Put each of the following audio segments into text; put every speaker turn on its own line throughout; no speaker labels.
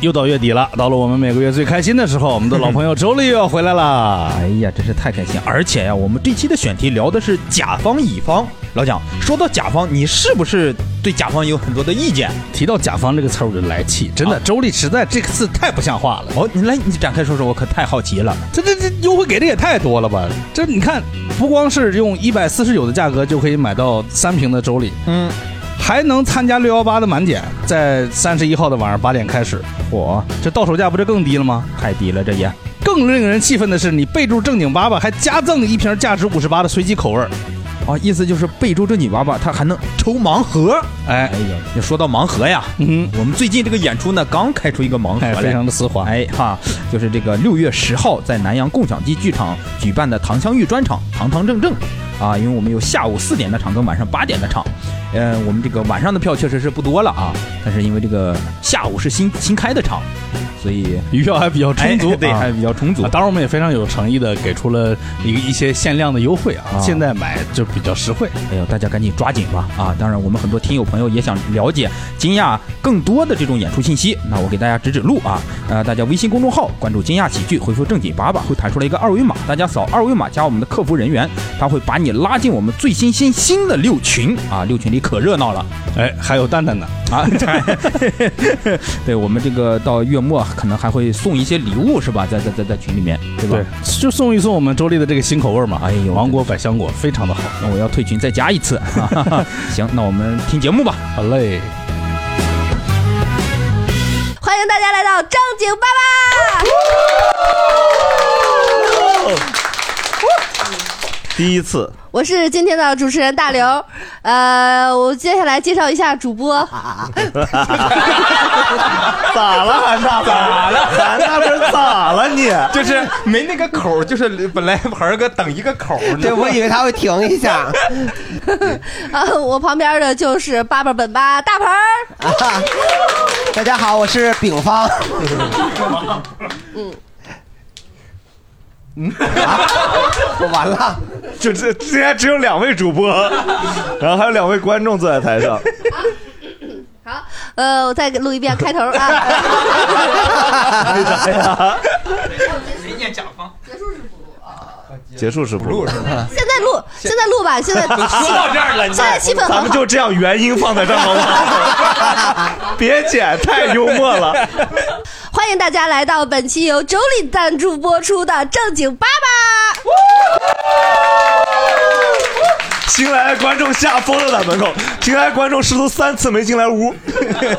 又到月底了，到了我们每个月最开心的时候，我们的老朋友周丽又要回来啦。
哎呀，真是太开心！而且呀、我们这期的选题聊的是甲方乙方。老蒋，说到甲方，你是不是对甲方有很多的意见？
提到甲方这个词儿，我就来气，真的，
啊
周丽实在这个字太不像话了。
哦，你来，你展开说说，我可太好奇了。
这这这优惠给的也太多了吧？这你看，不光是用一百四十九的价格就可以买到三瓶的周丽，
嗯，
还能参加六幺八的满减，在三十一号的晚上八点开始，
嚯，
这到手价不就更低了吗？
太低了，这也。
更令人气愤的是，你备注正经八吧，还加赠一瓶价值五十八的随机口味儿。
哦，意思就是备注这女娃娃，她还能抽盲盒。
哎，
呀，你说到盲盒呀，
嗯，
我们最近这个演出呢，刚开出一个盲盒
哎，
来，
非常的丝滑。
哎哈，就是这个六月十号在南阳共享机剧场举办的唐香玉专场《堂堂正正》啊，因为我们有下午四点的场跟晚上八点的场，呃，我们这个晚上的票确实是不多了啊，但是因为这个下午是新新开的场，所以
余票还比较充足，
哎对，
啊
还比较充足
啊。当然，我们也非常有诚意的给出了一个一些限量的优惠啊，
啊
现在买就比较实惠。
哎呦，大家赶紧抓紧吧啊！当然，我们很多听友朋友也想了解金亚更多的这种演出信息，那我给大家指指路啊。呃，大家微信公众号关注金亚喜剧，回复正经八八，会弹出来一个二维码，大家扫二维码加我们的客服人员，他会把你拉进我们最新新新的六群啊，六群里可热闹了。
哎，还有蛋蛋呢，
啊，对 对，我们这个到月末啊可能还会送一些礼物，是吧？在在在在群里面，对吧？，
就送一送我们周丽的这个新口味嘛。
哎呦
芒果百香果非常的好。
那我要退群再加一 次。 行，那我们听节目吧。
好嘞，
欢迎大家来到正经爸爸。
第一 次，
我是今天的主持人大刘，呃，我接下来介绍一下主播，
咋了，韩大咋了？韩大这咋了你？
就是没那个口儿，就是本来孩儿哥等一个口儿，
对，我以为他会停一下。
呃，我旁边的就是爸爸本吧大盆儿，
大家好，我是丙方。嗯。嗯、啊，我完了，
就这今天只有两位主播， 然后还有两位观众坐在台上。
好，呃，我再录一遍开头啊。
结束是不录是吧？
现在录，现在录吧，现在说到这儿了，现在气氛
咱
很
们
好。
就这样原音放在这儿好 吗？别剪，太幽默了。
欢迎大家来到本期由周丽赞助播出的正经爸爸。
新来的观众吓疯了，在门口。新来的观众试图三次没进来屋，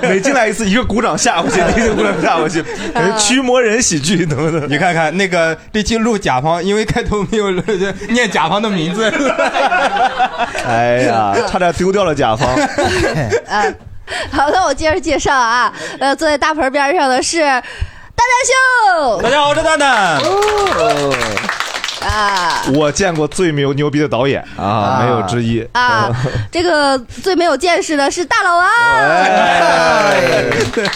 每进来一次一个鼓掌吓回去，
哎
一个鼓 掌吓回去，感觉驱魔人喜剧能不能？
你看看那个这期录甲方，因为开头没有念甲方的名字，
哎 呀，差点丢掉了甲方。
好的，我接着介绍啊，
哎
呃，坐在大盆边上的是蛋蛋秀
大家好，我是蛋蛋。
哦啊。
我见过最没有牛逼的导演啊，没有之一。
啊，这个最没有见识的是大老王。嗯，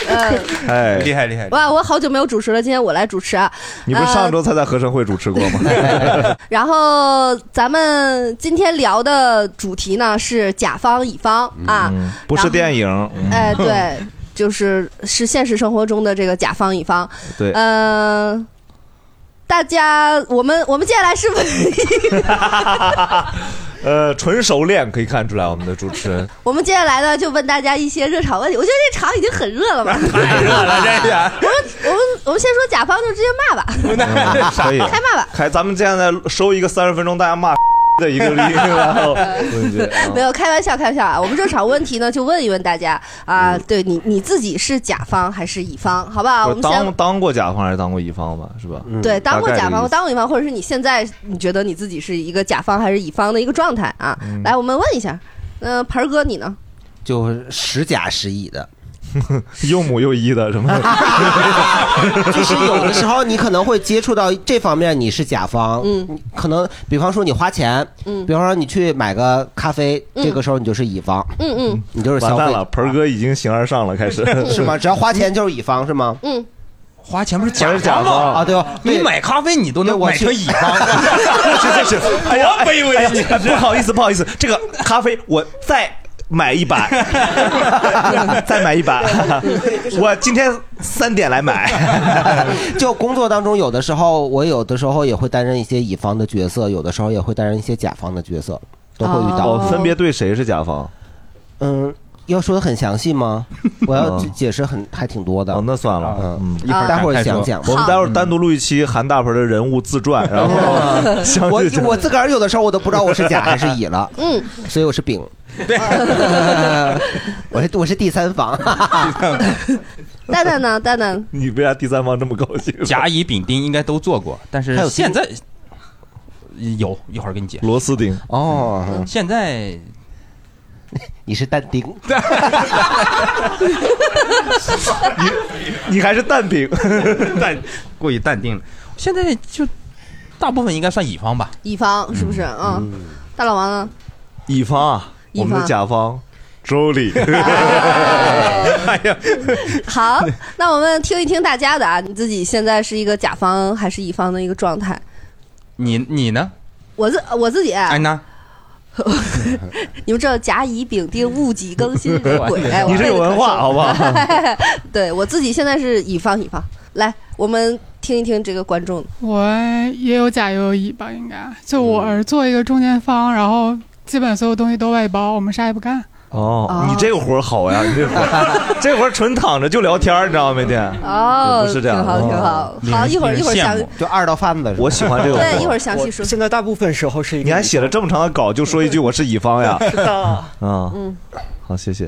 哎，
哎厉害厉害！
哇，我好久没有主持了，今天我来主持啊。呃
你不是上周才在合生汇主持过吗？
然后咱们今天聊的主题呢是甲方乙方啊，
不是电影，嗯
哎，对，就是是现实生活中的这个甲方乙方。
对，
嗯、大家，我们我们接下来是不是
呃，纯熟练可以看出来我们的主持 人。
我们接下来呢就问大家一些热场问题？我觉得这场已经很热了 吧。
太热了，这也
我们我们我们先说甲方，就直接骂吧，
嗯可以，
开骂吧。
还咱们现在收一个三十分钟，大家骂的一个例，然后我觉得啊
没有开玩笑，开玩笑啊！我们这场问题呢，就问一问大家啊，对你你自己是甲方还是乙方，好不啊好？
嗯
我
我嗯
们
当
先
当过甲方还是当过乙方吧，是吧？
对当过
嗯大概
甲
这个意
方，
思
当过乙方，或者是你现在你觉得你自己是一个甲方还是乙方的一个状态啊？
嗯
来，我们问一下，那盆儿哥你呢？
就十甲十乙的，
又母又一的什么？
就是有的时候你可能会接触到这方面，你是甲方，
嗯
嗯，可能比方说你花钱，
嗯
比方说你去买个咖啡，
嗯
这个时候你就是乙方，
嗯嗯
你就是消
完蛋
费
了，盆儿哥已经形而上了，开始
是吗？只要花钱就是乙方是吗？
嗯，
花钱不是
全
甲
是甲
方吗？
方
啊，对吧？
你
对
买咖啡你都能
对我
买
去
成 乙方，
哎是是是，哎呀，多卑微！哎呀，不好意思，不好意思，这个咖啡我再买 一把，再买一把。我今天三点来买。
就工作当中，有的时候我有的时候也会担任一些乙方的角色，有的时候也会担任一些甲方的角色，都会遇到。
哦分别对谁是甲方？
嗯，要说的很详细 吗？我要去解释很还挺多的。哦，
那算了，
嗯，
一会儿
待会儿
展开
讲
说
讲。
我们待会儿单独录一期韩大盆的人物自传，然后详
我
细讲
我自个儿有的时候我都不知道我是甲还是乙了，
嗯，
所以我是丙。
对，
我是我是第三 方。
蛋蛋呢？蛋蛋，
你为啥第三方这么高兴？
甲乙丙丁应该都做过，但是
还有
现在有一会儿给你解释。
螺丝钉。
哦，
现在
你是但丁，
你还是蛋饼，
淡过于淡定了， 现
哎
在就大部分应该算乙方吧。
乙方是不是？嗯，大老王呢？
乙方啊，
乙
我
方
们的甲方周礼。
好，那我们听一听大家的啊，你自己现在是一个甲方还是乙方的一个状态？
你你呢？
我自我自己，啊
安娜，
你们知道甲乙丙丁戊己 庚辛是什么鬼？哎，我
你是有文化好不好？
对我自己现在是乙方乙方，来，我们听一听这个观众，
我也有甲也有乙吧，应该就我是做一个中间方，然后基本所有东西都外包，我们啥也不干。
哦
哦，
你这个活儿好呀，你这活 儿这活儿纯躺着就聊天儿，你知道吗？每天
哦，
不是这样
挺好，挺好。好，一会儿一会儿详
羡，慕
就二道贩子是吧。
我喜欢这个活
对，一会
儿。
儿详细
我
说。
现在大部分时候是一个，
你还写了这么长的稿，就说一句我是乙方呀？
知道？
啊，
嗯，
好，谢谢。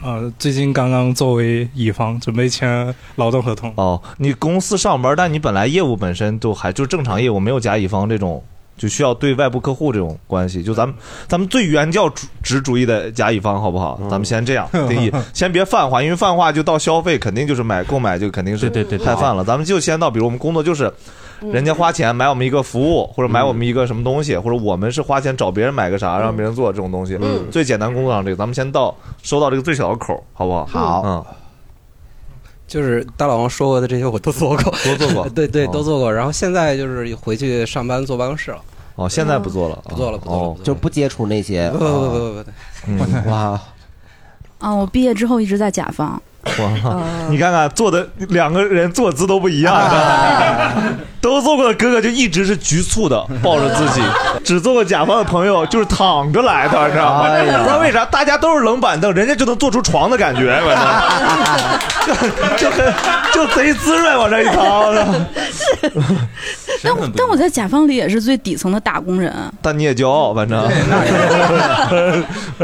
呃，最近刚刚作为乙方准备签劳动合同，
哦，你公司上班，但你本来业务本身就还就正常业务，没有甲乙方这种，就需要对外部客户这种关系。就咱
嗯
们咱们最原教旨旨主义的甲乙方，好不好？
嗯
咱们先这样定 义，先别泛化，因为泛化就到消费，肯定就是买购买，就肯定是
对对对对嗯
太泛了。咱们就先到，比如我们工作就是。人家花钱买我们一个服务，或者买我们一个什么东西，或者我们是花钱找别人买个
嗯
啥，让别人做这种东西。
嗯
最简单工作上这个，咱们先到收到这个最小的口儿，好不好？
好
嗯，
就是大老王说过的这些我都做过，
多做过
。对对
哦
都做过。然后现在就是回去上班坐办公室了，嗯
哦，现在不做了，
不做了，不做了
哦，
不
就
做了
不接触那些。
不不不不不不，
嗯
哇，
啊，我毕业之后一直在甲方，
嗯
哇，你看看坐的两个人坐姿都不一样，啊
啊
都坐过的哥哥就一直是局促的抱着自 己，只坐过甲方的朋友就是躺着来的，你知道吗？
哎呀
不知道为啥大家都是冷板凳，人家就能坐出床的感觉，我操，就就很就贼滋润往这一躺。我操
身份不一样
但我在甲方里也是最底层的打工人。
但你也骄傲，反正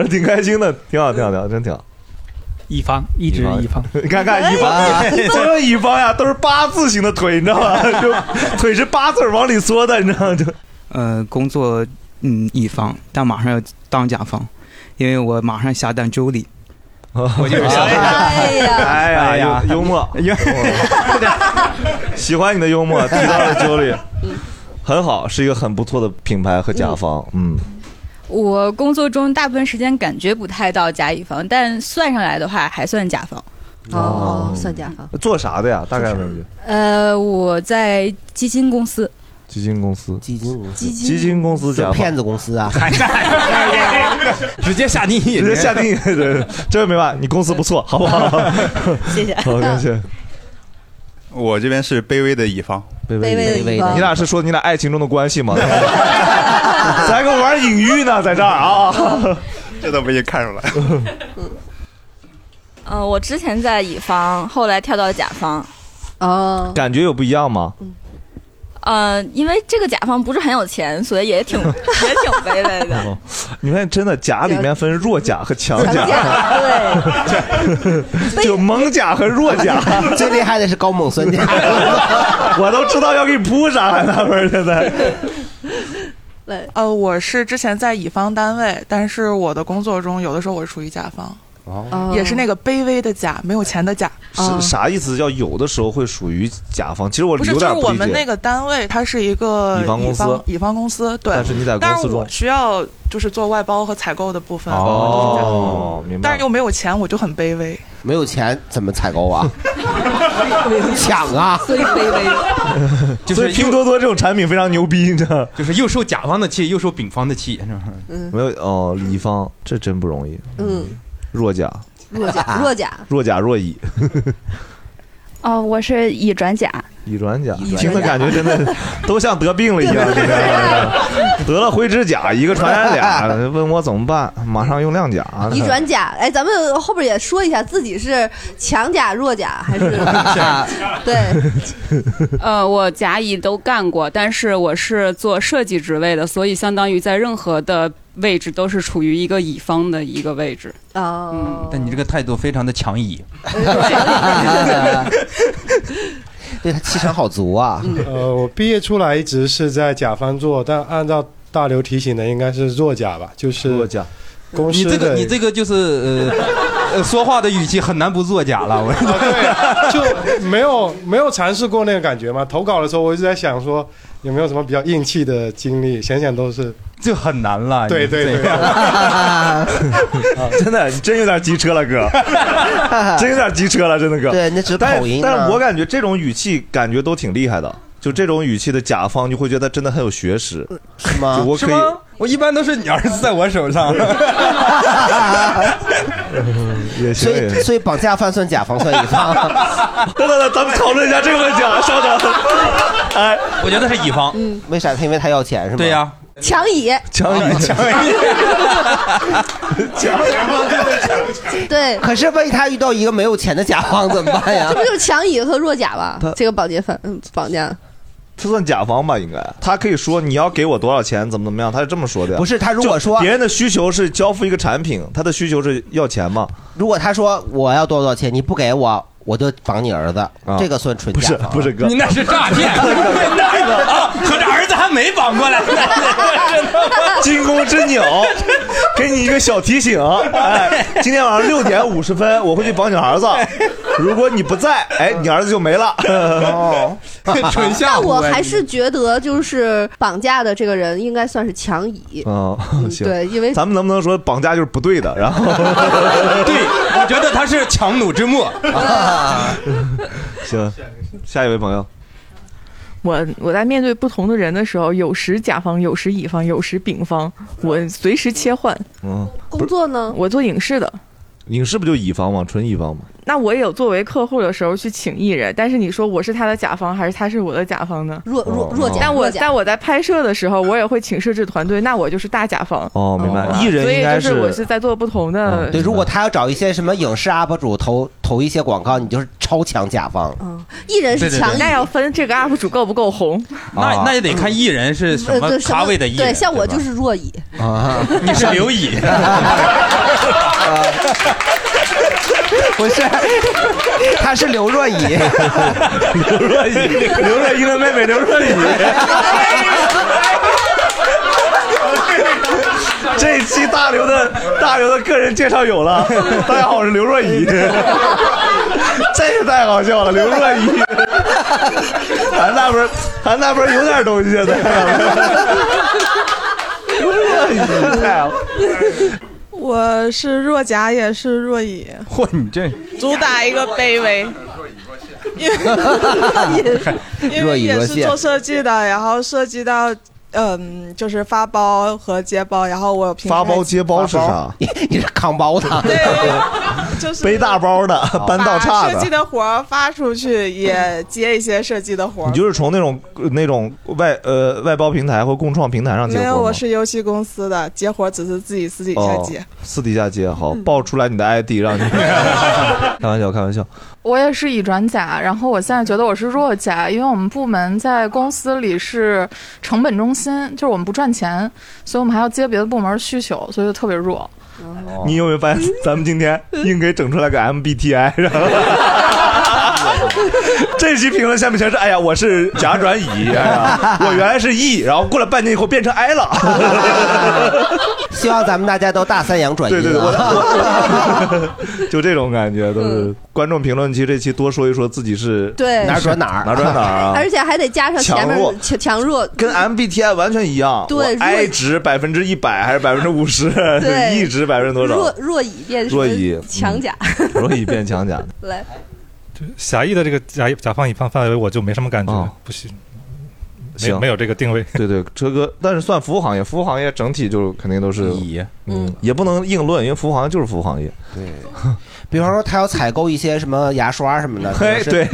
挺开心的，挺好，挺好，挺好，真挺好。
乙方一直是乙方，
你看看乙方，所有乙方呀都是八字形的腿，你知道吗？就腿是八字儿往里缩的，你知道吗？就
呃，工作嗯乙方，但马上要当甲方，因为我马上下蛋周里。
我就是想
哎呀，
哎呀，
哎呀
幽 幽默，喜欢你的幽默，提到了九里，很好，是一个很不错的品牌和甲方，嗯，
我工作中大部分时间感觉不太到甲乙方，但算上来的话还算甲方。
哦，算甲方。
做啥的呀？大概问句，
呃，我在基金公司，
基金公司，
基金公司，
基金公司
就
甲
骗
方。
子公司啊，
直接下定义，
直接下定义，对对对这位没办法，你公司不错，好不 好？
谢谢。
好，感谢。
我这边是卑微的乙方，
卑
卑微的乙
你
方，
俩是说你俩爱情中的关系 吗？咱跟我玩隐喻呢，在这儿啊。
这都被看出来。
嗯、我之前在乙方，后来跳到甲方。
哦，
感觉有不一样吗？
呃，因为这个甲方不是很有钱，所以也 挺也挺卑微的。
哦，你发现真的甲里面分弱甲和强
强
甲，
甲，对，
就猛甲和弱甲，
最厉害的是高锰酸钾。
我都知道要给你铺啥了，那不是现在
对，
呃，我是之前在乙方单位，但是我的工作中有的时候我是属于甲方，
哦
也是那个卑微的甲，没有钱的甲。啊
是啥意思？叫有的时候会属于甲方，其实我
嗯不是，
有
就是
点
我
理
们那
解。
个单位，它是一个
乙方公司
乙方公司对
但。是你在公
但是
司中
我，需要就是做外包和采购的部分，
哦，明白。
但是又没有钱，我就很卑微。
没有钱怎么采购啊？ 抢 啊！
最卑微。
就是
所以拼多多这种产品非常牛逼，你知道？
就是又受甲方的气，又受丙方的气。
嗯
没有哦，乙方这真不容易，
嗯，
弱甲，
若甲啊若甲，
弱甲弱乙，
哦，我是乙转甲，
乙转甲，
乙转甲
听的感觉真 的都像得病了一样，这个得了灰指甲，一个传染 俩，问我怎么办？马上用亮甲，
乙转甲，哎，咱们后边也说一下自己是强甲、弱甲还是 对
呃，我甲乙都干过，但是我是做设计职位的，所以相当于在任何的位置都是处于一个乙方的一个位置。嗯
哦，
但你这个态度非常的强乙，
对他气场好足啊！
嗯
呃，我毕业出来一直是在甲方做，但按照大刘提醒的，应该是弱甲吧，就是弱
甲。
公司
你这个
的
你这个就是呃呃， 说话的语气很难不作假了。我
就没有没有尝试过那个感觉嘛。投稿的时候，我一直在想说有没有什么比较硬气的经历，想想都是
就很难了。
对对 对，
啊
真的，你真有点急车 了，哥，真有点急车了，真的哥。
对那只是
但
口音啊
但
嘛
是我感觉这种语气感觉都挺厉害的，就这种语气的甲方，就会觉得真的很有学识，
嗯是
啊
吗我
是
可以，
吗？我一般都是你儿子在我手上。
也
所
行
以所以绑架犯算甲方算乙 方。
等等等，咱们讨论一下这个问题啊，稍等。哎，
我 觉得是乙方，
嗯，为啥？因为他要钱是吗？
对呀、
强乙，
强
乙，
强
乙，
对。
可是万一他遇到一个没有钱的甲方 怎么办呀
这？不就是强乙和弱甲吧
他？
这个保洁反嗯绑架，
他算甲方吧，应该，他可以说你要给我多少钱，怎么怎么样，他是这么说的呀。
不是他如果说
就别人的需求是交付一个产品，他的需求是要钱嘛？
如果他说我要多少钱，你不给我，我就绑你儿子，这个算纯
啊不是
甲方啊
不是哥，
你那
是诈 骗啊
那个啊，合着儿子还没绑过来，
惊弓之鸟，给你一个小提醒，哎，今天晚上六点五十分我会去绑你儿子，如果你不在，哎，你儿子就没了。 哦
但我
啊
还是觉得，就是绑架的这个人应该算是强乙。
哦，行，
对因为
咱们能不能说绑架就是不对的？然 后，
对，我觉得他是强弩之末。
啊
行，下一位朋友，
我我在面对不同的人的时候，有时甲方，有时乙方，有时丙方，我随时切换。
嗯，
工作呢？
我做影视的，
影视不就乙方吗？纯乙方吗？
那我也有作为客户的时候去请艺人，但是你说我是他的甲方，还是他是我的甲方呢？
弱
弱弱甲
但我
弱甲
但我在拍摄的时候，我也会请摄制团队，那我就是大甲方。
哦，明白，艺人
所以
应该
就是嗯我是在做不同的。
嗯对，如果他要找一些什么影视 UP 主投投一些广告，你就是超强甲方。
艺人呃
是对对强对
那要分这个 UP 主够不够红。
啊
那那也得看艺人是什么
对
咖位的艺人。
呃对，像我就是弱乙。
啊，
你是刘乙，
不是， 他是刘若乙，
刘 若乙，刘若英的妹妹刘若乙。这一期大刘的大刘的个人介绍有了，大家好，我是刘 若乙，这个太好笑了，刘若乙，韩大伯，韩大伯有点东西，现在刘若乙
哎
太好，
我是弱甲，也是弱 乙，
嚯，你这
主打一个 卑微。因为因
若
为
隐若现
也是做设计的，然后涉及到嗯，就是发包和接包，然后我平时
发包接包是啥？
你 你是扛包的，哦
就是
背大包的， 搬道岔
把设计的活儿发出去，也接一些设计的活儿
你。就是从那种那种外呃外包平台或共创平台上接
没有，
活吗
我？是游戏公司的，接活儿只是自己私底下嗯接。
哦、私底下接好，报出来你的 ID 让你。开玩笑，开玩笑。
我也是乙转甲，然后我现在觉得我是弱甲，因为我们部门在公司里是成本中心，就是我们不赚钱，所以我们还要接别的部门需求，所以就特别弱。
哦
你有没有发现，咱们今 天硬给整出来个 MBTI，然后这期评论下面全是哎呀，我是甲转乙，哎呀，我原来是 E，然后过了半年以后变成 I 了。
希望咱们大家都大三阳转阴、啊。
对 对对我我就这种感觉，都是
嗯
观众评论区这期多说一说自己是
对哪儿转哪儿
哪儿转哪儿 啊，
而且还得加上前面
强弱
的强强弱，
嗯
跟 MBTI 完全一样，
对
我 I 值百分之一百还是百分之 五十
对
，E 值百分之多少
弱？弱乙变
弱乙嗯
强甲。
容易变强甲。
来，
狭义的这个甲甲方乙方范围，我就没什么感觉，
哦
不行，没
行，
没有这个定位。
对对，车哥，但是算服务行业，服务行业整体就肯定都是，嗯，也不能硬论，因为服务行业就是服务行业。
对， 比方说他要采购一些什么牙刷什么的，
嘿，对，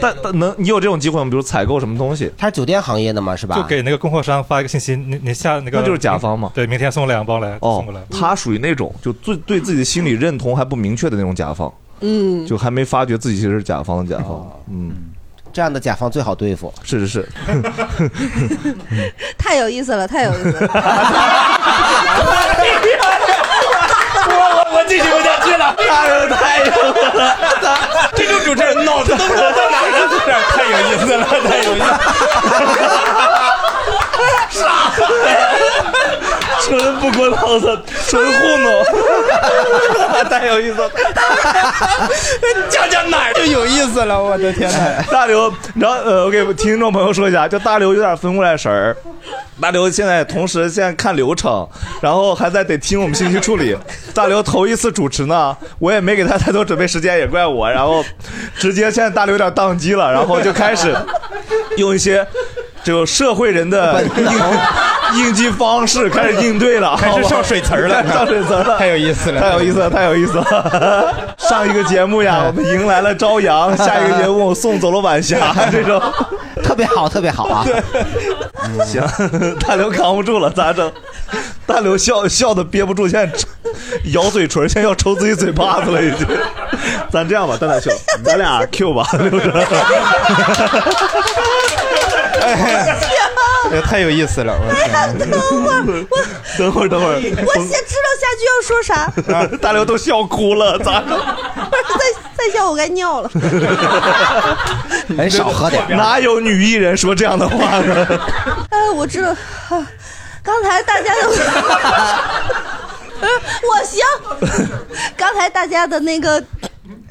但但能你有这种机会吗？比如采购什么东西？
他是酒店行业的嘛，是吧
就给那个供货商发一个信息，你你下那个
那 就是甲方嘛
对，明天送两包来，
哦
送过来。，
他属于那种就最对自己的心理认同还不明确的那种甲方，
嗯
就还没发觉自己是甲方的甲方，嗯，
哦这样的甲方最好对付。
是是是，
太有意思了，太有意 思了。
我我进行不下去了，
哎
太有意思了，这种主持人脑子都不知道在哪儿了，这样太有意思了，太有意思了。傻子，
纯不滚脑子，纯糊 弄，太有意 思了。
讲讲哪儿就有意思了，我的天哪！
大刘，你知道呃，我给听众朋友说一下，就大刘有点分不过来神儿。大刘现在同时现在看流程，然后还在得听我们信息处理。大刘头一次主持呢，我也没给他太多准备时间，也怪我。然后直接现在大刘有点宕机了，然后就开始用一些就社会人的 应应激方式开始应对了，
开始上水词儿了
开始 上水词儿了，
太有意思了嗯
太有意思了，太有意思了。 上一个节目呀，我们迎来了朝 阳，下一个节目送走了晚霞，这种
特别好，特别好 啊！
行，大刘扛不住了，咋整？大刘笑笑的憋不住，现在咬嘴唇，现在要抽自己嘴巴子了，已经。咱这样吧，蛋蛋兄，咱俩 Q 吧，留着。
哎 太有意思了，我天哪！
等会儿，我
等会儿，等会儿，
我先知道下句要说啥，
大刘都笑哭了，咋整？
再再笑我该尿了。
哎，少喝点。 哪有女艺人说这样的话呢？
哎，我知道， 啊刚才大家的，呃 我行，刚才大家的那个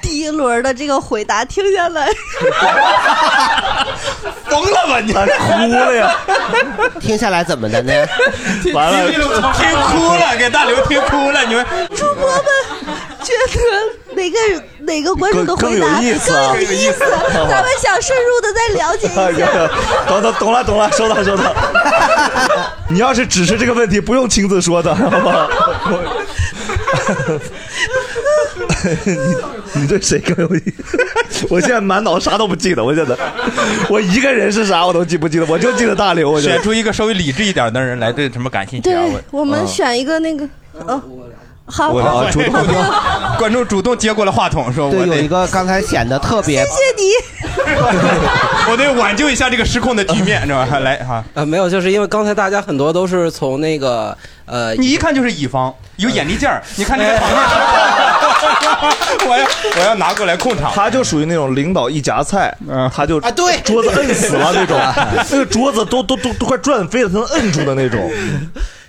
第一轮的这个回答听下来，
嗯
疯啊了吧 你？
哭了 呀！
听下来怎么的 呢？
完了听哭了，给大刘听哭了，你们
主播们觉得哪个哪个观众的回答
更更有意思啊哎
更有意思
更有意思
咱们想深入的再了 解一下。
懂懂懂了懂了，收到收到。 你要是只是这个问题，不用亲自说的， 好不好？ 你你对谁更有意？ 我现在满脑子啥都不记得，我现在 我一个人是啥我都记不记得，我就记得大刘。我觉
选
得
出一个稍微理智一点的人来对什么感兴趣啊？
对，我们选一个那
啊
个，哦，好，
我
好
啊 主动
好的
观众主动接过了话筒，说
对，
我
有一
得
个刚才显得特别
谢谢你。
我得挽救一下这个失控的局面，知道吧？来哈，
啊，没有，就是因为刚才大家很多都是从那个呃，，
你一看就是乙方，有眼力劲儿，你看 这个场面， 我要
我要拿过来控场。他就属于那种领导一夹菜，他就
啊对
桌子摁死了那种 那个桌子都都都都快转飞了，才能摁住的那种。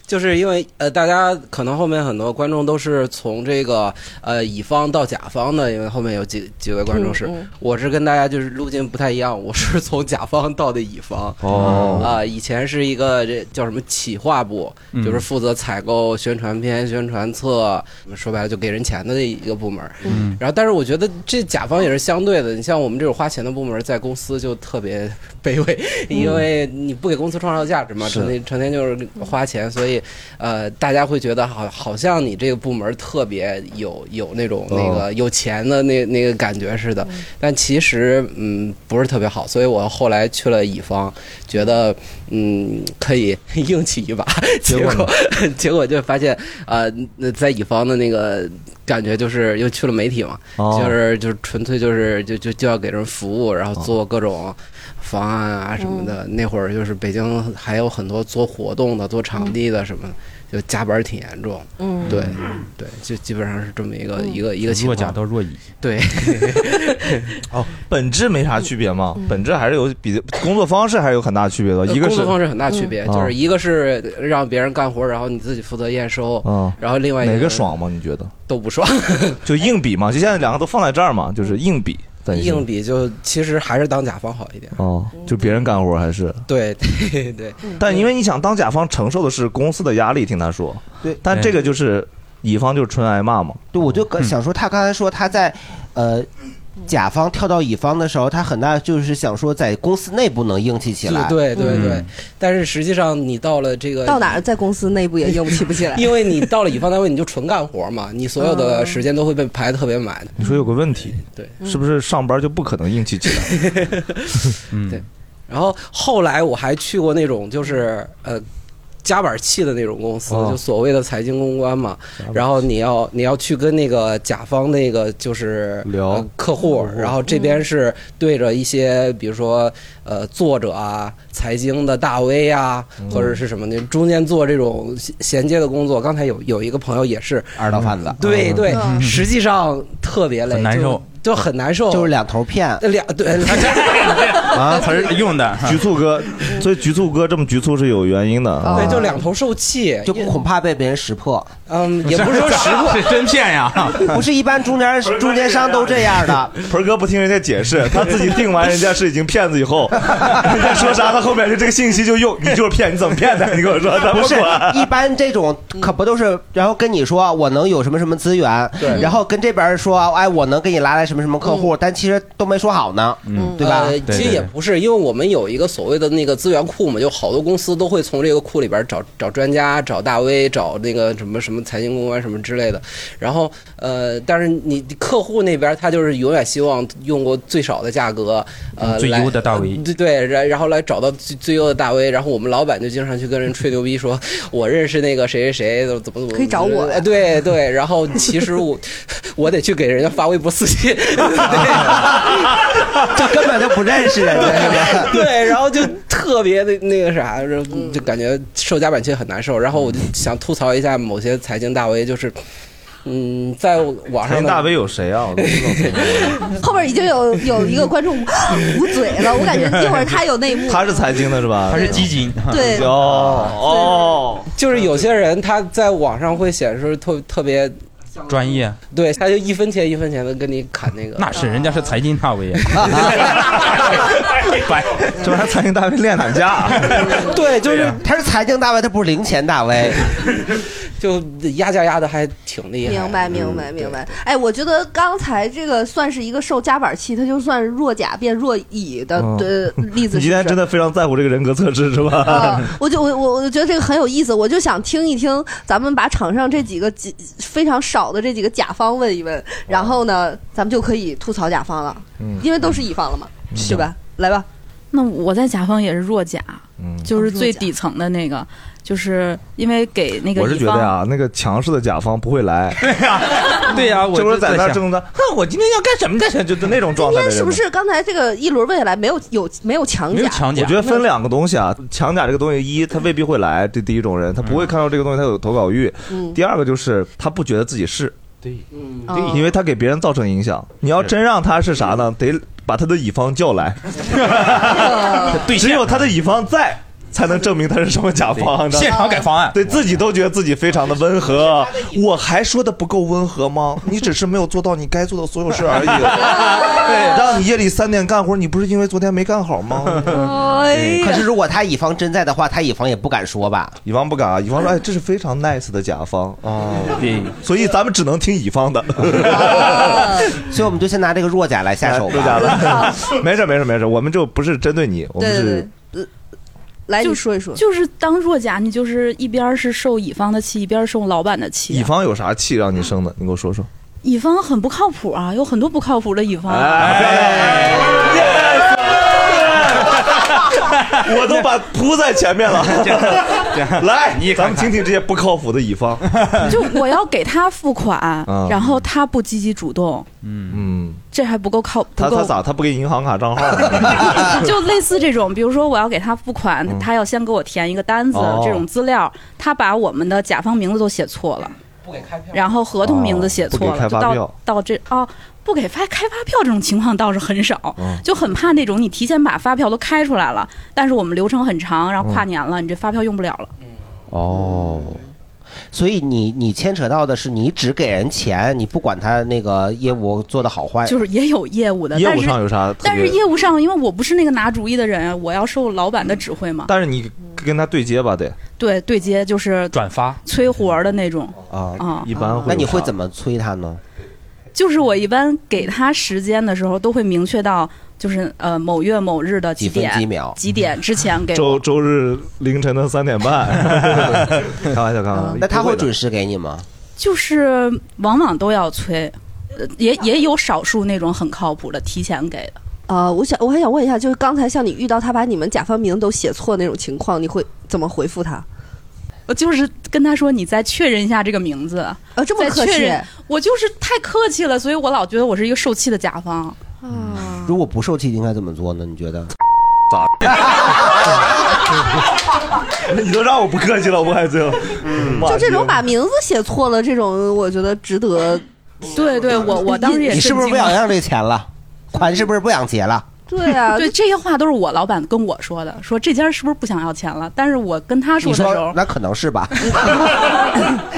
就是因为呃，大家可能后面很多观众都是从这个呃乙方到甲方的，因为后面有几几位观众是，
嗯嗯
我是跟大家就是路径不太一样，我是从甲方到的乙方。
哦
啊、以前是一个这叫什么企划部，
嗯
就是负责采购宣传片、宣传册，说白了就给人钱的一个部门。
嗯
然后，但是我觉得这甲方也是相对的，你像我们这种花钱的部门，在公司就特别卑微，因为你不给公司创造价值嘛，
嗯是
成天成天就是花钱，所以呃，大家会觉得好，好像你这个部门特别有有那种那个
哦
有钱的那那个感觉似的，
嗯
但其实嗯不是特别好，所以我后来去了乙方，觉得嗯可以硬气一把， 结果 结果就发现呃那在乙方的那个感觉就是又去了媒体嘛，
哦
就是就是纯粹就是就就就要给人服务，然后做各种方案啊什么
嗯
的。那会儿就是北京还有很多做活动的、做场地的什么的，就加班挺严重。
嗯
对对，就基本上是这么一个
嗯
一个一个情
若
况。
甲到若乙，
对，
哦，本质没啥区别嘛，本质还是有比工作方式还是有很大区别 的，呃一个
嗯呃工
是
作方式很大区别，
嗯
就是一个是让别人干活，然后你自己负责验收，
嗯
然后另外一
哪
个
个爽吗？你觉得？
都不爽， 嗯
就硬比嘛，就现在两个都放在这儿嘛，就是硬比。在你心里
硬比就其实还是当甲方好一点。
哦，就别人干活还是。
对对对，
嗯
但因为你想，当甲方承受的是公司的压力，听他说。
对
但这个就是乙方就是纯挨骂嘛。
对，我就刚想说，他刚才说他在呃甲方跳到乙方的时候，他很大就是想说在公司内部能硬气起来。
对对对
嗯
但是实际上你到了这 个。
到哪儿在公司内部也硬不起不起来嗯
因为你到了乙方单位，你就纯干活嘛，你所有的时间都会被排得特别满。
你说有个问题，
对，
是不是上班就不可能硬气起来？
对。然后后来我还去过那种就是呃夹板器的那种公司，
哦
就所谓的财经公关嘛。然后你要你要去跟那个甲方那个就是聊、呃客户，
嗯
然后这边是对着一些比如说呃作者啊、财经的大 V 啊，
嗯
或者是什么的，中间做这种衔衔接的工作。刚才有有一个朋友也是
二道贩子
对
嗯
对，
嗯
实际上特别累，
很难
就
受。
就很难受，就是
两头骗，
两对，
啊，才是
用的
局促哥，所以局促哥这么局促是有原因的。
对，哎就两头受气，
就恐怕被别人识破。
嗯，也不是说识 破，
真骗呀
不是一般中间中间商都这样的。
盆儿哥不听人家解释，他自己定完人家是已经骗子以后，人家说啥，他后面就这个信息就用，你就是骗，你怎么骗的？你跟我说，咱
不是
管。
一般这种
嗯
可不都是，然后跟你说我能有什么什么资源，
对
然后跟这边说哎我能给你拉来什么什么客户，但其实都没说好呢，嗯对吧
嗯呃？其实也不是，因为我们有一个所谓的那个资源库嘛，就好多公司都会从这个库里边找找专家、找大 V、找那个什么什么财经公关什么之类的。然后呃，但是你客户那边他就是永远希望用过最少的价格，呃，
嗯最
来
优的大 V
对对，然然后来找到最最优的大 V。然后我们老板就经常去跟人吹牛逼说， 我认识那个谁谁谁，怎么怎么怎么，
可以找我呀
哎对对，然后其实我 我得去给人家发微博私信。
这根本就不认识人家。
对，然后就特别的那个啥，然后
嗯
就感觉受夹板气很难受。然后我就想吐槽一下某些财经大 V，就是，嗯，在网上
财经
的
大 V 有谁啊？我都不知道财经大 V
后边已经有有一个观众啊捂嘴了，我感觉一会儿他有内幕。
他是财经的是吧？
他是基
金
对
哦哦，
就是有些人他在网上会显示特特别，
专业，
对，他就一分钱一分钱的跟你砍那个。
那是人家是财经大 V，白，
啊 这玩意儿财经大 V 练哪架？
对，就是
他是财经大 V，他不是零钱大 V。
就压价压的还挺厉害。
明白，明白，明白。哎，我觉得刚才这个算是一个受夹板气，他就算弱甲变弱乙的
哦
呃例子。
你
是
今
不
天
是
真的非常在乎这个人格测试是吧
啊？我就我我我就觉得这个很有意思，我就想听一听咱们把场上这几个几非常少的这几个甲方问一问，然后呢，咱们就可以吐槽甲方了，
嗯
因为都是乙方了嘛，对吧？来吧，
那我在甲方也是弱甲，
嗯
就是最底层的那个，就是因为给 那个
我是
乙
觉得
方
呀，那个强势的甲方不会 来，
对呀，我
这不是在那儿
想
争着，那我今天要干什么干什么，就是那种状态的
那
人吗。
是不是刚才这个一轮问下来没有有没有强甲？
我觉得分两个东西啊，强甲这个东西，一他未必会来，这第一种人，他不会看到这个东西，他有投稿欲
嗯；
第二个就是他不觉得自己是，
对，
哦
因为他给别人造成影响。你要真让他是啥呢？得把他的乙方叫来，只有他的乙方在。才能证明他是什么甲方，
对现场改方案
对自己都觉得自己非常的温和，我还说的不够温和吗？你只是没有做到你该做的所有事 而已。对，让你夜里三点干活，你不是因为昨天没干好吗？
嗯
哎呀
可是如果他乙方真在的话，他乙方也不敢说吧？
乙方不敢啊，乙方说：“哎，这是非常 nice 的甲方哦。”
对，
所以咱们只能听乙方的。
所以我们就先拿这个弱甲来下手吧。
哎假了，没事没事没事，我们就不是针对你，我们
对对
是
来，
就
你说一说，
就是当弱甲，你就是一边是受乙方的气，一边受老板的气。
乙方有啥气让你生的，你给我说说。
乙方很不靠谱啊，有很多不靠谱的乙 方。啊
哎我都把铺在前面 了，来，咱们听听这些不靠谱的乙方。
就我要给他付款
嗯，
然后他不积极主动，
嗯嗯，
这还不够靠，
他
不
他
够
咋？他不给银行卡账号吗？
就类似这种，比如说我要给他付款，他要先给我填一个单子
嗯哦，
这种资料，他把我们的甲方名字都写错了，然后合同名字写错
哦不给开
了，就
发
到
票
到这哦，不给发开发票这种情况倒是很少
嗯，
就很怕那种你提前把发票都开出来了，但是我们流程很长，然后跨
嗯
年了，你这发票用不了了。
哦，所以你你牵扯到的是你只给人钱，你不管他那个业务做的好
哎
坏，
就是也有业务的，
业务
但是
上有啥特别
但是业务上，因为我不是那个拿主意的人，我要受老板的指挥嘛。
但是你跟他对接吧，得
对对接就是
转发
催活儿的那种，
啊
啊
一般会有啥。
那你会怎么催他呢？
就是我一般给他时间的时候，都会明确到就是呃某月某日的
几分
点
几秒
几点之前给我。
周周日凌晨的三点 半，开玩笑，开玩笑。
那他会准
时
时给你吗？
就是往往都要催，呃也也有少数那种很靠谱的提前给的。
呃，我想我还想问一下，就是刚才像你遇到他把你们甲方名都写错那种情况，你会怎么回复他？
我呃就是跟他说，你再确认一下这个名字。
呃，这么
再
客
确
气
认，我就是太客气了，所以我老觉得我是一个受气的甲方。
如果不受气应该怎么做呢？你觉得？
咋？你都让我不客气了，我还最后，
就这种把名字写错了，这种我觉得值得。
对对，我我当时也
嗯你是不是不
震惊
想
了
要这钱了？款是不是不想结了？
对啊，
对这些话都是我老板跟我说的，说这家是不是不想要钱了？但是我跟他说
你
的时候
说，那可能是吧？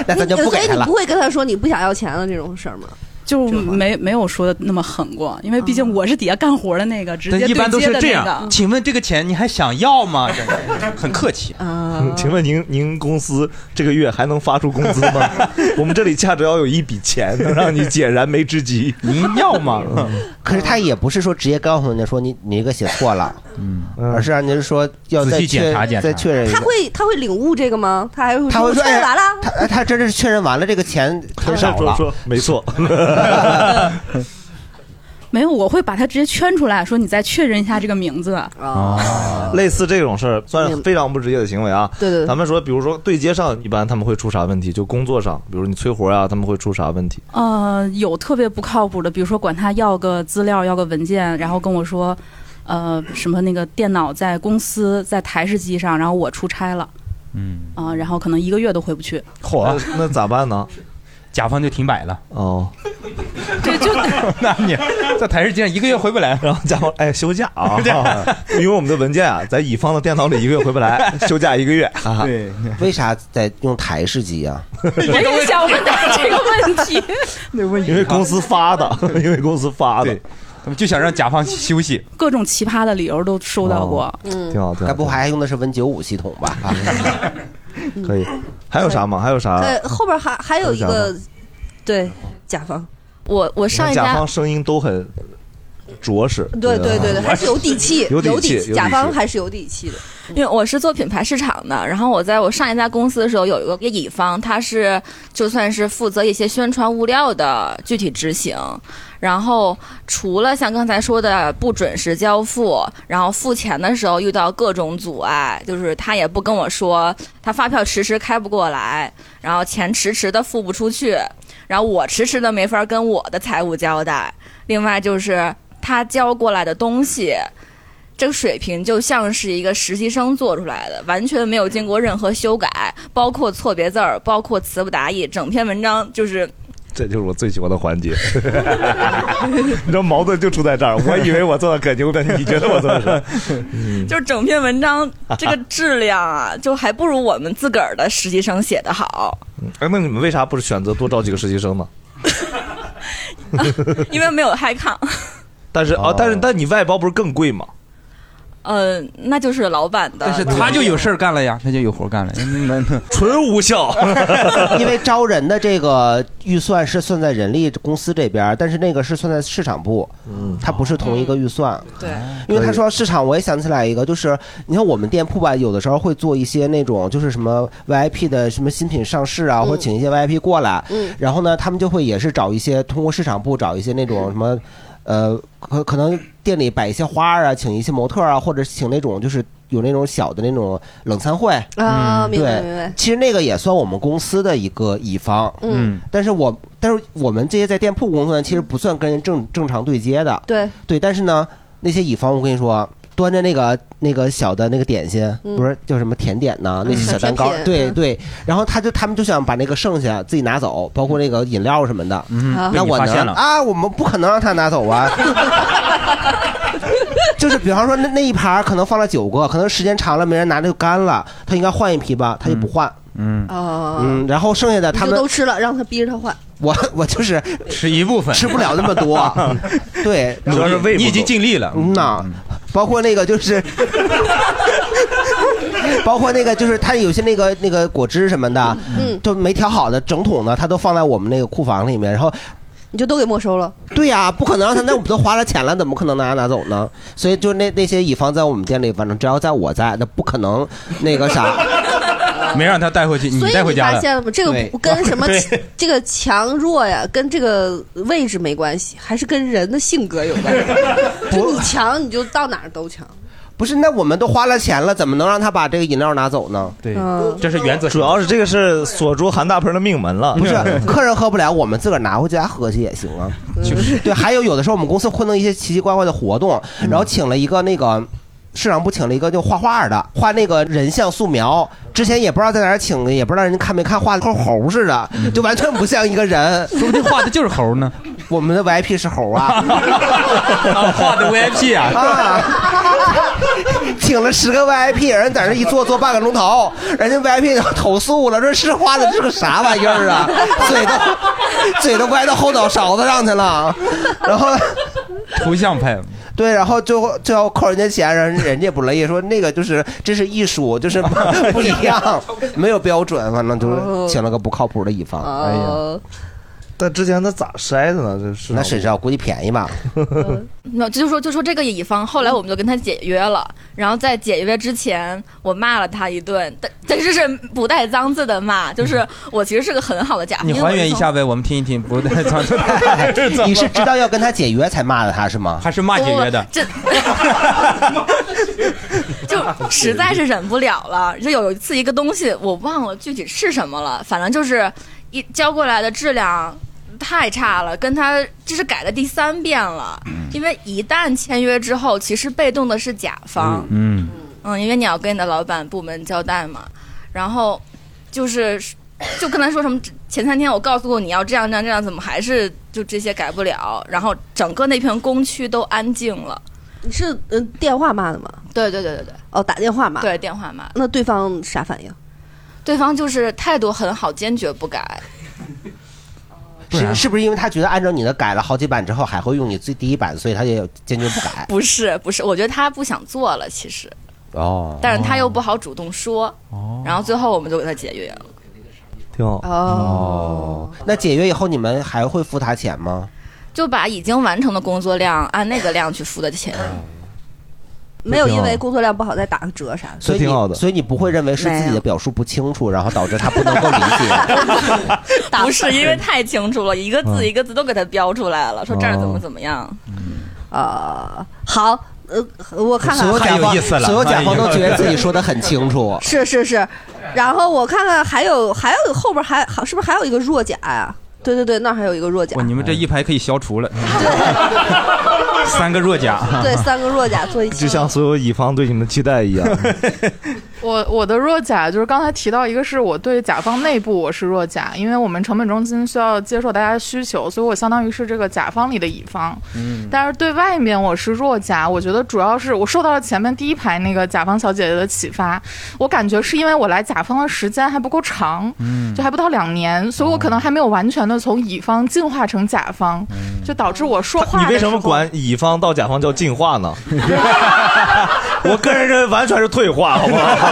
那咱就不
所
给
以
他
哎你
了
不。会跟他说你不想要钱了这种事儿吗？
就没没有说的那么狠过，因为毕竟我是底下干活的那个，直接
但一般都
对接
是
的
这
那
样。
个。
请问这个钱你还想要吗？真的啊很客 气。
啊
嗯请问您您公司这个月还能发出工资 吗？我们这里价值要有一笔钱能让你解燃眉之急，
您要 吗？
可是他也不是说直接告诉人家说你你这个写错了，嗯，而是让人家说要
仔
再
细检
确
查检查
再确认一下
他。会他会领悟这个吗？他还会
他会说
说我确认
哎
完了，
他他真的是确认完了，这个钱很少了。
说没 错，
没有，我会把他直接圈出来，说你再确认一下这个名字。
嗯
哦
啊，类似这种事儿算是非常不职业的行为啊。
对对对
咱们说，比如说对接上，一般他们会出啥问题？就工作上，比如你催活啊，他们会出啥问题？
呃，有特别不靠谱的，比如说管他要个资料、要个文件，然后跟我说，呃，什么那个电脑在公司在台式机上，然后我出差了，
嗯，
啊、然后可能一个月都回不去。
嚯，那咋办呢？
甲方就停摆了。
哦，
对，就
那你在台式机上一个月回不来，
然后甲方哎休假 啊，因为我们的文件啊，在乙方的电脑里一个月回不 来，休假一个月。啊、
对，
为啥在用台式机啊？
我也想问他这个问题。
因为公司 发的， 因为公司发
的，他们就想让甲方休息。
各种奇葩的理由都收到过。嗯，
哦挺好，挺好。啊
该不还用哦的是 Win 九五系统吧？
可以，还有啥吗？还有啥？
呃，后边还还有一
还有
个，对，甲方。
我我上一
甲
家
方声音都很着实。啊
对对对对
还是有底气
，有
底
气，有
甲方
气
还是有底气的。
因为我是做品牌市场的，然后我在我上一家公司的时候，有一个乙方，他是就算是负责一些宣传物料的具体执行。然后除了像刚才说的不准时交付，然后付钱的时候遇到各种阻碍，就是他也不跟我说，他发票迟迟开不过来，然后钱迟迟的付不出去，然后我迟迟的没法跟我的财务交代。另外就是他交过来的东西，这个水平就像是一个实习生做出来的，完全没有经过任何修改，包括错别字儿，包括词不达意，整篇文章就是
这就是我最喜欢的环节。 你知道矛盾就出在这儿，我以为我做的可牛逼，你觉得 我做的是？
就是整篇文章这个质量啊，就还不如我们自个儿的实习生写的好，
哎，那你们为啥不是选择多招几个实习生呢？
因为没有 high 抗。
但是
哦
啊，但是 但你外包不是更贵吗？
呃，那就是老板的。
呃但是他就有事儿干了呀，他就有活儿干了，
纯无效。
因为招人的这个预算是算在人力公司这边儿，但是那个是算在市场部，
嗯
它不是同一个
嗯
预算。
对，
嗯
因为他说到市场，我也想起来一个，就是你看我们店铺吧，有的时候会做一些那种就是什么 VIP 的什么新品上市
嗯
啊，或者请一些 VIP 过来，
嗯
然后呢，他们就会也是找一些通过市场部找一些那种什么，呃，可可能店里摆一些花儿啊，请一些模特儿啊，或者请那种就是。有那种小的那种冷餐会
啊明白
对
明白
其实那个也算我们公司的一个乙方，
嗯，
但是我但是我们这些在店铺工作的，其实不算跟人正正常对接的，
嗯对
对，但是呢，那些乙方，我跟你说，端着那个那个小的那个点心，
嗯
不是叫什么甜点呐，那些小蛋糕
小，甜
对
品嗯
对，然后他就他们就想把那个剩下自己拿走，包括那个饮料什么的，
嗯
啊
那我
被你发现
能
了
啊，我们不可能让他拿走啊。 就是比方说那那一盘可能放了九个，可能时间长了没人拿就干了，他应该换一批吧，他就不换，嗯
哦，
嗯，然后剩下的
你
他
就
们
都吃了，让他逼着他换。
我我就是
吃一部分，
吃不了那么 多，啊对，
主要是喂不你已经够尽力了，
嗯呐，包括那个就是， 包括那个就是他有些那个那个果汁什么的，
嗯
就没调好的整桶的，他都放在我们那个库房里面，然后。
你就都给没收了。
对呀、不可能让他，那我们都花了钱了，怎么可能拿拿走呢？所以就那那些乙方在我们店里，反正只要在我在，那不可能那个啥，
没让他带回去，
嗯
所以你发现了吗？这个不跟 什么
对
这个强弱呀，跟这个位置没关系，还是跟人的性格有 关系。就你强，你就到哪儿都强。
不是，那我们都花了钱了，怎么能让他把这个饮料拿走呢？对
嗯
这
是原则。
主要是这个是锁住韩大盆的命门了。
不 是，客人喝不了，我们自个儿拿回家喝去也行啊。就是对，还有有的时候我们公司会弄一些奇奇怪怪的活动，然后请了一个那个。市场部请了一个就画画的，画那个人像素描，之前也不知道在哪儿请的，也不知道人家看没看，画的跟猴似的，就完全不像一个人，
说不定画的就是猴呢。
我们的 VIP 是猴啊，
画的 VIP
啊， 请了十个 VIP，人在那一坐坐半个钟头，人家 VIP 就投诉了，说是花的是个啥玩意儿啊，嘴都嘴都歪到后脑勺子上去了，然后
图像派，
对，然后最后最后扣人家钱，人人家不乐意，说那个就是这是艺术，就是 不一样，没有标准，反正就是请了个不靠谱的乙方，
呃
哎呀。
哦但之前他咋筛的呢？这是
那谁知道？估计便 宜吧。
那就说就说这个乙方，后来我们就跟他解约了。然后在解约之前，我骂了他一顿，但但是是不带脏字的骂，就是我其实是个很好的甲方。
你
因为我
还原一
从
下呗，我们听一听，不带脏
你是知道要跟他解约才骂的他是吗？
还是骂
解约的哦这就实在是忍不了了。就有一次一个东西，我忘了具体是什么了，反正就是一交过来的质量太差了，跟他这是改了第三遍了。因为一旦签约之后，其实被动的是甲方，
嗯，
嗯，因为你要跟你的老板部门交代嘛，然后就是就跟他说什么，前三天我告诉过你要这样这样这样，怎么还是就这些改不了？然后整个那片工区都安静了。
你是嗯、呃电话骂的吗？
对对对对对，
哦，打电话骂。
对，电话骂的。
那对方啥反应？
对方就是态度很好，坚决不改。
是是不是因为他觉得按照你的改了好几版之后还会用你最第一版，所以他也坚决不改？
不是不是，我觉得他不想做了，其实，
哦
但是他又不好主动说，然后最后我们就给他解约了。
挺好哦。那解约以后你们还会付他钱吗？
就把已经完成的工作量按那个量去付的钱，
嗯
嗯
没有因为工作量不好再打个折啥的。
所以你所以你不会认为是自己的表述不清楚，然后导致他不能够理解。
不是因为太清楚了，一个字
嗯
一个字都给他标出来了，说这儿怎么
哦
怎么样。
啊、好，呃，我看看
所有
还
甲方，所有甲方都觉得 自己说的很清楚。
是是是，然后我看看还有还有后边还好是不是还有一个弱甲呀、对对对，那儿还有一个弱甲
哇，，你们这一排可以消除 了，三个弱甲，
对，三个弱甲做一起
就。像所有乙方对你们的期待一样。
我我的弱甲就是刚才提到一个是我对甲方内部我是弱甲，因为我们成本中心需要接受大家的需求，所以我相当于是这个甲方里的乙方。
哦
嗯
但是对外面我是弱甲，我觉得主要是我受到了前面第一排那个甲方小姐姐的启发，我感觉是因为我来甲方的时间还不够长，
嗯
就还不到两年，所以我可能还没有完全的从乙方进化成甲方，就导致我说话
你
的
为
时
什
候
么管乙方到甲方叫进化呢？我个人认为完全是退化，好不好？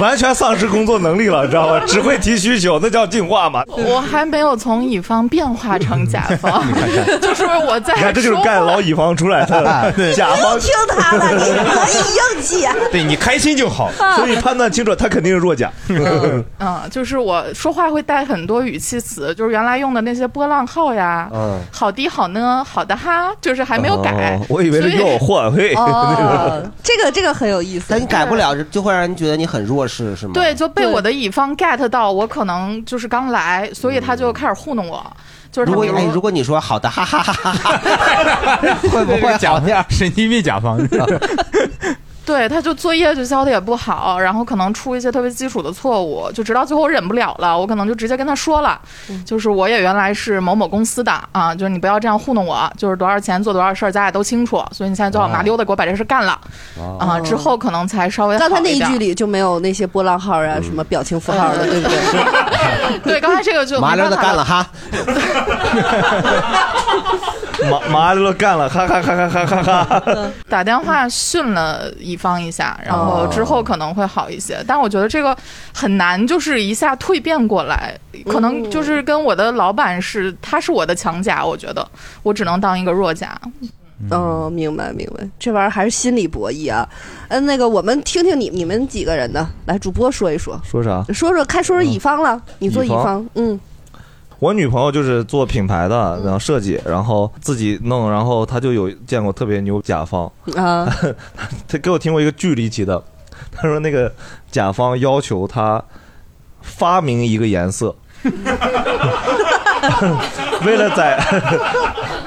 完全丧失工作能力了，知道吧？只会提需求，那叫进化吗？
我还没有从乙方变化成甲 方， 就是我在
你看，这就是
说
干老乙方出来的
对
甲方。
听他 的，哎你可以硬气。啊
对你开心就好
啊
所以判断清楚，他肯定是弱甲。
嗯，就是我说话会带很多语气词，就是原来用的那些波浪号呀，
嗯
好的好呢，好的哈，就是还没有改。
哦我以为是
所以
又有换位
哦，这个这个很有意思。
哎但你改不了，就会让人觉得你很弱势，是吗？
对，就被我的乙方 get 到，我可能就是刚来，所以他就开始糊弄我，就是
嗯如
他
果
比如
哎，如果你说好的， 哈哈哈哈哈，会不会
甲方神经病甲方，
对，他就作业就交的也不好，然后可能出一些特别基础的错误，就直到最后我忍不了了，我可能就直接跟他说了，
嗯
就是我也原来是某某公司的啊，就是你不要这样糊弄我，就是多少钱做多少事儿，咱俩都清楚，所以你现在就往
啊
麻溜的给我把这事干了
哦
啊，之后可能才稍微好
刚才那一
点
句里就没有那些波浪号
嗯
啊、什么表情符号的，对不对？
对，刚才这个就没
麻溜的干
办法
了哈。
麻麻溜溜干了，哈哈哈哈哈哈哈！
打电话训了乙方一下，然后之后可能会好一些。但我觉得这个很难，就是一下蜕变过来，可能就是跟我的老板是，他是我的强甲，我觉得我只能当一个弱甲。
哦
嗯，明白明 白，这玩意儿还是心理博弈啊。嗯，那个我们听听你你们几个人的，来主播说一说，
说啥？
说说看，说说乙方了，你做
啊乙
乙
方
方，嗯，
我女朋友就是做品牌的，然后设计，然后自己弄，然后她就有见过特别牛甲方，
啊，
她给我听过一个巨离奇的，她说那个甲方要求她发明一个颜色， 为了在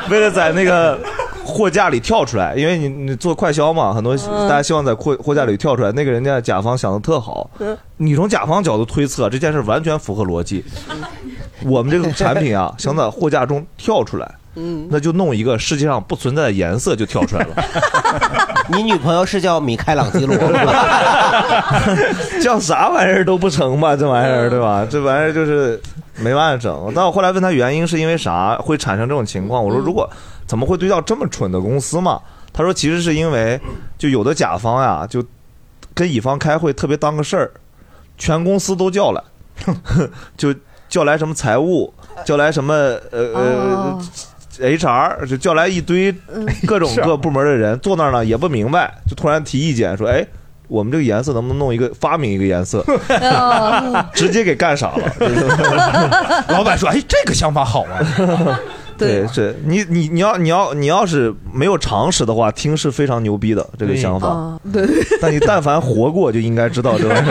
为了在那个货架里跳出来，因为你你做快销嘛，很多
嗯
大家希望在货货架里跳出来。那个人家甲方想的特好，
嗯
你从甲方角度推测这件事完全符合逻辑。我们这个产品啊，想在货架中跳出来，
嗯，
那就弄一个世界上不存在的颜色就跳出来了。
你女朋友是叫米开朗基罗吗？
叫啥玩意儿都不成吧？这玩意儿对吧？这玩意儿就是没办法整。但我后来问他原因是因为啥会产生这种情况，我说
嗯
如果怎么会对到这么蠢的公司嘛？他说其实是因为就有的甲方呀，就跟乙方开会特别当个事儿，全公司都叫来， 就叫来什么财务，叫来什么呃
哦
呃。HR 就叫来一堆
嗯
各种各部门的人，坐那儿呢也不明白，就突然提意见说：“哎，我们这个颜色能不能弄一个发明一个颜色？”直接给干傻了。
老板说：“哎，这个想法好啊。
对，是你你你要你要你要是没有常识的话，听是非常牛逼的这个想法。
啊，对，
但你但凡活过，就应该知道这玩意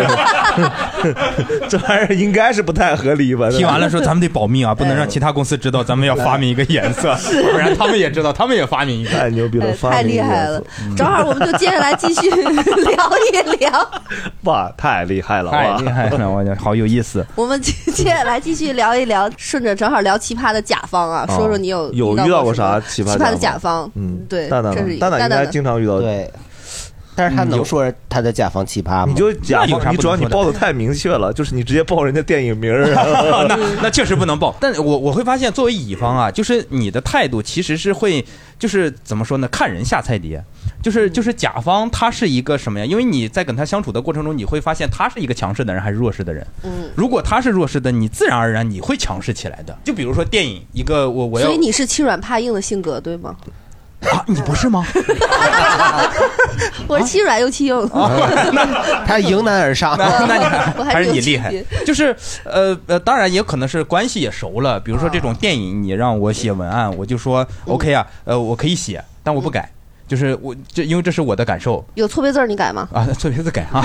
儿，这玩意儿应该是不太合理吧？”
听完了说：“咱们得保密啊，不能让其他公司知道咱们要发明一个颜 色，不然他们也知道，他们也发明一个。”
太牛逼
哎太厉害了，
嗯
正好我们就接下来继续 聊一聊，
哇，太厉害了，
太厉害了， 我就好有意思。。
我们接接下来继续聊一聊，顺着正好聊奇葩的甲方啊，说说你有
哦有遇到过啥奇
奇
葩
葩的甲方？
嗯，
对，
蛋蛋
这是
呢蛋蛋应该经常遇到
对，但是他能说他的甲方奇葩吗？
你就甲
那有啥
方，你
不
主要
能
你
说的
报的太明确了， 就是你直接报人家电影名儿啊
那那确实不能报。但我我会发现，作为乙方啊，就是你的态度其实是会，就是怎么说呢，看人下菜碟。就是就是甲方他是一个什么呀？因为你在跟他相处的过程中，你会发现他是一个强势的人还是弱势的人。
嗯，
如果他是弱势的，你自然而然你会强势起来的。就比如说电影，一个我我要
所以 你是欺软怕硬的性格对吗？
啊，你不是吗？
我是欺软又欺硬，
他迎难而上，
那那你 看
我
还
是
是
有
你
区
厉害
别，
就是呃呃，当然也可能是关系也熟了。比如说这种电影，你让我写文案，我就说
嗯
OK 啊，呃，我可以写，但我不改，就是我这因为这是我的感受
有错别字儿你改吗？
啊，错别字改啊，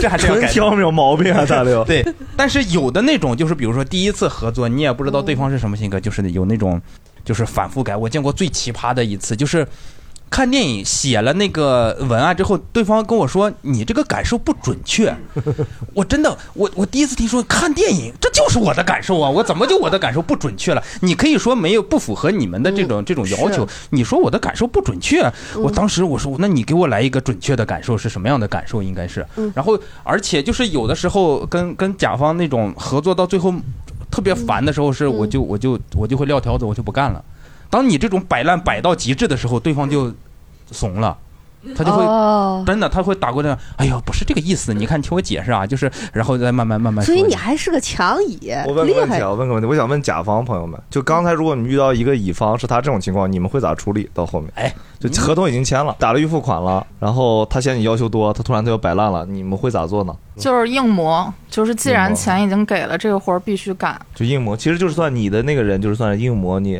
这还是要改
纯
的
挑没有毛病啊，大刘。
对，但是有的那种就是，比如说第一次合作，你也不知道对方是什么性格，就是有那种就是反复改。我见过最奇葩的一次就是。看电影写了那个文案之后，对方跟我说：“你这个感受不准确。”我真的，我我第一次听说看电影，这就是我的感受啊！我怎么就我的感受不准确了？你可以说没有不符合你们的这种这种要求
是，
你说我的感受不准确，我当时我说，那你给我来一个准确的感受是什么样的感受？应该是
嗯，
然后而且就是有的时候跟跟甲方那种合作到最后特别烦的时候，是
嗯
我就我就我就会撂挑子，我就不干了。当你这种摆烂摆到极致的时候，对方就怂了。他就
哦
会真的，他会打过来。哎呦，不是这个意思，你看，听我解释啊，就是，然后再慢慢慢慢说
所。以你还是个强乙，
我问个
厉
问
害
题啊，我问个问题，我想问甲方朋友们，就刚才如果你遇到一个乙方是他这种情况，你们会咋处理？到后面，
哎，
就合同已经签了，打了预付款了，然后他嫌你要求多，他突然他又摆烂了，你们会咋做呢？
就是硬磨，就是既然钱已经给了，这个活儿必须干。
就硬磨，其实就是算你的那个人，就是算是硬磨你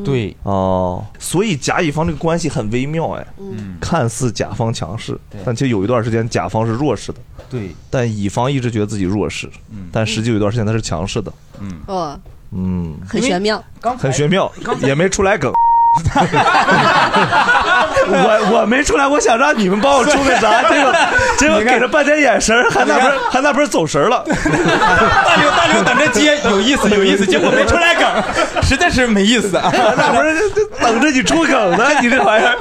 对
哦，所以甲乙方这个关系很微妙哎，
嗯，
看似甲方强势
对，
但其实有一段时间甲方是弱势的，
对，
但乙方一直觉得自己弱势，
嗯
但实际有一段时间他是强势的，
嗯
哦，
嗯，
很玄妙。
很玄妙，也没出来梗。 我我没出来，我想让你们帮我出个啥，结果结果给了半天眼神，还那边还那边走神了。
大刘大刘等着接，有意思有意 思，结果没出来梗，实在是没意 思啊！
那不是等着你出梗 呢？你这玩 意儿，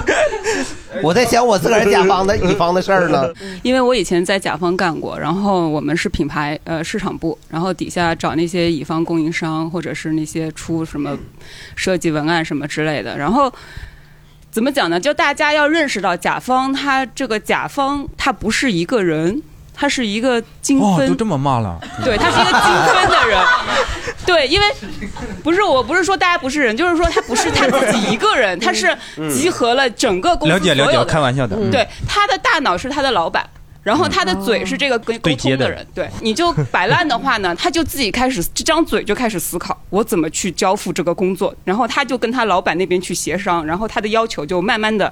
我在 想我自个 儿甲方的乙方的事儿 呢。
因为我以前在甲方干过，然后我们是品牌呃市场部，然后底下找那些乙方供应商或者是那些出什么设计文案什么之类的，然后。怎么讲呢？就大家要认识到甲方，他这个甲方他不是一个人，他是一个精
哦，
分
就这么骂了。
对，他是一个精分的人。对，因为不是，我不是说大家不是人，就是说他不是他自己一个人，他是集合了整个公司
了解了解
所有
我开玩笑的嗯
对，他的大脑是他的老板。然后他的嘴是这个跟沟
对接
通
的
的人，对，你就摆烂的话呢，他就自己开始这张嘴就开始思考我怎么去交付这个工作，然后他就跟他老板那边去协商，然后他的要求就慢慢的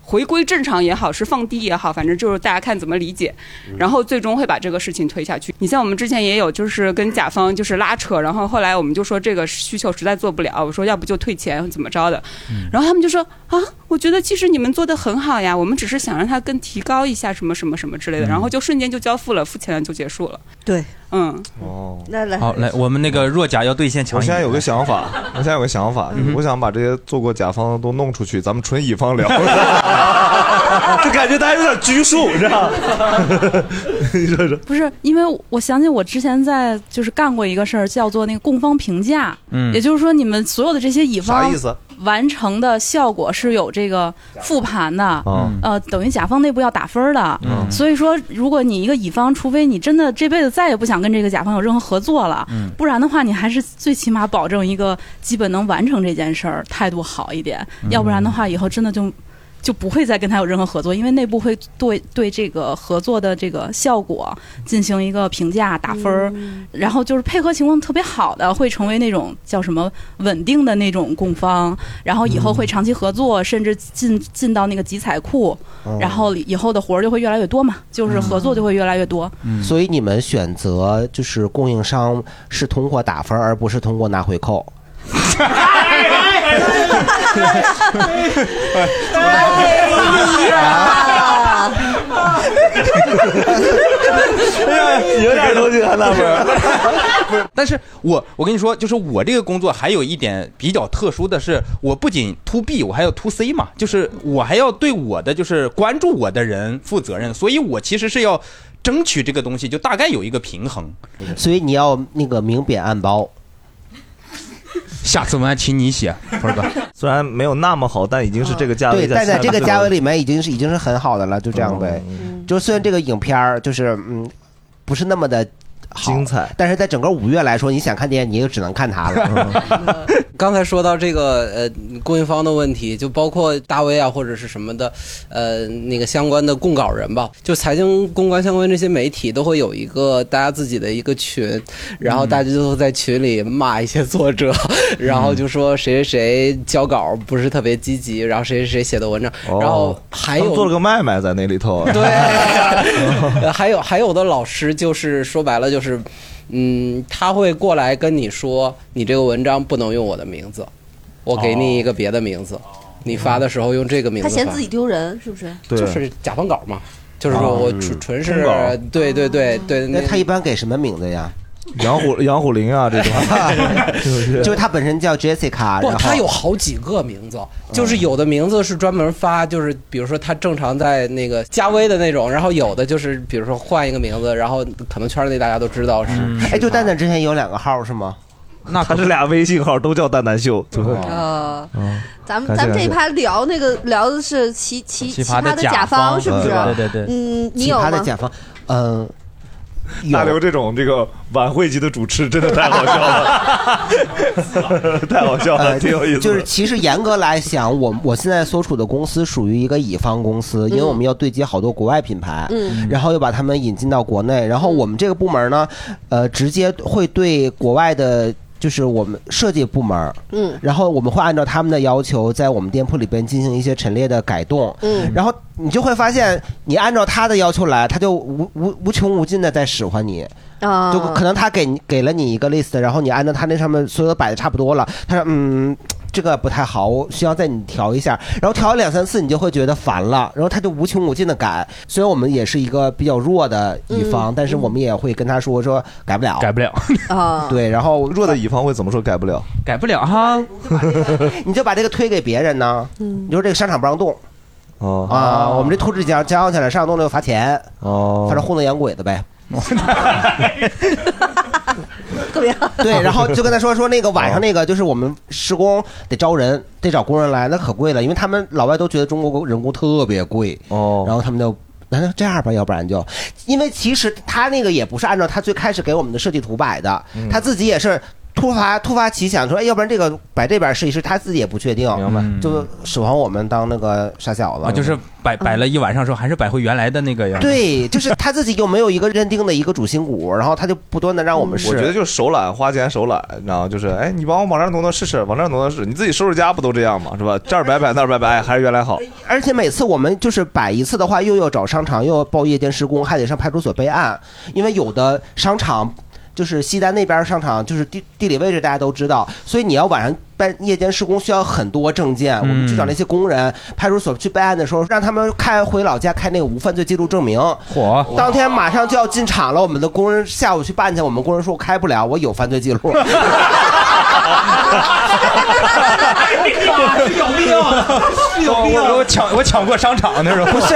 回归正常也好，是放低也好，反正就是大家看怎么理解，然后最终会把这个事情推下去。你像我们之前也有，就是跟甲方就是拉扯，然后后来我们就说这个需求实在做不了，我说要不就退钱怎么着的，然后他们就说啊，我觉得其实你们做的很好呀，我们只是想让它更提高一下什么什么什么之类的，
嗯
然后就瞬间就交付了，付钱了就结束了。
对，
嗯，
哦，
那来
好，来，我们那个弱甲要兑现强。嗯
嗯我现在有个 想法，我现在有个想法，我想把这些做过甲方的都弄出去，咱们纯乙 方聊。就感觉大家有点拘束，你知 道吗？你说说，
不是，因为我想起我之前在就是干过一个事儿，叫做那个供方评价。
嗯
也就是说，你们所有的这些乙方
啥意
啊
思
完成的效果是有这个复盘的，
嗯
呃，等于甲方内部要打分儿的。
嗯
所以说，如果你一个乙方，除非你真的这辈子再也不想跟这个甲方有任何合作了，
嗯
不然的话，你还是最起码保证一个基本能完成这件事儿，态度好一点。
嗯
要不然的话，以后真的就就不会再跟他有任何合作，因为内部会对对这个合作的这个效果进行一个评价打分儿，然后就是配合情况特别好的会成为那种叫什么稳定的那种供方，然后以后会长期合作，甚至进进到那个集采库，
哦
然后以后的活儿就会越来越多嘛，
嗯
就是合作就会越来越多。
嗯
所以你们选择就是供应商是通过打分，而不是通过拿回扣。
哎 有点东西啊，那不是。
不是， 但是我我跟你说，就是我这个工作还有一点比较特殊的是，我不仅 to B，我还要 to C 嘛，就是我还要对我的就是关注我的人负责任，所以我其实是要争取这个东西，就大概有一个平衡。
所以你要那个明贬暗褒。
下次文案请你写，不是吧？
虽然没有那么好，但已经是这个价嗯位
对，但在
在
这个价位里面已经是已经是很好的了，就这样呗。
嗯
就虽然这个影片儿就是嗯，不是那么的。精彩，但是在整个五月来说，你想看电影，你也只能看它
嗯
了。
刚才说到这个呃供应方的问题，就包括大 V 啊或者是什么的，呃那个相关的供稿人吧，就财经公关相关这些媒体都会有一个大家自己的一个群，然后大家就会在群里骂一些作者，
嗯
然后就说谁谁谁交稿不是特别积极，然后谁谁谁写的文章，然后
哦他
还有
们做了个麦麦在那里头。
对， 呃还有还有的老师就是说白了就是，嗯，他会过来跟你说，你这个文章不能用我的名字，我给你一个别的名字，你发的时候用这个名字
他
发，
嫌自己丢人，是不是？
就是甲方稿嘛， 就是
嗯
说我纯纯是
通稿
对对对对，
那他一般给什么名字呀？
杨虎杨虎林啊，这种
就是他本身叫 Jessica，
不，
然后
他有好几个名字，就是有的名字是专门发，就是比如说他正常在那个加微的那种，然后有的就是比如说换一个名字，然后可能圈内大家都知道是。
哎，就蛋蛋之前有两个号是吗？
那他这俩微信号都叫蛋蛋
哦
秀，对吧？
呃，
嗯
咱们
感谢
咱们这一
感谢
趴聊那个聊的是奇奇
奇
奇
葩
葩
的
的
甲
甲
方呃
方，是不是？
对对对对
嗯，你
奇
有
葩
吗？
的甲方，嗯、
大刘这种这个晚会级的主持真的太好笑 了，太好笑了，
呃，
挺有意思的。
就是其实严格来讲，我我现在所处的公司属于一个乙方公司，因为
嗯
我们要对接好多国外品牌，
嗯
然后又把他们引进到国内，然后我们这个部门呢，呃，直接会对国外的。就是我们设计部门，
嗯，
然后我们会按照他们的要求，在我们店铺里边进行一些陈列的改动，
嗯
然后你就会发现，你按照他的要求来，他就无无无穷无尽的在使唤你，
啊，
就可能他给你给了你一个 list，然后你按照他那上面所有的摆的差不多了，他说嗯。这个不太好，我需要再你调一下。然后调了两三次，你就会觉得烦了，然后他就无穷无尽的改。虽然我们也是一个比较弱的乙方，
嗯
但是我们也会跟他说说改不了，改
不了。
啊，
对，然后弱的乙方会怎么说？改不了，
改不了哈，
你就把这个推给别人呢。
嗯
你说这个商场不让动，
哦
啊，我们这图纸交交上去了，商场动了就罚钱，
哦，
反正糊弄洋鬼子呗。
特别好。
对，然后就跟他说说那个晚上那个就是我们施工得招人，得找工人来，那可贵了，因为他们老外都觉得中国人工特别贵
哦，
然后他们就。那就这样吧，要不然就，因为其实他那个也不是按照他最开始给我们的设计图摆的，
嗯
他自己也是突发突发奇想说，哎，要不然这个摆这边试一试，他自己也不确定，明白？就指望我们当那个傻小子
啊，就是摆摆了一晚上之后，还是摆回原来的那个样子。
对，就是他自己有没有一个认定的一个主心骨，然后他就不断的让我们试。
我觉得就是手懒，花钱手懒，你知道吗？就是哎，你帮我往这儿挪挪试试，往这儿挪挪试，你自己收拾家不都这样吗？是吧？这儿摆摆，那儿摆摆，哎还是原来好。
而且每次我们就是摆一次的话，又要找商场，又要报夜间施工，还得上派出所备案，因为有的商场。就是西单那边商场，就是地地理位置大家都知道，所以你要晚上办夜间施工需要很多证件。我们去找那些工人，派出所去备案的时候，让他们开回老家开那个无犯罪记录证明。
火
当天马上就要进厂了，我们的工人下午去办去，我们工人说我开不了，我有犯罪记录。
有病，啊有病！
我我抢我抢过商场那时候，
不 是，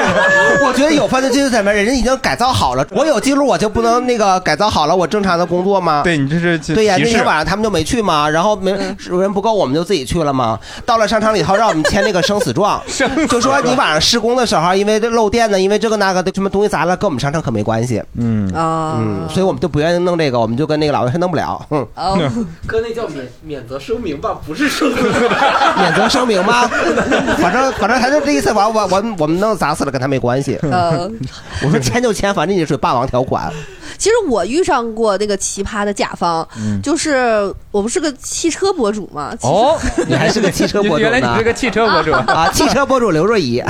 我觉得有犯罪记录在那，人家已经改造好了，我有记录我就不能那个改造好了，我正常的工作吗？
对你这是
对呀，
歧
那
视
天晚上他们就没去嘛，然后没人不够，我们就自己去了嘛。到了商场里头，让我们签那个生死 状，就说你晚上施工的时候，因为这漏电呢，因为这个那个的什么东西砸了，跟我们商场可没关系。
嗯
啊
嗯，所以我们就不愿意弄这个，我们就跟那个老外说弄不了。嗯，
哦 哥那叫免免责声明吧，不是说
免责声明吧， 反正反正他就这意思，完我我我们弄砸死了跟他没关系。
嗯
我说签就签，反正你是霸王条款。
其实我遇上过那个奇葩的甲方，
嗯
就是我不是个汽车博主嘛，其实
哦，
你还是个汽车博主呢
原来你是个汽车博主
啊，汽车博主刘若仪，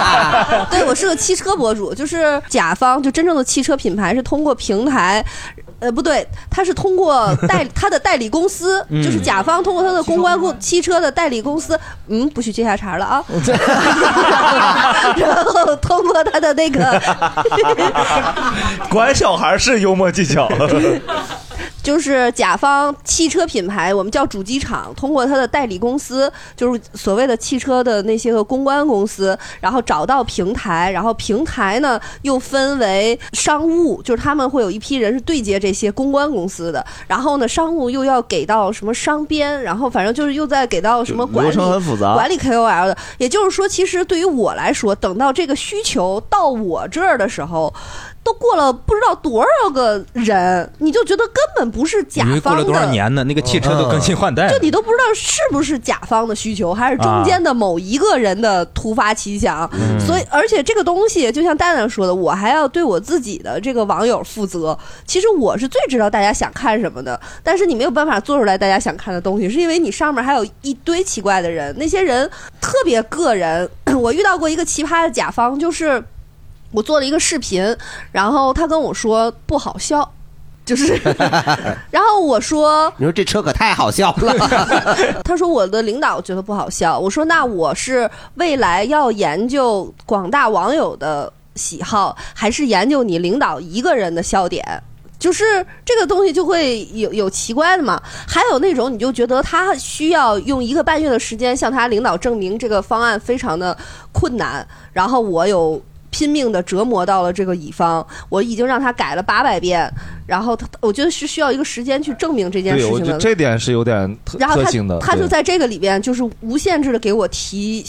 对我是个汽车博主，就是甲方，就真正的汽车品牌是通过平台。呃，不对，他是通过代他的代理公司，
嗯
就是甲方通过他的公关公汽车的代理公司，嗯，不许接下茬了啊。然后通过他的那个，
管小孩是幽默技 巧。
就是甲方汽车品牌，我们叫主机厂，通过他的代理公司，就是所谓的汽车的那些个公关公司，然后找到平台，然后平台呢又分为商务，就是他们会有一批人是对接这些公关公司的，然后呢商务又要给到什么商编，然后反正就是又在给到什么管理
流程很复杂
管理 KOL 的。也就是说，其实对于我来说，等到这个需求到我这儿的时候。都过了不知道多少个人，你就觉得根本不是甲
以为过
方
了
的。
多少年呢？那个汽车都更新换代了，
就你都不知道是不是甲方的需求，还是中间
啊
的某一个人的突发奇想。
嗯
所以，而且这个东西就像蛋蛋说的，我还要对我自己的这个网友负责。其实我是最知道大家想看什么的，但是你没有办法做出来大家想看的东西，是因为你上面还有一堆奇怪的人，那些人特别个人。 我遇到过一个奇葩的甲方，就是我做了一个视频，然后他跟我说不好笑。就是，然后我说，
你说这车可太好笑了。
他说我的领导觉得不好笑，我说那我是未来要研究广大网友的喜好，还是研究你领导一个人的笑点？就是这个东西就会有有奇怪的嘛，还有那种你就觉得他需要用一个半月的时间向他领导证明这个方案非常的困难，然后我有拼命的折磨到了这个乙方，我已经让他改了八百遍，然后他我觉得是需要一个时间去证明这件事
对，
情
我
的。
觉得这点是有点特
然后
特
他
性的。
他
对
就在这个里边就是无限制的给我提，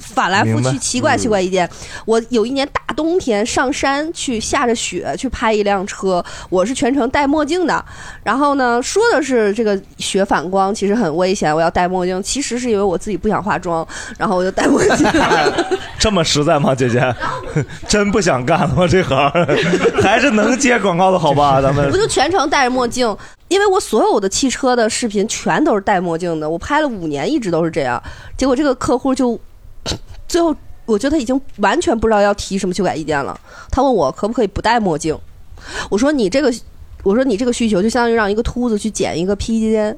反来覆
明
去
白嗯
奇怪奇怪意见。我有一年大冬天上山去，下着雪去拍一辆车，我是全程戴墨镜的。然后呢，说的是这个雪反光其实很危险，我要戴墨镜，其实是因为我自己不想化妆，然后我就戴墨镜。
这么实在吗，姐姐？ 真不想干了吗？这行 还是能接广告的好 吧？咱们
我就全程戴着墨镜，因为我所有的汽车的视频全都是戴墨镜的，我拍了五年一直都是这样。结果这个客户就最后，我觉得他已经完全不知道要提什么修改意见了。他问我可不可以不戴墨镜，我说你这个，我说你这个需求就相当于让一个秃子去剪一个披肩。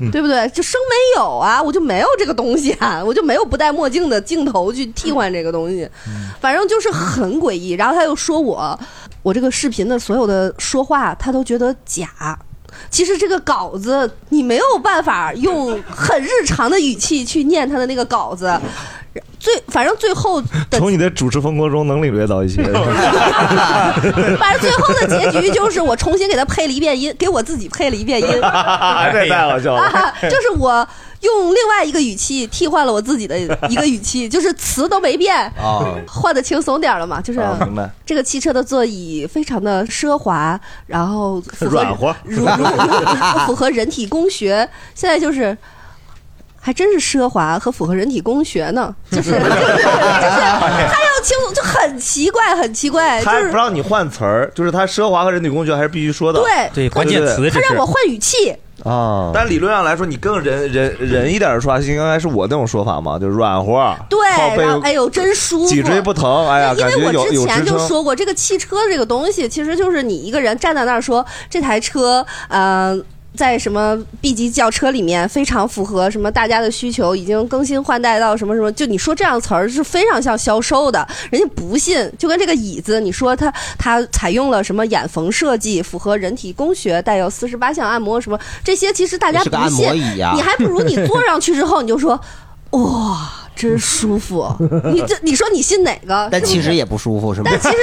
对不对？就生没有啊，我就没有这个东西啊，我就没有不戴墨镜的镜头去替换这个东西，反正就是很诡异。然后他又说我，我这个视频的所有的说话，他都觉得假。其实这个稿子你没有办法用很日常的语气去念他的那个稿子，最反正最后
从你的主持风格中能领略到一些。
反正最后的结局就是我重新给他配了一遍音，给我自己配了一遍音，
这 太好笑
啊
了，，
就是我用另外一个语气替换了我自己的一个语气，就是词都没变，
啊，
换的轻松点了嘛，就是。
啊明白。
这个汽车的座椅非常的奢华，然后符合
软和
如如如 符合人体工学。现在就是，还真是奢华和符合人体工学呢，就 是 他要轻松就很奇怪，很奇哎怪，就
他
是
不让你换词儿，就是他奢华和人体工学还是必须说的。
对他让我换语气，
啊。但理论上来说，你更人人人一点儿说，应该是我那种说法嘛，就是软和，靠
对，
背
然后哎呦真舒服，
脊椎不疼，哎呀，
因
感
为
觉
我
有
之
有
前
支
就说
撑。
过，这个汽车这个东西，其实就是你一个人站在那儿说这台车，呃。在什么 B 级轿车里面，非常符合什么大家的需求，已经更新换代到什么什么，就你说这样词儿是非常像销售的，人家不信。就跟这个椅子，你说它它采用了什么眼缝设计，符合人体工学，带有四十八项按摩什么这些，其实大家
也是个
不信
按摩椅呀，
你还不如你坐上去之后你 就说，哇、真舒服！你这你说你信哪个？
但
啊是不
其实
是
也不舒服，是吗？
但其实，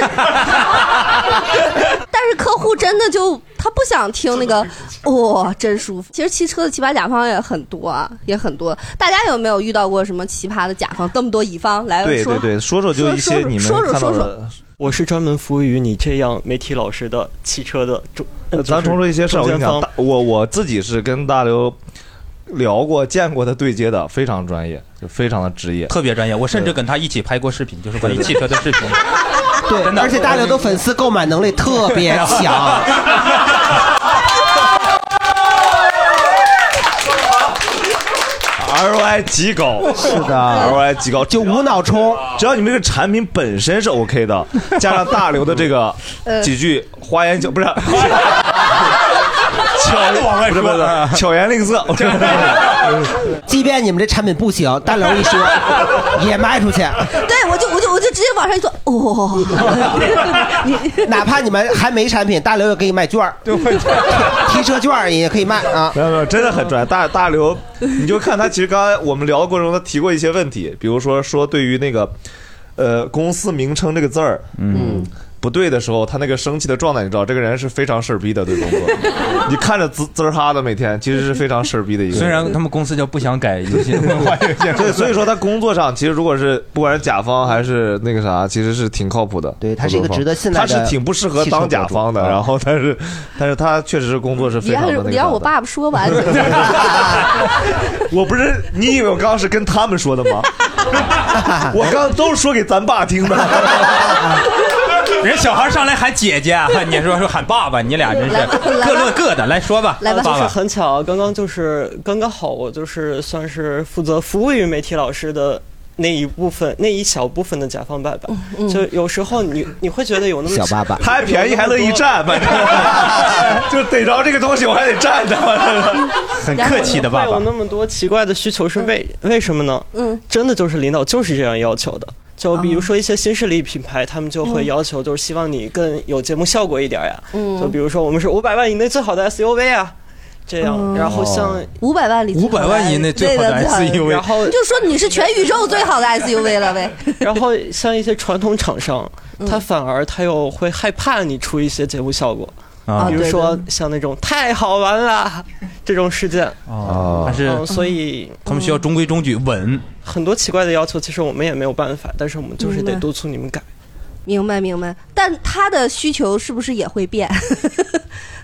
但是客户真的就他不想听那个，哇、真舒服。其实骑车的奇葩甲方也很多啊，也很多。大家有没有遇到过什么奇葩的甲方？这么多乙方来
对
哎说
对，对，说说就一些你们
说说
看到
说
的
说。
我是专门服务于你这样媒体老师的汽车的中，
呃咱重说一些事儿，我跟你讲，大我我自己是跟大刘聊过、见过他对接的，非常专业，就非常的职业，
特别专业。我甚至跟他一起拍过视频，就是关于汽车的视频。
对，而且大刘的粉丝购买能力特别强。
ROI 极高，
是的
，ROI 极高，就
无脑冲，
只要你们这个产品本身是 OK 的，加上大刘的这个
呃
几句花言巧不是。 巧往外说，巧言令色。
即便你们这产品不行，大刘一 说也卖出去。
对我就我就我就直接往上一坐，哦，
哪怕你们还没产品，大刘也可以卖券 儿， 提车券儿也可以卖啊。
没有没有，真的很专业。大大刘，你就看他，其实刚才我们聊的过程中，他提过一些问题，比如说说对于那个，呃，公司名称这个字儿，嗯，不对的时候，他那个生气的状态，你知道，这个人是非常事儿逼的，对 工作，你看着滋滋儿哈的每天，其实是非常事儿逼的一个人。
虽然他们公司叫不想改游 戏文化有限公
对，
司，
所以说他工作上其实如果是不管是甲方还是那个啥，其实是挺靠谱的。对
他是一个值得信赖的
他是挺不适合当甲方
嗯
的。然后， 但是但是他确实是工作是
你
非常的那
让
个
你让
啥
我
的
爸爸说完 行吗。
我不是，你以为我刚刚是跟他们说的 吗？我刚刚都是说给咱爸听的。
人小孩上来喊姐姐，你说说喊爸爸，你俩真是各乐各的。来说吧，
就
爸
是
爸。
很巧，刚刚就是刚刚好，我就是算是负责服务于媒体老师的那一部分，那一小部分的甲方爸
嗯
爸。就有时候你你会觉得有那么
小爸爸
他还便宜还乐意 占，反正就逮着这个东西我还得占着，
很
客气的爸爸
有那么多奇怪的需求是为为什么呢？
嗯，哦
真的就是领导就是这样要求的。就比如说一些新势力品牌，他们就
嗯
会要求，就是希望你更有节目效果一点呀。
嗯
就比如说我们是五百万以内最好的 SUV 啊，这
哦
样。 然 后像
嗯五百万里最好的
500万以内最好的
对
SUV 然后
就说你是全宇宙最好的 SUV 了呗。
然后像一些传统厂商
嗯，
他反而他又会害怕你出一些节目效果，
哦
啊
比如说像那种太好玩了这种事件
哦但是
嗯所以
他们需要中规中矩， 稳。
很多奇怪的要求，其实我们也没有办法，但是我们就是
明
得
白
督促你们改。
明白明白，但他的需求是不是也会变？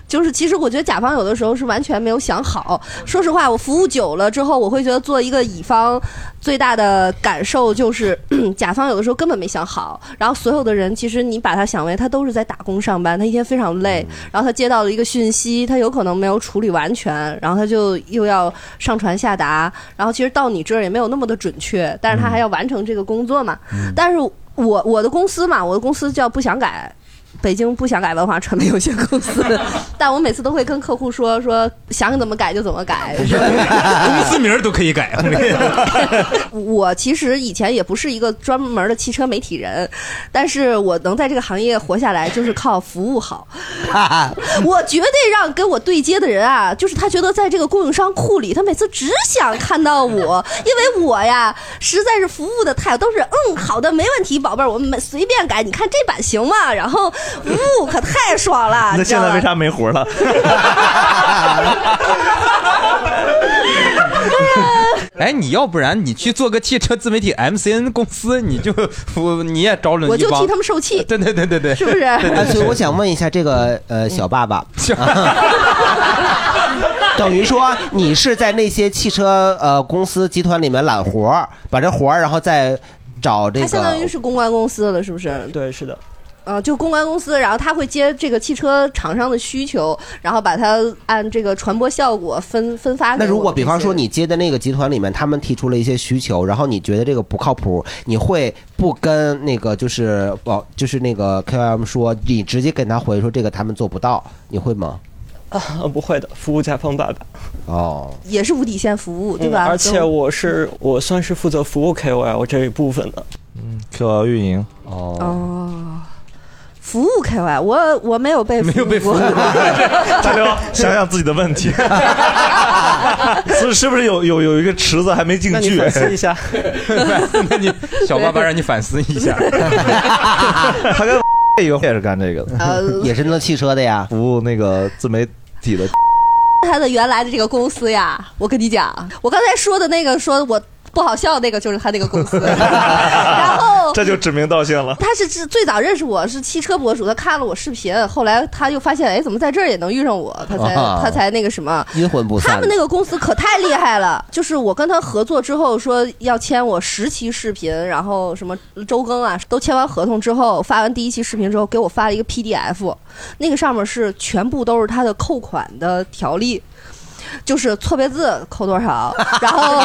就是其实我觉得甲方有的时候是完全没有想好。说实话，我服务久了之后，我会觉得做一个乙方最大的感受就是， 甲方有的时候根本没想好。然后所有的人，其实你把他想为他都是在打工上班，他一天非常累。然后他接到了一个讯息，他有可能没有处理完全，然后他就又要上传下达。然后其实到你这儿也没有那么的准确，但是他还要完成这个工作嘛。但是我我的公司嘛，我的公司叫不想改，北京不想改文化传媒有限公司，但我每次都会跟客户说说想怎么改就怎么改。
公司名儿都可以改。我跟你讲
我其实以前也不是一个专门的汽车媒体人，但是我能在这个行业活下来，就是靠服务好。我绝对让跟我对接的人啊，就是他觉得在这个供应商库里，他每次只想看到我，因为我呀，实在是服务的态度都是嗯好的，没问题，宝贝儿，我们随便改，你看这版行吗？然后呜、可太爽
啊
了，
那
你知
现
道
在
吗
为？啥没活了？
哎，你要不然你去做个汽车自媒体 MCN 公司，你就我你也招了，
我就替他们受气。
对对对对对，
是不是
对
啊
对对嗯
所以我想问一下，这个呃小爸 爸，等于说你是在那些汽车呃公司集团里面揽活儿，把这活儿然后再找这
他相当于
个。
是公关公司了，是不是？
对，是的。
呃，就公关公司，然后他会接这个汽车厂商的需求，然后把它按这个传播效果分分发给
那如
我
果
们
比
这
方
些
说你接的那个集团里面，他们提出了一些需求，然后你觉得这个不靠谱，你会不跟那个就是哦就是那个 KOM 说，你直接跟他回说这个他们做不到，你会吗？
啊，不会的，服务甲方爸爸。
哦，
也是无底线服务，对吧？
嗯而且
都
我是我算是负责服务 KOL 这一部分的。嗯
，KOL 运营
哦，
哦，服务 KY，我我没有被没有被服务 过，
大刘想想自己的问 题，是是不是有有有一个池子还没进
那你
去？
反思 一下，
那你小爸爸让你反思一下。
他跟一个也是干这个
呃
的，
也是弄汽车的呀，
服务那个自媒体的。
他的原来的这个公司呀，我跟你讲，我刚才说的那个说我不好笑那个就是他那个公司，然后
这就指名道姓了。
他是是最早认识我是汽车博主，他看了我视频，后来他就发现，哎，怎么在这儿也能遇上我？他才、
啊
他才那个什么，
阴魂不散。
他们那个公司可太厉害了，就是我跟他合作之后说要签我十期视频，然后什么周更啊，都签完合同之后，发完第一期视频之后，给我发了一个 PDF，那个上面是全部都是他的扣款的条例。 就是错别字扣多少，然后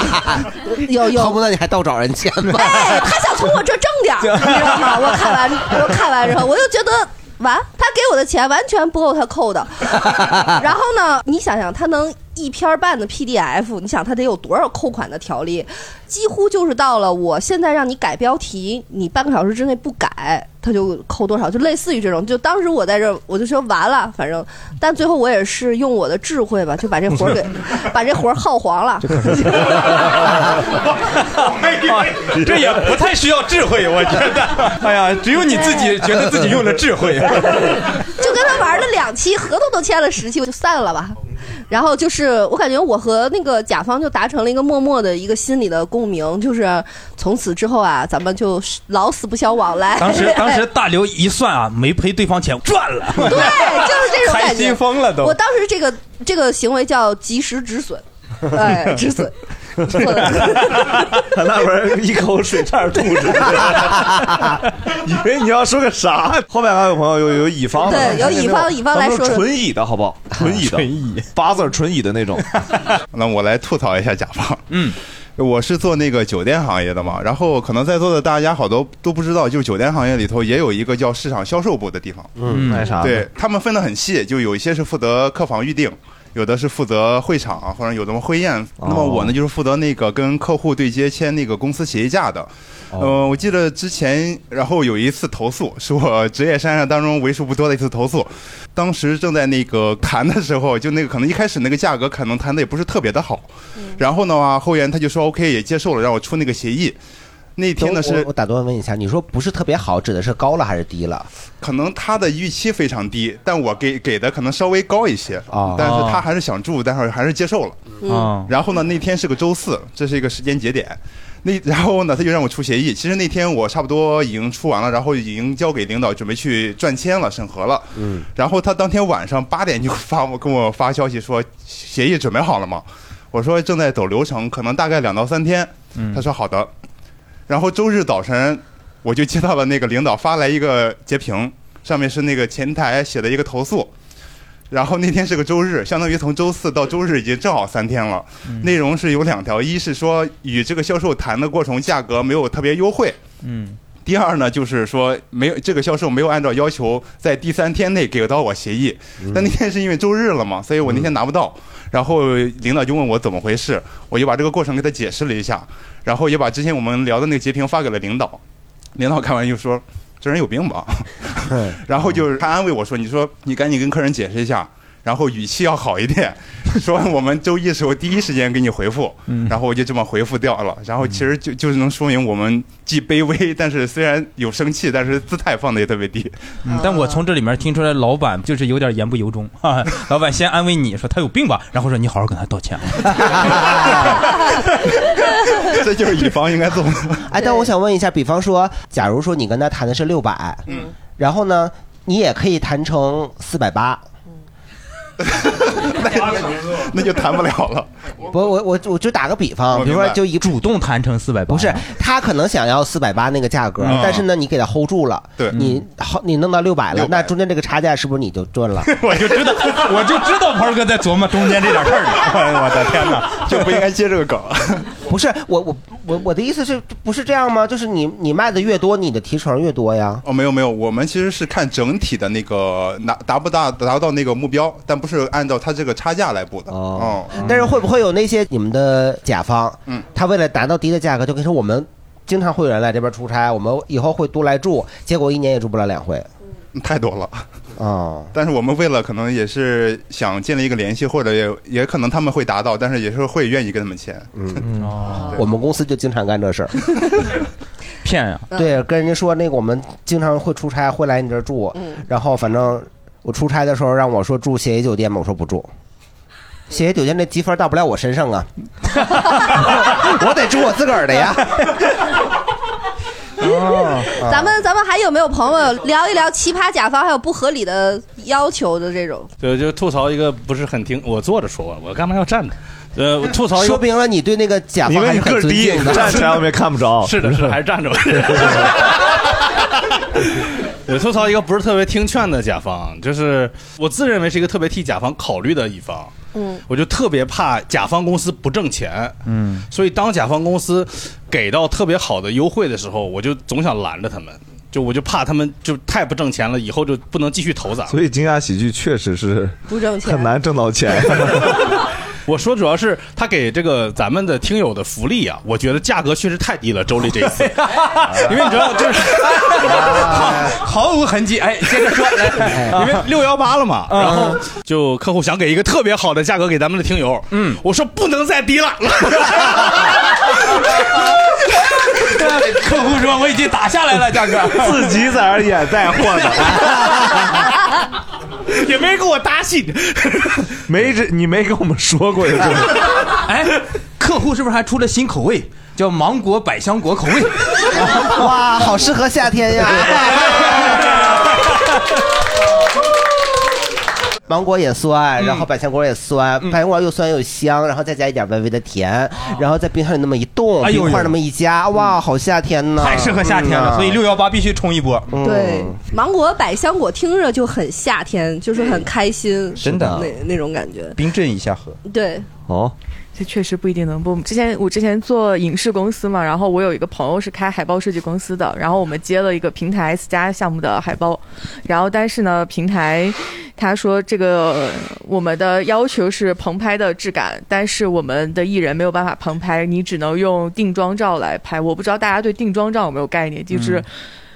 有有
恨不得你还倒找人钱吧？
哎，他想从我这挣点儿，你知道吗？我看完我看完之后，我就觉得完，他给我的钱完全不够他扣的。然后呢，你想想，他能一篇儿半的 PDF，你想他得有多少扣款的条例？几乎就是到了我现在让你改标题，你半个小时之内不改，他就扣多少，就类似于这种。就当时我在这儿，我就说完了，反正，但最后我也是用我的智慧吧，就把这活儿给把这活儿耗黄了。
这也不太需要智慧，我觉得。哎呀，只有你自己觉得自己用了智 慧。
就跟他玩了两期，合同都签了十期，我就散了吧。然后就是，我感觉我和那个甲方就达成了一个默默的一个心理的共鸣，就是从此之后啊，咱们就老死不相往 来。
当时当时大刘一算啊，没赔对方钱，赚了。对，
哎就是这种感觉，
开心疯了都。
我当时这个这个行为叫及时止损， 哎，止损。
他那边儿一口水差点吐出来，以为你要说个啥？后面还有朋友有有乙方的，
对有乙方乙方来说
咱
说
们纯乙啊的好不好？纯乙的，纯乙八字儿纯乙的 那种。
那我来吐槽一下甲方。嗯，我是做那个酒店行业的嘛，然后可能在座的大家好多都不知道，就是酒店行业里头也有一个叫市场销售部的地方。
嗯那啥
对他们分得很细，就有一些是负责客房预订。有的是负责会场或者有的会宴，
哦
那么我呢就是负责那个跟客户对接签那个公司协议价的。呃，
哦
我记得之前，然后有一次投诉，是我职业生涯当中为数不多的一次投诉。当时正在那个谈的时候，就那个可能一开始那个价格可能谈的也不是特别的好，
嗯
然后的话后援他就说 OK 也接受了，让我出那个协议。那天呢
我
是
我打断问一下， 你说不是特别好，指的是高了还是低了？
可能他的预期非常低，但我给给的可能稍微高一些
啊
但是他还是想住，但是还是接受了
嗯啊
然后呢，那天是个周四，这是一个时间节点。那然后呢，他就让我出协议。其实那天我差不多已经出完了，然后已经交给领导准备去转签了、审核了。
嗯，
然后他当天晚上八点就 发我跟我发消息说协议准备好了吗？我说正在走流程，可能大概两到三天。他说好的。然后周日早晨我就接到了那个领导发来一个截屏，上面是那个前台写的一个投诉。然后那天是个周日，相当于从周四到周日已经正好三天了。内容是有两条，一是说与这个销售谈的过程中价格没有特别优惠，
嗯
第二呢，就是说没有这个销售没有按照要求在第三天内给到我协议，但那天是因为周日了嘛，所以我那天拿不到。然后领导就问我怎么回事，我就把这个过程给他解释了一下，然后也把之前我们聊的那个截屏发给了领导。领导看完就说：“这人有病吧？”
嗯
然后就是他安慰我说：“你说你赶紧跟客人解释一下，然后语气要好一点， 说我们周一时候第一时间给你回复。”然后我就这么回复掉了。然后其实就就是能说明我们既卑微，但是虽然有生气，但是姿态放的也特别低。
嗯，但我从这里面听出来，老板就是有点言不由衷啊。老板先安慰你说他有病吧，然后说你好好跟他道歉。啊
这就是乙方应该做。
哎，但我想问一下，比方说，假如说你跟他谈的是六百，
嗯，
然后呢，你也可以谈成四百八，
嗯 那就谈不了了。
不，我我我就打个比方，
我
比
明
如
白
说就一
主动谈成四百八，
不是他可能想要四百八那个价格
嗯，
但是呢，你给他 hold 住了，
对嗯
你好，你弄到六百了，那中间这个差价是不是你就赚 了？
我就知道， 我就知道鹏哥在琢磨中间这点 事儿呢。我的天哪，
就不应该接这个梗。
不是我我我我的意思是不是这样吗？就是你你卖的越多，你的提成越多呀。
哦，没有没有，我们其实是看整体的那个拿达不达达到那个目标，但不是按照它这个差价来补的。哦，
但是会不会有那些你们的甲方，
嗯，
他为了达到低的价格，就跟你说我们经常会有人来这边出差，我们以后会多来住，结果一年也住不了两回。
嗯太多了。
哦，
但是我们为了可能也是想建立一个联系，或者也也可能他们会达到，但是也是会愿意给他们签。
嗯，
哦
我们公司就经常干 这事儿，
骗呀、
对，跟人家说那个我们经常会出差，会来你这儿住，
嗯
然后反正我出差的时候让我说住协议酒店嘛，我说不住，协议酒店那积分到不了我身上啊， 我得住我自个儿的 呀。哦，
咱们咱们还有没有朋友聊一聊奇葩甲方还有不合理的要求的这种？
对，就吐槽一个不是很听，我坐着说，我干嘛要站着？呃，我吐槽一个
说明了你对那个甲方还是很尊敬的。
不 着。是的，是的还是站着吧。我吐槽一个不是特别听劝的甲方，就是我自认为是一个特别替甲方考虑的乙方，
嗯
我就特别怕甲方公司不挣钱，
嗯，
所以当甲方公司给到特别好的优惠的时候，我就总想拦着他们，就我就怕他们就太不挣钱了，以后就不能继续投咱们。
所以惊讶喜剧确实是
不挣钱
很难挣到钱。
我说主要是他给这个咱们的听友的福利啊，我觉得价格确实太低了，周丽 这一次，因为你知道就是毫无痕迹。哎，接着说，来， 因为六幺八了嘛，
嗯
然后就客户想给一个特别好的价格给咱们的听友，嗯，我说不能再低了。
客户说我已经打下来了，价格
自己在那儿演带货
呢，也没给我搭戏，
没这你没跟我们说过有这么
哎，客户是不是还出了新口味，叫芒果百香果口味？
哇，好适合夏天呀！ 芒果也
嗯
酸，然后百香果也酸，百香果又酸又香，然后再加一点微微的甜，然后在冰箱里那么一冻，
哦哎呦呦
冰块那么一夹，哇，好夏天呐！嗯啊
太适合夏天
嗯啊
了，所以六幺八必须冲一波。
对，芒果、百香果听着就很夏天，就是很开心，
真的啊
那那种感觉。
冰镇一下喝。
对，
哦，
这确实不一定能不。之前我之前做影视公司嘛，然后我有一个朋友是开海报设计公司的，然后我们接了一个平台 S 加项目的海报，然后但是呢，平台他说这个呃我们的要求是棚拍的质感，但是我们的艺人没有办法棚拍，你只能用定妆照来拍。我不知道大家对定妆照有没有概念，就是。
嗯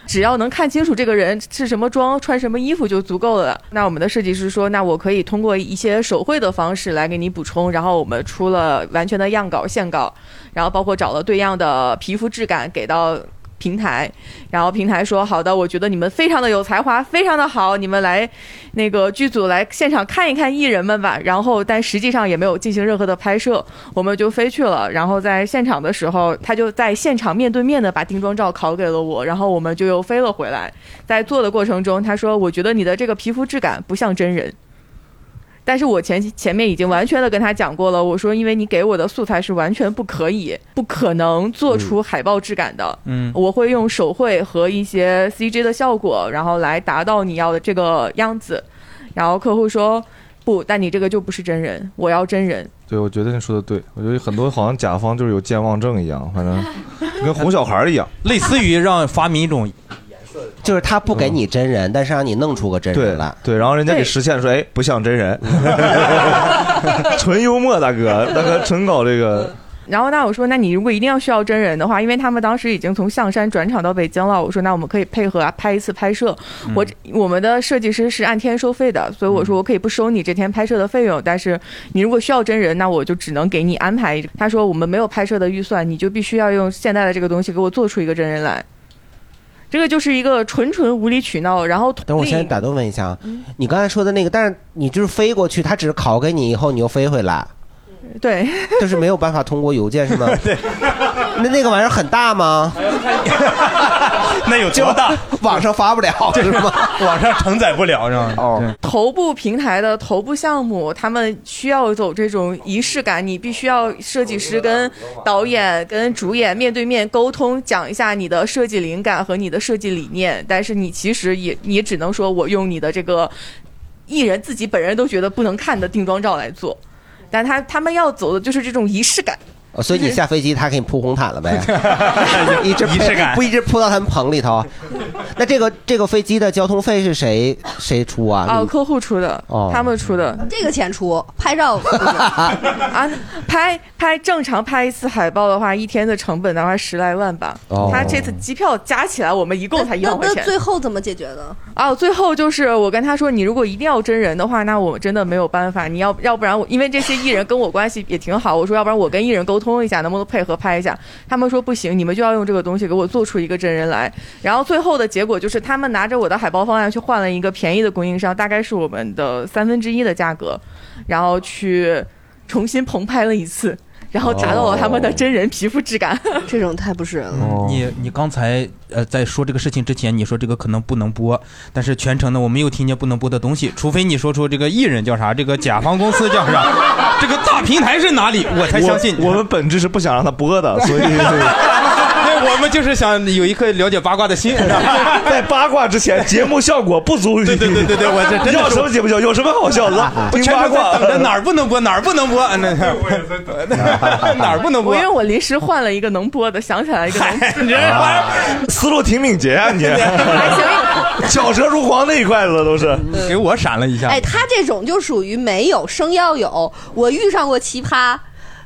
只要能看清楚这个人是什么妆、穿什么衣服就足够了。那我们的设计师说，那我可以通过一些手绘的方式来给你补充，然后我们出了完全的样稿、线稿，然后包括找了对样的皮肤质感给到。平台，然后平台说好的，我觉得你们非常的有才华，非常的好，你们来那个剧组来现场看一看艺人们吧。然后但实际上也没有进行任何的拍摄，我们就飞去了。然后在现场的时候，他就在现场面对面的把定妆照拷给了我，然后我们就又飞了回来。在做的过程中，他说我觉得你的这个皮肤质感不像真人。但是我前前面已经完全的跟他讲过了，我说因为你给我的素材是完全不可以、不可能做出海报质感的，
嗯
我会用手绘和一些 CG 的效果，然后来达到你要的这个样子。然后客户说不，但你这个就不是真人，我要真人。
对，我觉得你说的对，我觉得很多好像甲方就是有健忘症一样，反正跟哄小孩儿一样，
类似于让发明一种
就是他不给你真人，但是让你弄出个真人来。
对，然后人家给实现说，哎，不像真 人，纯幽默，大哥，大哥纯搞这个。
然后那我说，那你如果一定要需要真人的话，因为他们当时已经从象山转场到北京了，我说那我们可以配合啊拍一次拍摄。我我们的设计师是按天收费的，所以我说我可以不收你这天拍摄的费用，但是你如果需要真人，那我就只能给你安排。他说我们没有拍摄的预算，你就必须要用现在的这个东西给我做出一个真人来。这个就是一个纯纯无理取闹，然后
等我
另一
先打断问一下啊，
嗯
你刚才说的那个，但是你就是飞过去，他只是拷给你，以后你又飞回来，
对，
就是没有办法通过邮件是吗？对。那那个玩意儿很大吗？
那有多大？
网上发不了是吗？
网上承载不了是吗？
哦，
头部平台的头部项目，他们需要走这种仪式感，你必须要设计师跟导演、跟主演面对面沟通，讲一下你的设计灵感和你的设计理念。但是你其实也你也只能说我用你的这个艺人自己本人都觉得不能看的定妆照来做，但他他们要走的就是这种仪式感。
哦所以你下飞机，他给你铺红毯了呗？ 一直
仪式感
不一直铺到他们棚里头。那这个这个飞机的交通费是谁谁出啊？
哦，客户出的，
哦
他们出的，
这个钱出，拍照
啊，拍拍正常拍一次海报的话，一天的成本的话十来万吧。
哦
他这次机票加起来，我们一共才一
那
万块
那
钱。
最后怎么解决的？
啊，最后就是我跟他说，你如果一定要真人的话，那我真的没有办法。你要要不然我，因为这些艺人跟我关系也挺好，我说要不然我跟艺人沟通一下，能不能配合拍一下？他们说不行，你们就要用这个东西给我做出一个真人来。然后最后的结果就是，他们拿着我的海报方案去换了一个便宜的供应商，大概是我们的三分之一的价格，然后去重新棚拍了一次，然
哦
后达到了他们的真人皮肤质感。
这种太不是 人了。
你你刚才呃在说这个事情之前，你说这个可能不能播，但是全程呢我没有听见不能播的东西，除非你说出这个艺人叫啥，这个甲方公司叫啥， 这个大平台是哪里，我才相信。
我们本质是不想让他播的，所以
对，我们就是想有一颗了解八卦的心。
在八卦之前，节目效果不足以。对
对对对对，我这真的是
要什么节目效？有什么好笑的？
我
听
全
八
程在
卦，
等着哪儿不能播，哪儿不能播。嗯那 哪儿不能播
我因为我临时换了一个能播的，想起来一个能播 的。
啊思路挺敏捷啊，你巧舌如簧那一块子都是。
给我闪了一下
哎，他这种就属于没有生要有。我遇上过奇葩，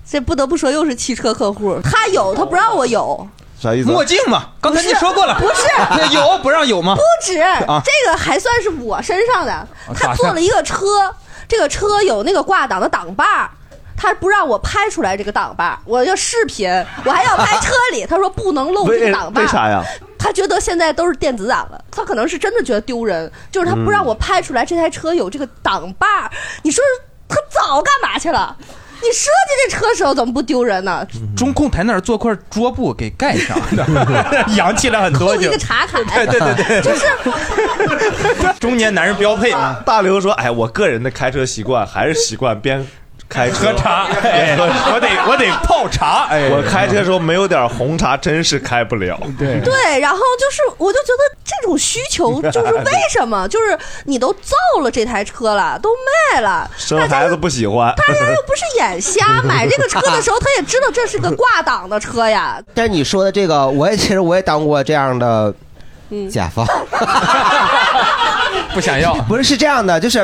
这不得不说又是汽车客户，他有他不让我有，
啥意啊
思
墨镜嘛，刚才你说过了，
不是
那有不让有吗？
不止、
啊
这个还算是我身上的。他
咋
做
算
了一个车，这个车有那个挂档的挡把儿。他不让我拍出来这个挡把儿，我要视频，我还要拍车里。他说不能露这个挡把儿，
为为啥呀？
他觉得现在都是电子档了，他可能是真的觉得丢人，就是他不让我拍出来这台车有这个挡把儿。你说他早干嘛去了？你设计这车时候怎么不丢人呢？
中控台那儿做块桌布给盖 上，洋气了很多
扣一
就
个。茶卡，
啊对对对对，
就是
中年男人标配啊。
大刘说：“哎，我个人的开车习惯还是习惯边开车
喝茶
边喝
哎我得我得泡茶。哎
我开车的时候没有点红茶真是开不了。
对
对，然后就是，我就觉得这种需 求就是为什么？就是你都造了这台车了，都卖了，
生孩子不喜欢。
大家又不是 眼瞎，买这个车的时候他也知道这是个挂档的车呀。
但是你说的这个，我也其实我也当过这样的
嗯，
甲方。
不想要，
不是是这样的，就是，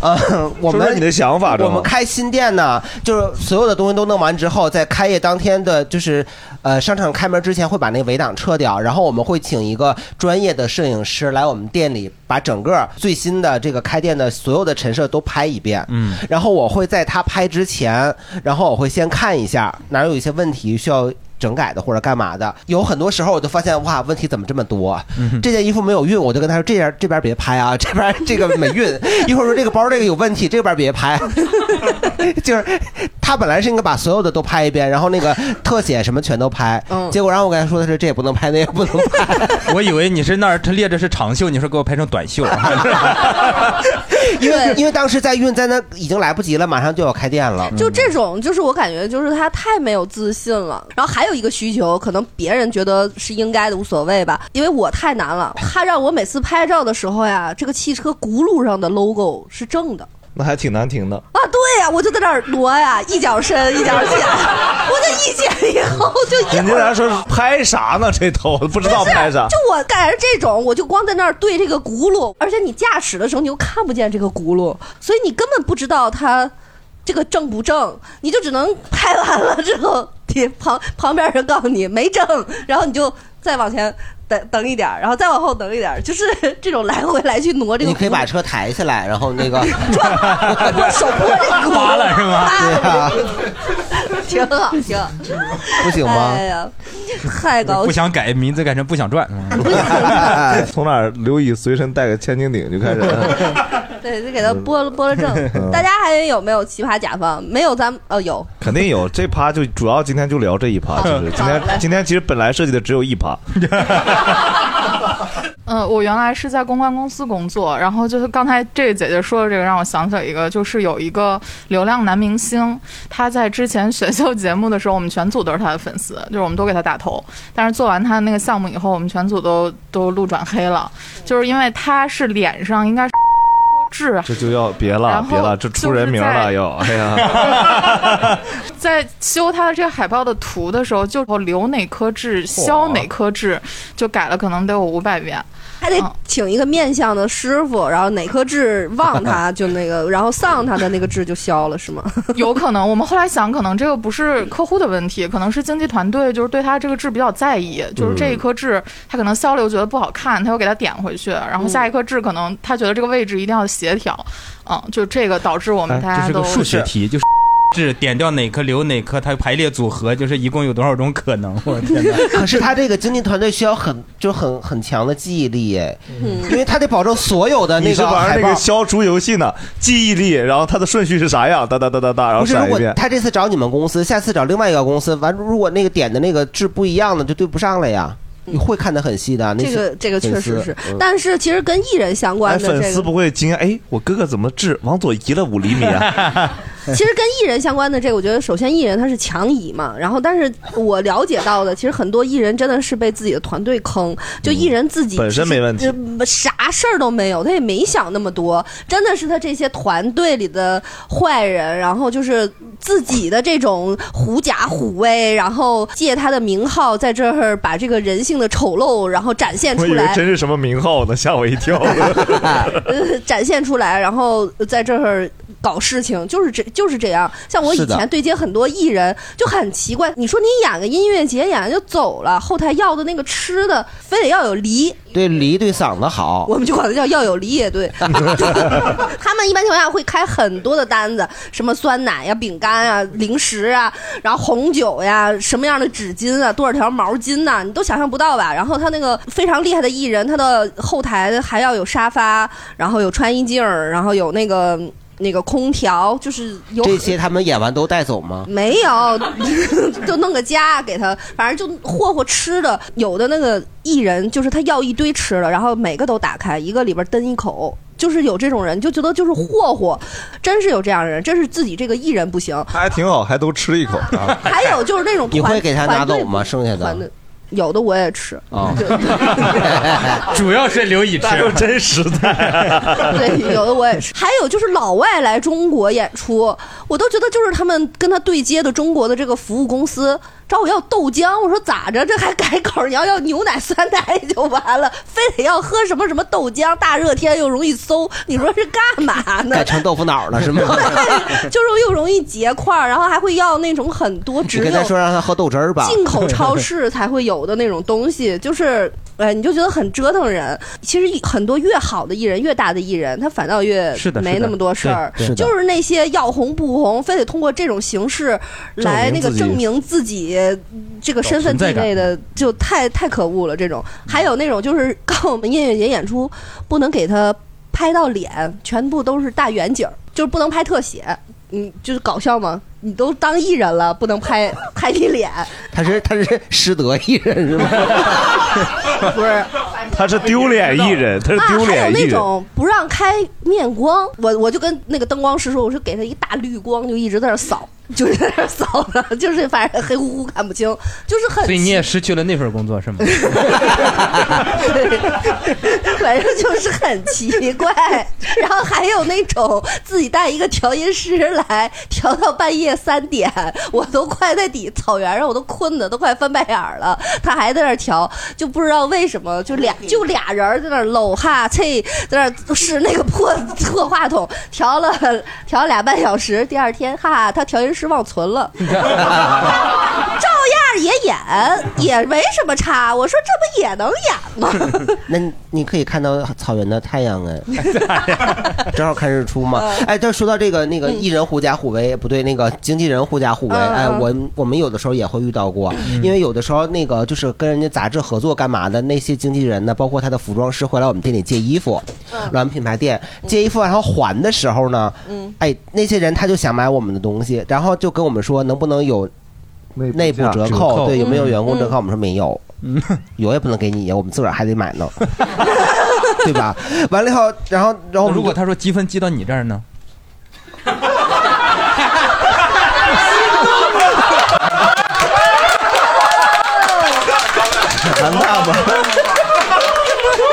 呃，我
说
们
说你的想法正
我
好
们开新店呢，就是所有的东西都弄完之后，在开业当天的，就是呃商场开门之前会把那个围挡撤掉，然后我们会请一个专业的摄影师来我们店里把整个最新的这个开店的所有的陈设都拍一遍，
嗯
然后我会在他拍之前，然后我会先看一下哪儿有一些问题需要。整改的或者干嘛的，有很多时候我就发现哇，问题怎么这么多？这件衣服没有熨，我就跟他说这件这边别拍啊，这边 这个没熨。一会儿说这个包这个有问题，这边别拍。 就是他本来是应该把所有的都拍一遍，然后那个特写什么全都拍，
嗯
结果然后我跟他说的是这也不能拍，那也不能拍。
我以为你是那儿列着是长袖，你说给我拍成短袖。啊
因为因为当时在运在那已经来不及了，马上就要开店了。
就这种，就是我感觉就是他太没有自信了。然后还有一个需求，可能别人觉得是应该的，无所谓吧，因为我太难了。他让我每次拍照的时候呀，这个汽车轱辘上的 logo 是正的。
那还挺难停的。
啊，对呀、我就在那儿挪呀，一脚深一脚浅， 我就一剪以后就一
人
会
家
儿
来说拍啥呢？这头不知道
不是
拍啥
就。我赶上这种，我就光在那儿对这个轱辘，而且你驾驶的时候你又看不见这个轱辘，所以你根本不知道它这个正不正，你就只能拍完了之后，你旁旁边人告诉你没正，然后你就再往前等等一点儿，然后再往后等一点儿，就是这种来回来去挪这 个
你
轱辘。
可以把车抬起来，然后那个
我手摸这个轱辘
拔了是吗？对啊，
挺好，挺好，
不行吗
哎呀，太高
不
兴。
想改名字改成不想赚。
从哪儿刘乙随身带个千斤顶就开始。
对，就给他拨了拨了正。大家还有没有奇葩甲方？没有咱们哦有，
肯定有这趴，就主要今天就聊这一趴，就是今天今天其实本来设计的只有一趴，
嗯，我原来是在公关公司工作，然后就是刚才这个姐姐说的这个，让我想起来一个，就是有一个流量男明星，他在之前选秀节目的时候，我们全组都是他的粉丝，就是我们都给他打头。但是做完他那个项目以后，我们全组都都路转黑了，就是因为他是脸上应该是 痣
这就要别
然
了
后
别了，这出人名
就是
了
在
要，哎呀，
在修他的这个海报的图的时候，就留哪颗痣，削哪颗痣，就改了，可能得有五百嗯遍。
还得请一个面相的师傅，然后哪颗痣旺 他就那个，然后丧他的那个痣就消了，是吗？
有可能，我们后来想，可能这个不是客户的问题，可能是经纪团队就是对他这个痣比较在意，就是这一颗痣他可能削了又觉得不好看，他又给他点回去，然
嗯
后下一颗痣可能他觉得这个位置一定要协调，嗯， 就这个导致我们大
哎这
家
哦是
都
个数学题，就是 是点掉哪颗留哪颗，它排列组合就是一共有多少种可能？ 我的 天哪！
可是他这个经纪团队需要很就很很强的记忆力，哎，
嗯
因为他得保证所有的
你
那
是
个
玩
海
那个
报。
消除游戏呢？记忆力，然后它的顺序是啥样？哒哒哒哒哒，然后
不是，如
闪一
果
遍。
他这次找你们公司，下次找另外一个公司，完如果那个点的那个痣不一样的，就对不上了呀。你会看得很细的，啊那
嗯这个
些
这个确实是
粉丝，嗯
但是其实跟艺人相
哎，
关的
粉
这
丝
个，
不会惊讶，哎，我哥哥怎么治往左移了五厘米啊？
其实跟艺人相关的这个，我觉得首先艺人他是强移嘛，然后但是我了解到的，其实很多艺人真的是被自己的团队坑，就
嗯
艺人自己
本身没问题
呃啥事儿都没有，他也没想那么多，真的是他这些团队里的坏人，然后就是自己的这种狐假虎威，然后借他的名号在这儿把这个人性的丑陋然后展现
我
出
以为
来，
真是什么名号呢，吓我一 跳。
呃，展现出来，然后在这儿搞事情，就是这就是这样。像我以
是的
前对接很多艺人就很奇怪，你说你演个音乐节，演完就走了，后台要的那个吃的非得要有梨，
对梨对嗓子好，
我们就管它叫要有梨也对。他们一般情况下会开很多的单子，什么酸奶呀、饼干呀、零食啊，然后红酒呀，什么样的纸巾啊，多少条毛巾呐、你都想象不到吧？然后他那个非常厉害的艺人，他的后台还要有沙发，然后有穿衣镜儿，然后有那个那个空调，就是有嗯
这些他们演完都带走吗？
没有， 就弄个家给他，反正就霍霍吃的。有的那个艺人就是他要一堆吃的，然后每个都打开，一个里边蹬一口。就是有这种人，就觉得就是霍霍，真是有这样的人，真是自己这个艺人不行。
还挺好，还都吃一口。啊
还有就是那种
你会
团
给他拿走吗？？剩下
团队团
的
队有的我 也吃，
啊，
哎
主要是刘乙吃，
那就真实在。
对，有的我也是。还有就是老外来中国演出，我都觉得就是他们跟他对接的中国的这个服务公司找我要豆浆，我说咋着，这还改口儿？你要要牛奶、酸奶 也就完了，非得要喝什么什么豆浆，大热天又容易馊，你说是干嘛呢
改？成豆腐脑了是吗？
就是又容易结块儿，然后还会要那种很多只
你跟他
有
说让他喝豆汁儿吧。
进 口超市才会有的那种东西，就是哎，你就觉得很折腾人。其实很多越好的艺人，越大的艺人，他反倒越
是的
没
是的
那么多事儿
对是，的
就是那些要红不红，非得通过这种形式来那
证明自己
个证明自己这个身份地位的，就太太可恶了。这种还有那种就是 告我们音乐节演出不能给他拍到脸，全部都是大远景儿，就是不能拍特写。嗯，就是搞笑吗？你都当艺人了，不能拍拍你脸，
他是他是失德艺人是吗？
不是，
他是丢脸艺人，他是丢
啊、还有
脸艺
那
人。
种不让开面光，我我就跟那个灯光师说，我说给他一大绿光，就一直在那扫。就是扫的， 就是反正黑乎乎看不清，就是很
所以你也失去了那份工作是吗？
反正就是很奇怪。然后还有那种自己带一个调音师来调到半夜三点，我都快在底草原上，我都困的都快翻白眼儿了，他还在那儿调，就不知道为什么，就俩就俩人儿在那儿搂哈啐，在那儿使那个破 破话筒，调了调了俩半小时。第二天，哈，他调音师忘存了。照样也演，也没什么差。我说这不也能演吗？
那你你可以看到草原的太阳哎， 正好看日出嘛。
嗯
哎，但说到这个那个艺人狐假虎威，不对，那个经纪人狐假虎威，
嗯
哎，
嗯
我我们有的时候也会遇到过，因为有的时候那个就是跟人家杂志合作干嘛的，那些经纪人呢，包括他的服装师会来我们店里借衣服，
嗯
来我们品牌店借衣服，然后还的时候呢，
嗯，
哎，那些人他就想买我们的东西，然后就跟我们说能不能有。内部折
折扣
对，有没有
嗯
员工折
嗯
扣？我们说没有，有也不能给你，我们自个儿还得买 呢，对吧？完了以后，然后然后
如果他说积分积到你这儿呢？
韩大伯，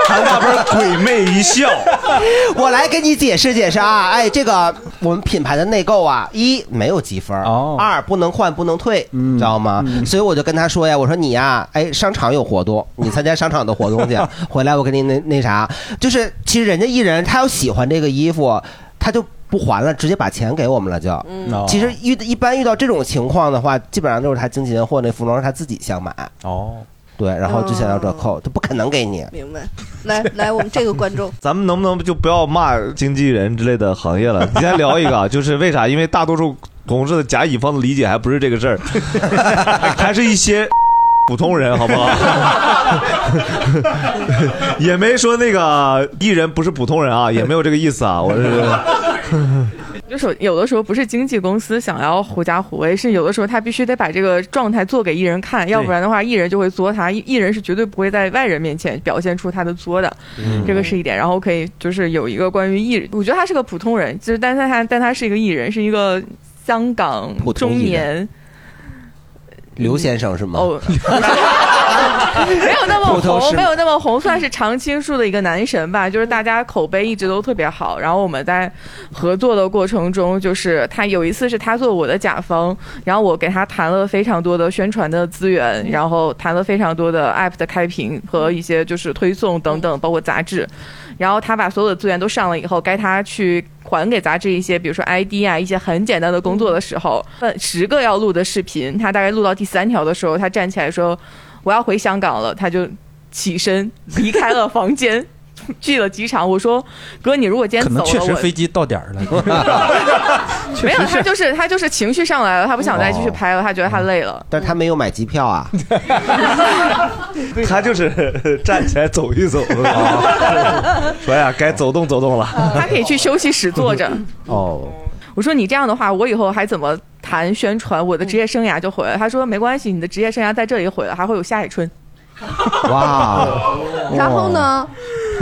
韩大伯鬼魅一笑，
我来给你解释解释啊，哎，这个我们品牌的内购啊，一没有积分，
哦
二不能换不能退，
嗯
知道吗？所以我就跟他说呀，我说你呀、哎，商场有活 动，你参加商场的活动去，回来我给你那那啥，就是其实人家艺人他要喜欢这个衣服，他就。不还了，直接把钱给我们了就。
嗯
哦
其实遇一般遇到这种情况的话，基本上就是他经纪人或那服装师他自己想买。
哦，
对，然后就想要折扣，他不可能给你。
明白。来来，我们这个观众
咱们能不能就不要骂经纪人之类的行业了？今天聊一个啊，就是为啥？因为大多数同事的甲乙方的理解还不是这个事儿，还是一些普通人，好不好？ 也没说那个艺人不是普通人啊，也没有这个意思啊。我是
就是有的时候不是经纪公司想要狐假虎威，是有的时候他必须得把这个状态做给艺人看，要不然的话艺人就会作他。艺艺人是绝对不会在外人面前表现出他的作的，
嗯
这个是一点。然后可以就是有一个关于艺，我觉得他是个普通人，就是但是他但他是一个艺人，是一个香港
普通
中
艺人
年。
刘先生是吗？
哦，没有那么
普通
红，
是
没有那么红，算是常青树的一个男神吧。 就是大家口碑一直都特别好。然后我们在合作的过程中，就是他有一次是他做我的甲方，然后我给他谈了非常多的宣传的资源，然后谈了非常多的 app 的开屏和一些就是推送等等，包括杂志。然后他把所有的资源都上了以后，该他去还给杂志一些，比如说 ID 啊，一些很简单的工作的时候，问十个要录的视频，他大概录到第三条的时候，他站起来说：“我要回香港了。”他就起身离开了房间， 去了机场。我说：“哥，你如果今
可
天走
能
了，
确实
我
飞机到点儿了。
没有，他就是他就是情绪上来了，他不想再继续拍了，他觉得他累了。
嗯
但是他没有买机票 啊。
他就是站起来走一走，啊说呀，该走动走动了。
他可以去休息室坐着。”
哦，
我说你这样的话，我以后还怎么谈宣传？我的职业生涯就毁了。他说没关系，你的职业生涯在这里毁了，还会有下一春。
哇，
然后呢，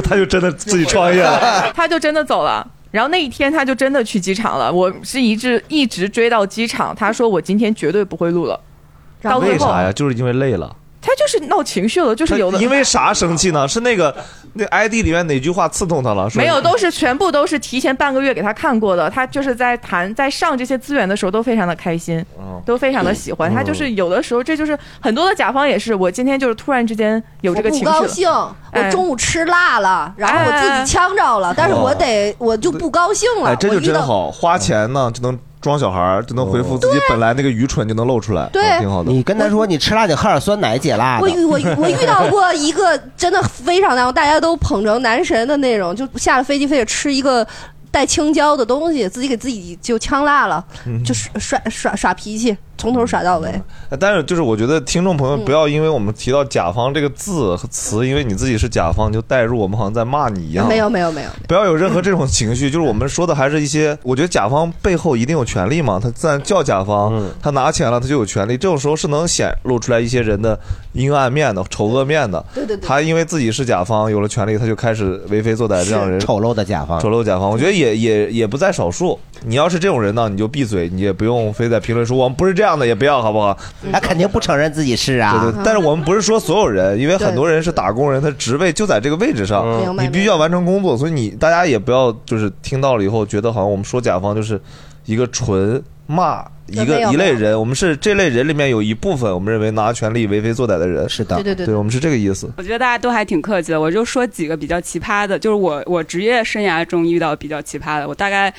他就真的自己创业了。
他就真的走了。然后那一天他就真的去机场了。我是一直一直追到机场，他说我今天绝对不会录了。 到最
为
后
啥呀？就是因为累了。
他就是闹情绪了，就是有的
他因为啥生气呢？是那个那 ID 里面哪句话刺痛他了？说
没有，都是全部都是提前半个月给他看过的。他就是在谈在上这些资源的时候都非常的开心，
哦
都非常的喜欢。他就是有的时候，这就是很多的甲方也是，我今天就是突然之间有这个
不
情绪
高
了
兴，我
哎
中午吃辣了，然后我自己呛着了，但是我得我就不高兴了。
哎，这就
我遇
真
到
好，花钱呢就能装小孩儿，就能回复自己本来那个愚蠢，就能露出来，
对
哦挺好的。
你跟他说你吃辣，你喝点酸奶解辣
我遇我遇我遇到过一个真的非常难忘，大家都捧成男神的那种，就下了飞机非得吃一个带青椒的东西，自己给自己就呛辣了，就耍耍耍耍脾气。从头耍到尾。
呃但是就是我觉得听众朋
嗯
友不要因为我们提到甲方这个字和词，因为你自己是甲方，就带入我们好像在骂你一样。
没有没有没有，
不要有任何这种情 绪，就是我们说的还是一些，我觉得甲方背后一定有权利嘛，他自然叫甲方，
嗯
他拿钱了，他就有权利。这种时候是能显露出来一些人的阴暗面的、丑恶面的。
对对对
他因为自己是甲方，有了权利，他就开始为非作歹，这样人
丑陋的甲方，
丑陋甲方，我觉得也也也不在少数。你要是这种人呢，你就闭嘴，你也不用非在评论说我们不是这样的，也不要好不好？
他嗯肯定不承认自己是啊。
对对，但是我们不是说所有人，因为很多人是打工人，他职位就在这个位置上
嗯明，白
你必须要完成工作，所以你大家也不要就是听到了以后觉得好像我们说甲方就是一个纯骂一
没
个
有
一类
没有
人，我们是这类人里面有一部分，我们认为拿权力为非作歹的人，是
的
对对对
对，我们是这个意思。
我觉得大家都还挺客气的，我就说几个比较奇葩的，就是我我职业生涯中遇到比较奇葩的，我大概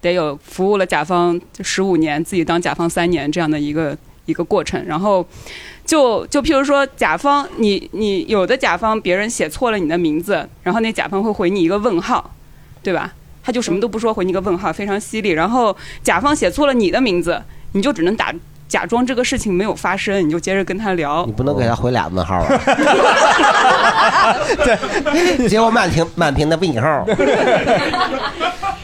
得有服务了甲方十五年，自己当甲方三年这样的一个一个过程，然后。就就譬如说，甲方你你有的甲方别人写错了你的名字，然后那甲方会回你一个问号，对吧？他就什么都不说，回你一个问号，非常犀利。然后甲方写错了你的名字，你就只能打假装这个事情没有发生，你就接着跟他聊。
你不能给他回俩问 号啊！对，结果满屏满屏的问号。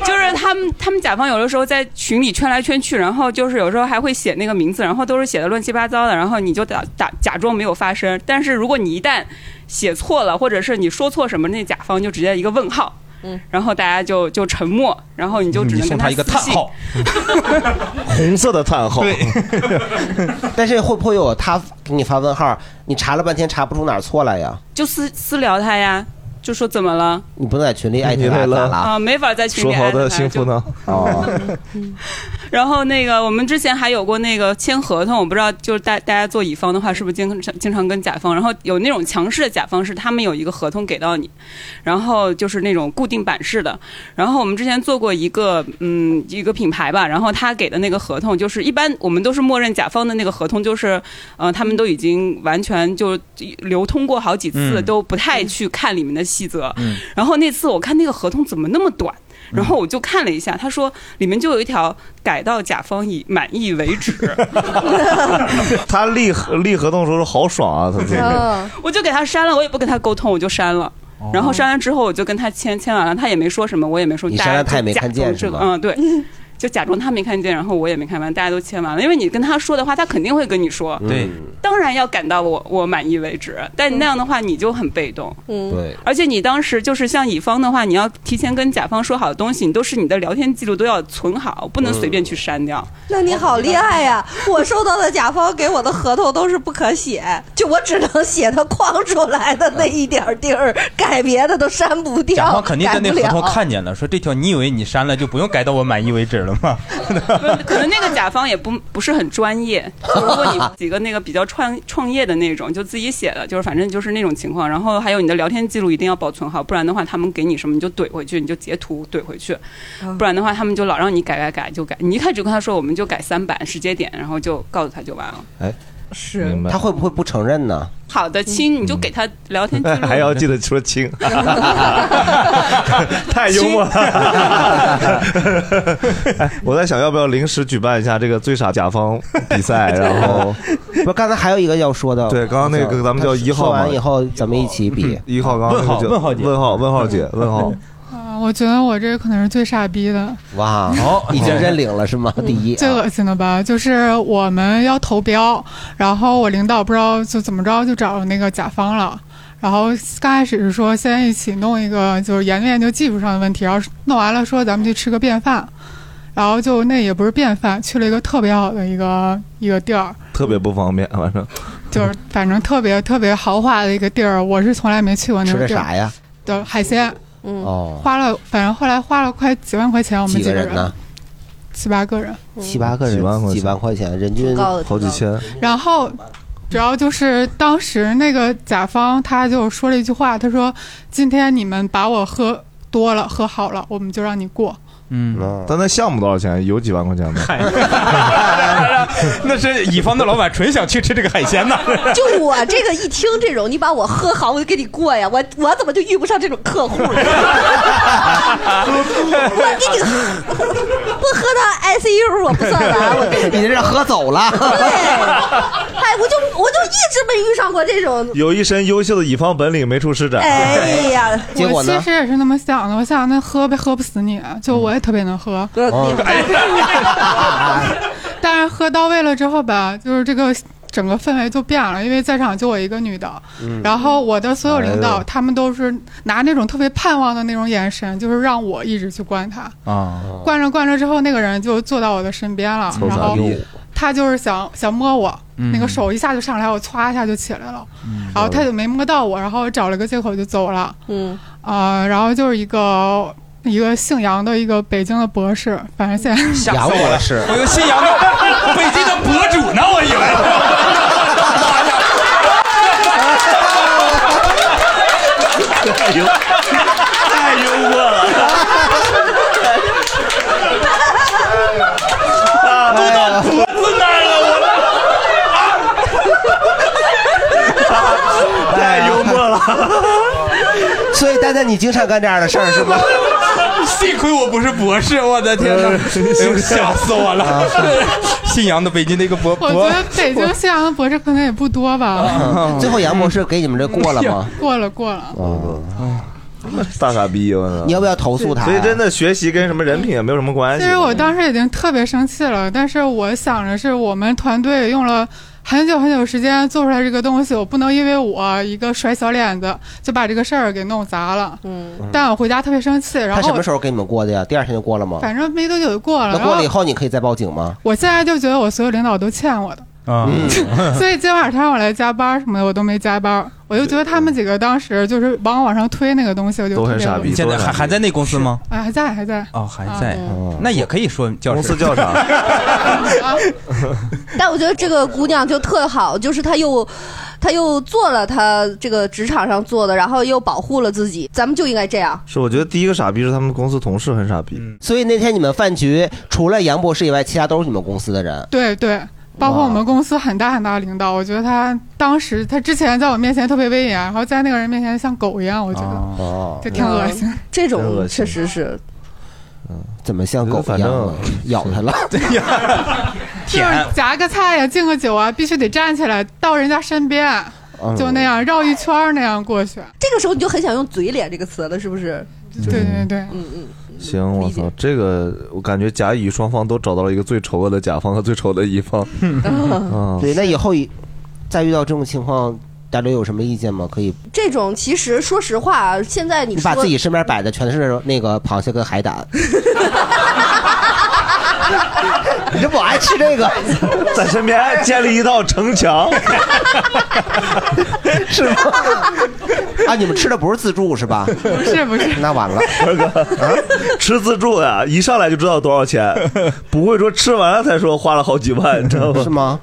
就是他们，他们甲方有的时候在群里圈来圈去，然后就是有时候还会写那个名字，然后都是写的乱七八糟的，然后你就打打假装没有发生。但是如果你一旦写错了，或者是你说错什么，那甲方就直接一个问号，
嗯，
然后大家就就沉默，然后你就只能跟私信，，
红色的叹号。
但是会不会有他给你发问号，你查了半天查不出哪儿错来呀？
就私私聊他呀，就说怎么了
你不能在群里艾特
你
他
累
咋
了
了？
啊，没法在群里艾特他就
呢？
哦，
然后那个我们之前还有过那个签合同，我不知道就是大大家做乙方的话，是不是经常经常跟甲方？然后有那种强势的甲方是他们有一个合同给到你，然后就是那种固定版式的。然后我们之前做过一个嗯一个品牌吧，然后他给的那个合同就是一般我们都是默认甲方的那个合同就是呃他们都已经完全就流通过好几次，
嗯
都不太去看里面的细则。
嗯
然后那次我看那个合同怎么那么短，
嗯
然后我就看了一下，他说里面就有一条改到甲方以满意为止，
他立合立合同的时候好爽啊，
嗯
他自己。
我就给他删了，我也不跟他沟通，我就删了。
哦
然后删完之后，我就跟他签签完了，他也没说什么，我也没说。
你
大
删了
家
他也
就
没
假
看见
装
是
这个，
吧
嗯，对，就假装他没看见，然后我也没看完，大家都签完了。因为你跟他说的话，他肯定会跟你说，
对，
当然要赶到我我满意为止。
嗯
但你那样的话，你就很被动。
嗯
对
而且你当时就是像乙方的话，你要提前跟甲方说好的东西，你都是你的聊天记录都要存好，不能随便去删掉。
那你好厉害呀！我收到的甲方给我的合同都是不可写，就我只能写他框出来的那一点儿地儿，改别的都删不掉。
甲方肯定在那
改不
合
了
同看见了，说这条你以为你删了就不用改到我满意为止了 吗？
可能那个甲方也不不是很专业， 就如果你几个那个比较创创业的那种，就自己写的，就是反正就是那种情况。然后还有你的聊天记录一定要保存好，不然的话他们给你什么你就怼回去，你就截图怼回去，不然的话他们就老让你改改改就改。你一开始跟他说我们就改三版时间点，然后就告诉他就完了。
哎，
嗯
是
明白
他会不会不承认呢？
好的，亲，你就给他聊天记 录。
还要记得说 清， 太幽默了。哎， 我在想要不要临时举办一下这个最傻甲方 比赛，然后
不，刚才还有一个要说的。
对刚刚那个咱们叫一号
说
嘛
完以后，咱们一起比。 嗯
一号刚刚那个叫问号问号姐问号，
啊，我觉得我这可能是最傻逼的，
哇，
好
已经认领了是
嗯
吗？第一啊，
最恶心的吧，就是我们要投标，然后我领导不知道就怎么着就找那个甲方了。然后刚开始是说先一起弄一个，就是研究研究技术上的问题，然后弄完了说咱们去吃个便饭，然后就那也不是便饭，去了一个特别好的一个一个地儿，
特别不方便，反正
就是反正特别特别豪华的一个地儿，我是从来没去过那
吃
种
的
地儿。
啥呀？
的海鲜，
哦，
花了，反正后来花了快几万块钱，我们
几
几
个
个人，
人呢？
七八个人。
七八个人，几万块几万块钱，人
嗯
均
挺高的
好几千。
然后，主要就是当时那个甲方他就说了一句话，他说：“今天你们把我喝多了，喝好了，我们就让你过。”
嗯，
但那项目多少钱？有几万块钱吗？
那是乙方的老 板 纯想去吃这个海鲜呢。
就我这个一听这种，你把我喝好，我就给你过呀。我我怎么就遇不上这种客户呢？我给你喝不喝到 ICU 我不算了啊，我
你这是喝走了。
哎，我就我就一直没遇上过这 种。
有一身优秀的乙方本领没处施展。
哎 呀
结
我
果
其
呢？
实也是那么想的，我想那喝呗，喝不死你，啊就我也特别能 喝。
哦
但是喝到位了之后吧，就是这个整个氛围就变了，因为在场就我一个女的，
嗯
然后我的所有领
哎
导
呦
他们都是拿那种特别盼望的那种眼神，就是让我一直去灌他，
啊，
灌着灌着之后，那个人就坐到我的身边
啊
了，
凑
然
啥
后
逼
他就是想想摸我。
嗯
那个手一下就上来，我歘一下就起来了，
嗯
然后他就没摸到我，然后找了个借口就走了。
嗯，
啊、然后就是一个一个姓杨的一个北京的博士，反正现在
吓死我了！我又信仰的北京的博主呢，我以
哎
为。
太幽默了。啊，都到脖子那儿了，我。啊太幽默了，
所以丹丹，你经常干这样的事儿是吗？
幸亏我不是博士，我的天哪！哎呦，吓死我了！信阳的北京的一个博
我
博啊
觉，得北京信阳的博士可能也不多吧。
最后杨博士给你们这 过了吗？
过了过了，
哦大傻逼！我操！
你要不要投诉他呀
所以真的学习跟什么人品也没有什么关
其
系。
实
嗯
我当时已经特别生气了，但是我想着是我们团队用了很久很久时间做出来这个东西，我不能因为我一个甩小脸子就把这个事儿给弄砸了。嗯，但我回家特别生气，然
他
后
什么时候给你们过的呀？第二天就过了吗？
反正没多久就过了。
那
然
过
后
了以后，你可以再报警吗？
我现在就觉得我所有领导都欠我的。
啊，
嗯
所以今晚他让我来加班什么的，我都没加班。我就觉得他们几个当时就是往往上推那个东西，我就特别
你现在还还在那公司吗？
哎，还在还在。
哦，还在，
啊
那也可以说叫公司
叫啥？
但我觉得这个姑娘就特好，就是她又，她又做了她这个职场上做的，然后又保护了自己，咱们就应该这样。
是，我觉得第一个傻逼是他们公司同事很傻逼。
所以那天你们饭局除了杨博士以外，其他都是你们公司的人。
对对，包括我们公司很大很大的领导，我觉得他当时他之前在我面前特别威严，然后在那个人面前像狗一样，我觉得
哦，
嗯
就挺恶心。
这
种真恶嗯
确实是，
怎么像狗一样了？咬他了？
就是夹个菜呀、敬个酒啊，必须得站起来到人家身边
嗯，
就那样绕一圈儿那样过去。
这个时候你就很想用“嘴脸”这个词了，是不是？
对对对，
嗯嗯，
行，我操，这个我感觉甲乙双方都找到了一个最丑恶的甲方和最丑的乙 方。
嗯
嗯
啊
对，那以后一再遇到这种情况，大刘有什么意见吗？可以，
这种其实说实话，现在你
你
说
把自己身边摆的全是那个螃蟹跟海 胆。你这不爱吃这 个，
在身边建立一道城 墙，
是吗？啊，你们吃的不是自助是吧？不
是不是，
那完了。
二哥，啊吃自助呀，一上来就知道多少钱，不会说吃完了才说花了好几万，你知 道吗？
是吗？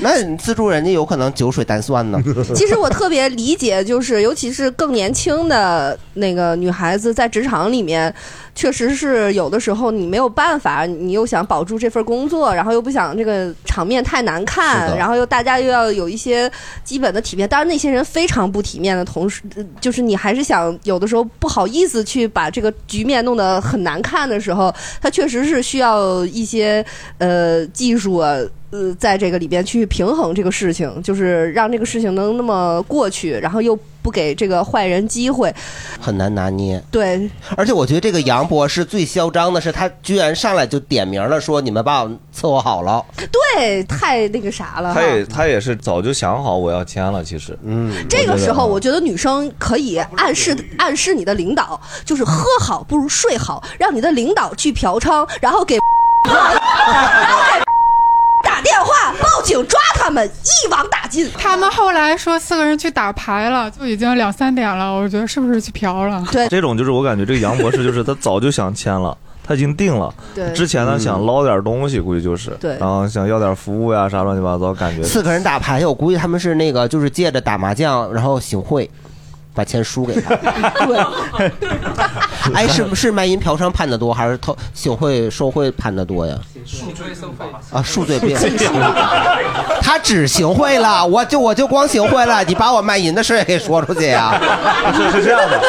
那你自助人家有可能酒水单算呢。
嗯其实我特别理解，就是尤其是更年轻的那个女孩子，在职场里面，确实是有的时候你没有办法，你又想保住这份工作，然后又不想这个场面太难
是
看，
的
然后又大家又要有一些基本的体面。当然，那些人非常不体面的同时，呃就是你还是想有的时候不好意思去把这个局面弄得很难看的时候，他确实是需要一些呃技术啊。呃，在这个里边去平衡这个事情，就是让这个事情能那么过去，然后又不给这个坏人机会。
很难拿捏。
对，
而且我觉得这个杨博士最嚣张的是，他居然上来就点名了，说你们把我伺候好了。
对，太那个啥了哈
他。也他也是早就想好我要签了，其实，
嗯，
这个时候，我觉得女生可以暗示暗示你的领导，就是喝好不如睡好，让你的领导去嫖娼，然后给，然后给打电话啊报警抓他们，一网打尽。
他们后来说四个人去打牌了，就已经两三点了，我觉得是不是去嫖了？
对
这种就是我感觉这个杨博士就是他早就想签了。他已经定了，
对
之前呢
嗯
想捞点东西，估计就是，
对
然后想要点服务呀啥乱七八糟，感觉
四个人打牌，我估计他们是那个就是借着打麻将然后行贿。把钱输给他。对，哎，是是卖淫嫖娼判的多，还是偷行贿受贿判的多呀？
数罪生罚
啊，数罪 并刑。他只行贿了，我就我就光行贿了，你把我卖淫的事也给说出去呀、
是是这样的，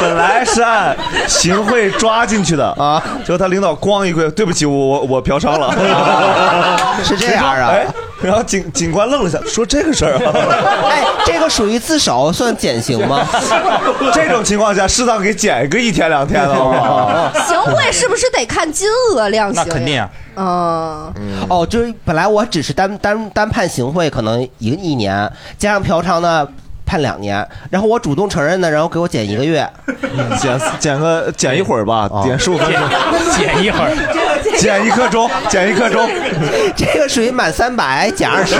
本来是按行贿抓进去的啊，结果他领导咣一跪，对不起，我我我嫖娼了，
是这样啊
哎，然后警警官愣了一下，说这个事儿啊，
哎，这个属于自首，算减刑吗？
这种情况下，适当给减个一天两天 的，好不好？
行贿是不是得看金额量刑？。
啊。
嗯，
哦，就是本来我只是单单单判行贿，可能一个一年，加上嫖娼呢判两年，然后我主动承认呢，然后给我减一个月，
减减个减一会儿吧，
哦
减十五分钟，
减一会儿
减一刻钟，减一刻钟，
这个属于满三百减二十，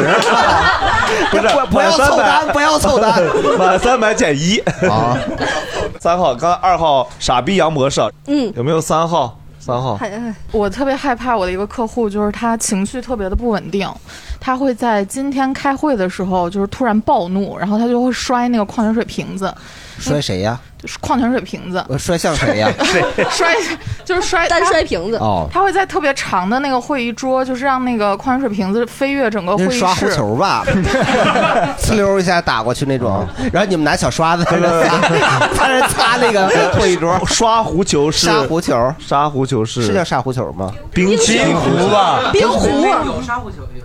不是
不不要凑单，不要凑 单。
满三百减一啊。 三号，刚才二号傻逼杨博士，
嗯
有没有三号？三
哦
号，
我特别害怕我的一个客户，就是他情绪特别的不稳定，他会在今天开会的时候就是突然暴怒，然后他就会摔那个矿泉水瓶子，
摔谁呀？
就是矿泉水瓶子，
我摔向谁呀？
摔就是摔
单摔
瓶
子
哦
他会在特别长的那个会议桌，就是让那个矿泉水瓶子飞跃整个会
那
议
是
室。
刷火球 吧，呲溜一下打过去那种，然后你们拿小刷子在那擦，在那 擦那个 会议桌。
刷狐球是
沙狐球，
沙狐球是
是叫沙狐球吗？
冰
淇淋
壶吧
冰
啊壶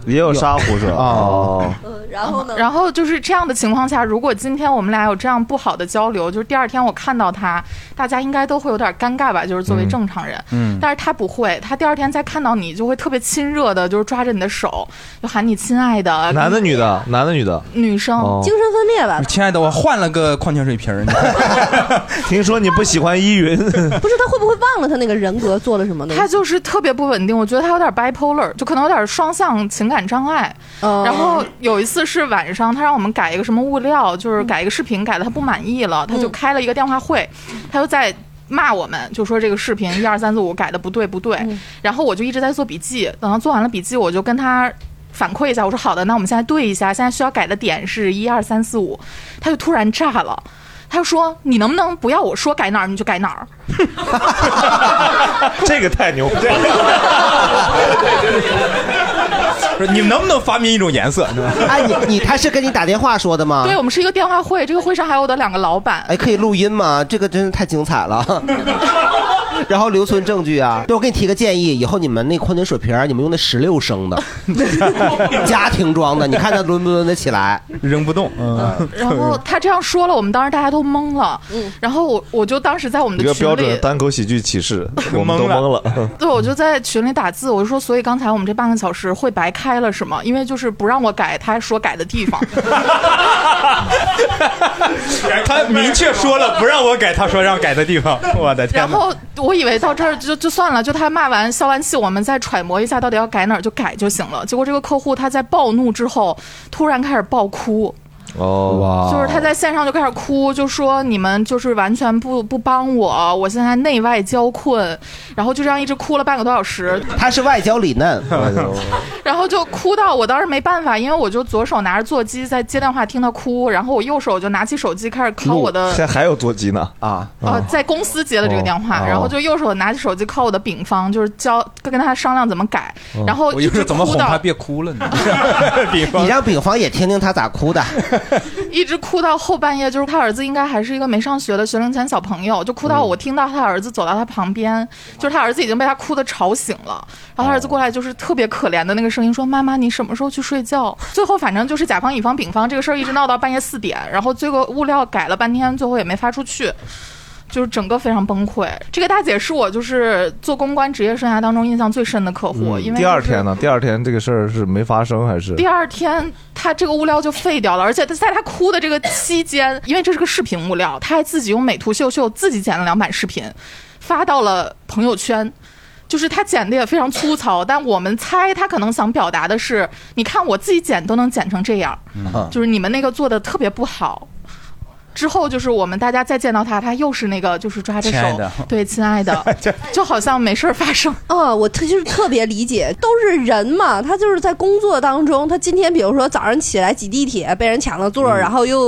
也有沙狐是吧？哦，
然后呢？嗯然后就是这样的情况下，如果今天我们俩有这样不好的交流，就是第二天我看到他，大家应该都会有点尴尬吧？就是作为
嗯
正常人，
嗯
但是他不会，他第二天再看到你就会特别亲热的，就是抓着你的手，就喊你亲爱的，
男的女的，男的女的，
女生，
哦
精
神分裂吧
亲爱的，我换了个矿泉水瓶儿。
听说你不喜欢依云，
不是他会不会忘了他那个人格做了什么呢？
他就是特别不稳定，我觉得他有点 bipolar，就可能有点双向情感障碍。
哦
然后有一次是晚上，他让我们改一个什么物料，就是改一个视频，改的他不满意了，
嗯
他就开了一个电话会，他就在。骂我们就说这个视频一二三四五改的不对不对，
嗯
然后我就一直在做笔记，等到做完了笔记，我就跟他反馈一下，我说好的，那我们现在对一下，现在需要改的点是一二三四五，他就突然炸了，他就说你能不能不要我说改哪儿你就改哪儿，
这个太牛逼了。
不是你们能不能发明一 种颜色？
哎，你你他是跟你打电话说的
啊
吗？
对我们是一个电话会，这个会上还有我的两个老板。
哎，可以录音吗？这个真是太精彩了。 然后留存证据啊！对，我给你提个建议，以后你们那矿泉水瓶儿，你们用那十六升 的，家庭装的，你看它轮不轮得起来？
扔不动。嗯
嗯然
嗯
后他这样说了，我们当时大家都懵了。然后我我就当时在我们
一
的
个
群
标准的
里，
单口喜剧启 示，我们都懵了。
对，我就在群里打字，我就说，所以刚才我们这半个小时会白开了是吗？因为就是不让我改，他还说改的 地方。
他明确说了不让我改，他说让改的地方，我的天
然
哪！
后我以为到这儿就就算了，就他骂完消完气，我们再揣摩一下到底要改哪儿就改就行了。结果这个客户他在暴怒之后，突然开始暴哭。
哦哇
就是他在线上就开始哭，就说你们就是完全不不帮我，我现在内外交困，然后就这样一直哭了半个多小时，
它是外焦里嫩。
哎
然后就哭到我当时没办法，因为我就左手拿着座机在接电话听他哭，然后我右手就拿起手机开始拷我的
现在还有座机呢
啊
呃，在公司接的这个电话，
哦
然后就右手拿起手机拷我的丙方，就是教跟他商量怎么改，然后
哦我
一
又
直
是怎么
哭
哄他
到
别哭了呢？
你让丙方也听听他咋哭的。
一直哭到后半夜，就是他儿子应该还是一个没上学的学龄前小朋友，就哭到
嗯
我听到他儿子走到他旁边，就是他儿子已经被他哭的吵醒了，然后他儿
哦
子过来就是特别可怜的那个声音说：“妈妈，你什么时候去睡觉？”最后反正就是甲方乙方丙方这个事儿一直闹到半夜四点，然后最后物料改了半天，最后也没发出去。就是整个非常崩溃。这个大姐是我就是做公关职业生涯当中印象最深的客户，因
嗯
为、
第二天呢？第二天这个事儿是没发生还是？
第二天，他这个物料就废掉了，而且他在他哭的这个期间，因为这是个视频物料，他还自己用美图秀秀自己剪了两版视频，发到了朋友圈。就是他剪的也非常粗糙，但我们猜他可能想表达的是，你看我自己剪都能剪成这样，
嗯
就是你们那个做的特别不好。之后就是我们大家再见到他，他又是那个就是抓着
亲爱
手
的，
对，亲爱的，就好像没事儿发 生。
啊、我特就是特别理解，都是人嘛，他就是在工作当中，他今天比如说早上起来挤地铁被人抢了座儿，
嗯
然后又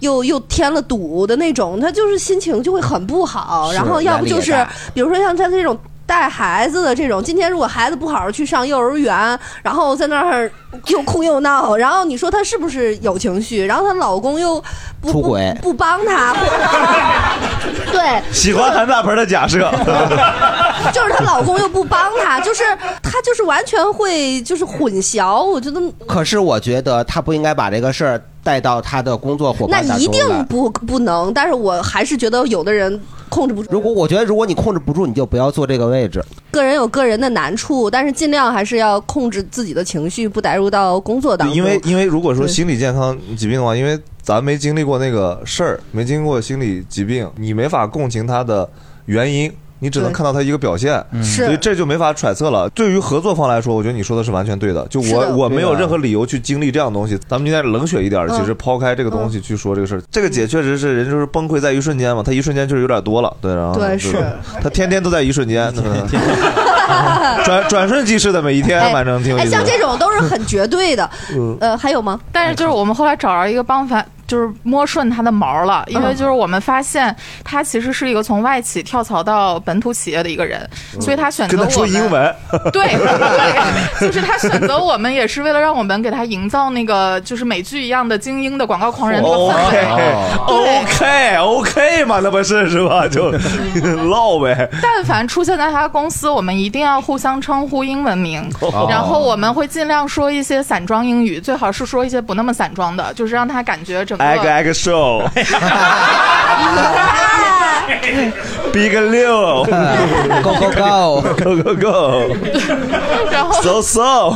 又又添了堵的那种，他就是心情就会很不好，
是
然后要不就
压力
是
也大
比如说像他这种。带孩子的这种，今天如果孩子不好好去上幼儿园，然后在那儿又哭又闹，然后你说她是不是有情绪？然后她老公又不
出轨
不不帮她， 对，
喜欢韩大盆的假 设，
就是她老公又不帮她，就是她就是完全会就是混淆，我觉得
可是我觉得他不应该把这个事儿带到他的工作伙
那
伴当中
一定
来
不不能，但是我还是觉得有的人控制不住，
如果我觉得，如果你控制不住，你就不要坐这个位置。
个人有个人的难处，但是尽量还是要控制自己的情绪，不带入到工作当
对
中。哎
因为因为如果说
对
心理健康疾病的话，因为咱没经历过那个事儿，没经过心理疾病，你没法共情他的原因。你只能
对
看到他一个表现，
是
所以这就没法揣测了。对于合作方来说，我觉得你说的是完全对的。就是我
的
我没有
对啊
任何理由去经历这样的东西。咱们应该冷血一点儿，
嗯
其实抛开这个东西
嗯
去说这个事儿，这个姐确实是人就是崩溃在一瞬间嘛，她一瞬间确实有点多了，对，然后
对
就是她天天都在一瞬间，转转瞬即逝的每一天，反正挺有意
哎，
思的。
像这种都 是很绝对的
嗯。
呃，还有吗？
但是就是我们后来找着一个帮法，就是摸顺他的毛了，
嗯
因为就是我们发现他其实是一个从外企跳槽到本土企业的一个人，所以他选择
嗯跟
我
他说
们
英文，
就是他选择我们也是为了让我们给他营造那个就是美剧一样的精英的广告狂人那个
哦
氛围。
哦
OK OK OK 嘛，那不是是 吧？就唠呗。
但凡出现在他公司，我们一定要互相称呼英文名，
哦
然后我们会尽量说一些散装英语，最好是说一些不那么散装的，就是让他感觉整个
egg egg show big 六
go go go
go go go
然后
so so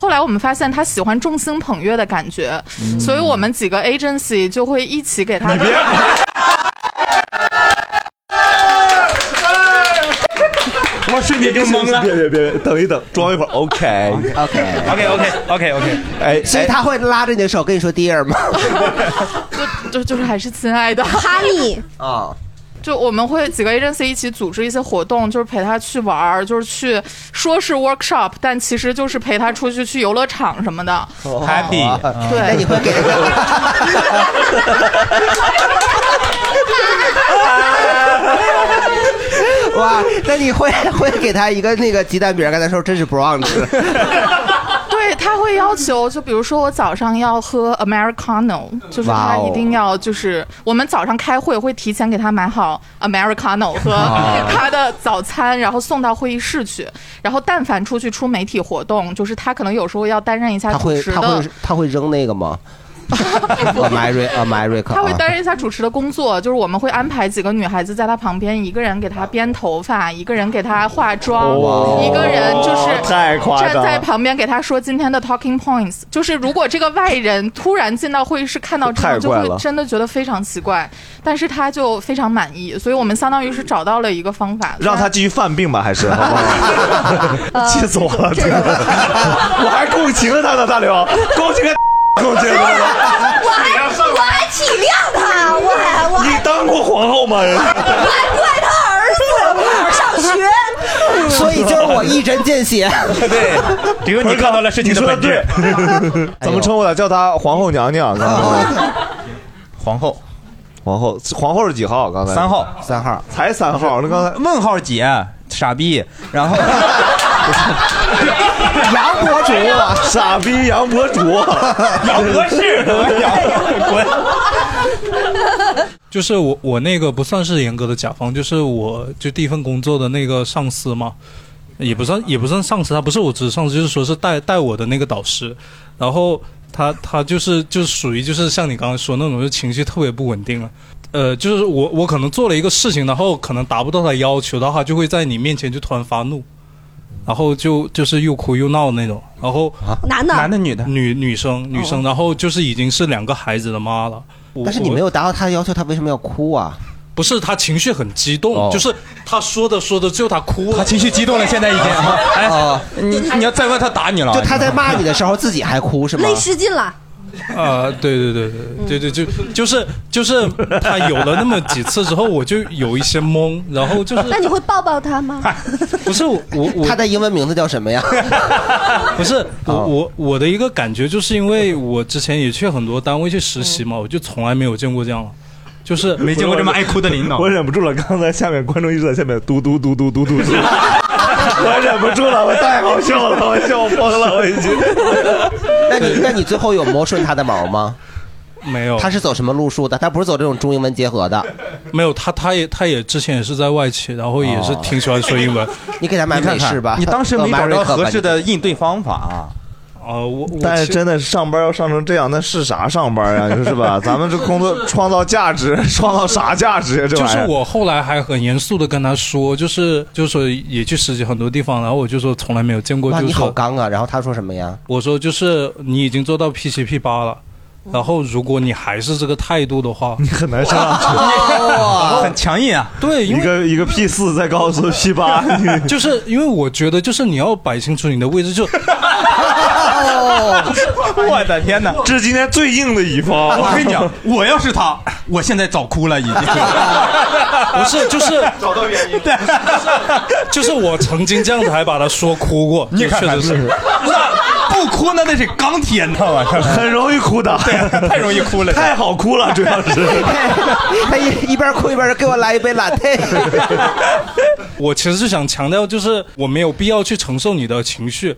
后来我们发现他喜欢众星捧月的感觉，
嗯
所以我们几个 agency 就会一起给他。
我瞬间就懵了。别别别，等一等，装一会儿。OK
OK
OK OK OK OK。哎，
哦 所以他会拉着你的手跟你说 dear 吗？
就就就是还是亲爱的
哈密。
啊，
就我们会几个 agency 一起组织一些活动，就是陪他去玩儿，就是去说是 workshop，但其实就是陪他出去去游乐场什么的。
哎
Happy
对
哦啊那你会给哇，那你会 会给他一个那个鸡蛋饼儿？刚才说真是不让吃。
对，他会要求，就比如说我早上要喝 Americano，就是
哇
他
哦
一定要就是我们早上开会会提前给他买好 Americano 和
哦
他的早餐，然后送到会议室去。然后但凡出去出媒体活动，就是他可能有时候要担任一 下
他
主
会
持
他
的
会。他会扔那个 吗？America
啊
America，
他会担任一下主持的工作，就是我们会安排几个女孩子在他旁边，一个人给他编头发，一个人给他化妆，
哇哦
一个人就是
太夸张
站
了
在旁边给他说今天的 talking points。就是如果这个外人突然进到会议室看到之后，
太
就
怪了
会真的觉得非常奇怪，但是他就非常满意，所以我们相当于是找到了一个方法，
让他继续犯病吧，还是好不
呃
好？气死我了！真的， 我还共情了他呢，大刘，共情个共情了他呢。
哎我还我还体谅他，我还我还
你当过皇后 吗？人
我还怪他儿子上学，
所以就是我一针见 血。
对，只有你看到了事情的本质。怎么称呼他？叫他皇后娘娘。刚
哎
才皇后，皇后，皇后是几号？啊刚才
三号，
三号，
才三号。那刚才
呃问号姐，傻逼，然后
杨博主，
傻逼杨博主，
杨博士，
就是我我那个不算是严格的甲方，就是我就第一份工作的那个上司嘛，也不算也不算上司，他不是我直上司，就是说是带带我的那个导师，然后他他就是就是属于就是像你刚刚说那种，就情绪特别不稳定啊。呃，就是我我可能做了一个事情，然后可能达不到他要求，然后他就会在你面前就突然发怒，然后就就是又哭又闹那种，然后
男的男
的女的
女女生女生，
哦
然后就是已经是两个孩子的妈了。我
但是你
我
没有达到他的要求，他为什么要哭 啊？
不是他情绪很激动，
哦
就是他说着说着，最后他哭了。他
情绪激动了，现在已经。哎，你你要再问他打你了，
就他在骂你的时候，自己还哭是吗？
泪失禁了。
啊，对对对对对对，就就是就是他有了那么几次之后，我就有一些懵，然后哦就是
那你会抱抱 他吗？
啊
不是我我
他的英文名字叫什么呀？
不是我我我的一个感觉，就是因为我之前也去很多单位去实习嘛，我就从来没有见过这样，就是
没见过这么爱哭的领导。
我忍不住了，刚才下面观众一直在下面嘟嘟嘟嘟嘟嘟嘟，我忍不住了，我太好笑了，我笑疯了，我已经。
那你那你最后有摸顺他的毛吗？
没有，
他是走什么路数的？他不是走这种中英文结合的。
没有，他他也他也之前也是在外企，然后也是挺喜欢说英文。
哦 你给他买
你看
美式吧呃
看
你当时没找到合适的
应对方法啊。
哦，我
但是真的上班要上成这样，那是啥上班呀？你说是吧？咱们这工作创造价值，创造啥价值呀？这
就
玩意
是
儿。
我后来还很严肃的跟他说，就是就是说也去实习很多地方，然后我就说从来没有见过，
哇，
就是
你
说
好刚啊！然后他说什么呀？
我说就是你已经做到 P 七 P 八了，
哦
然后如果你还是这个态度的话，你
很难啊上上去
去，
很强硬啊。
对，因为
一个一个 P 四再告诉 P 八，
就是因为我觉得就是你要摆清楚你的位置就。
哦
我的天哪！
这是今天最硬的一方。
我跟你讲，我要是他，我现在早哭了 已经。不
不是，就是
找到原因，
对，就是我曾经这样子还把他说哭过，
你看
就确
看
实是，啊
那不哭那得是钢铁，你知 道吧？
很容易哭的，
对，太容易哭了，
太好哭了，主 要 是。
他一一边哭一边给我来一杯拉铁。
我其实是想强调，就是我没有必要去承受你的情绪。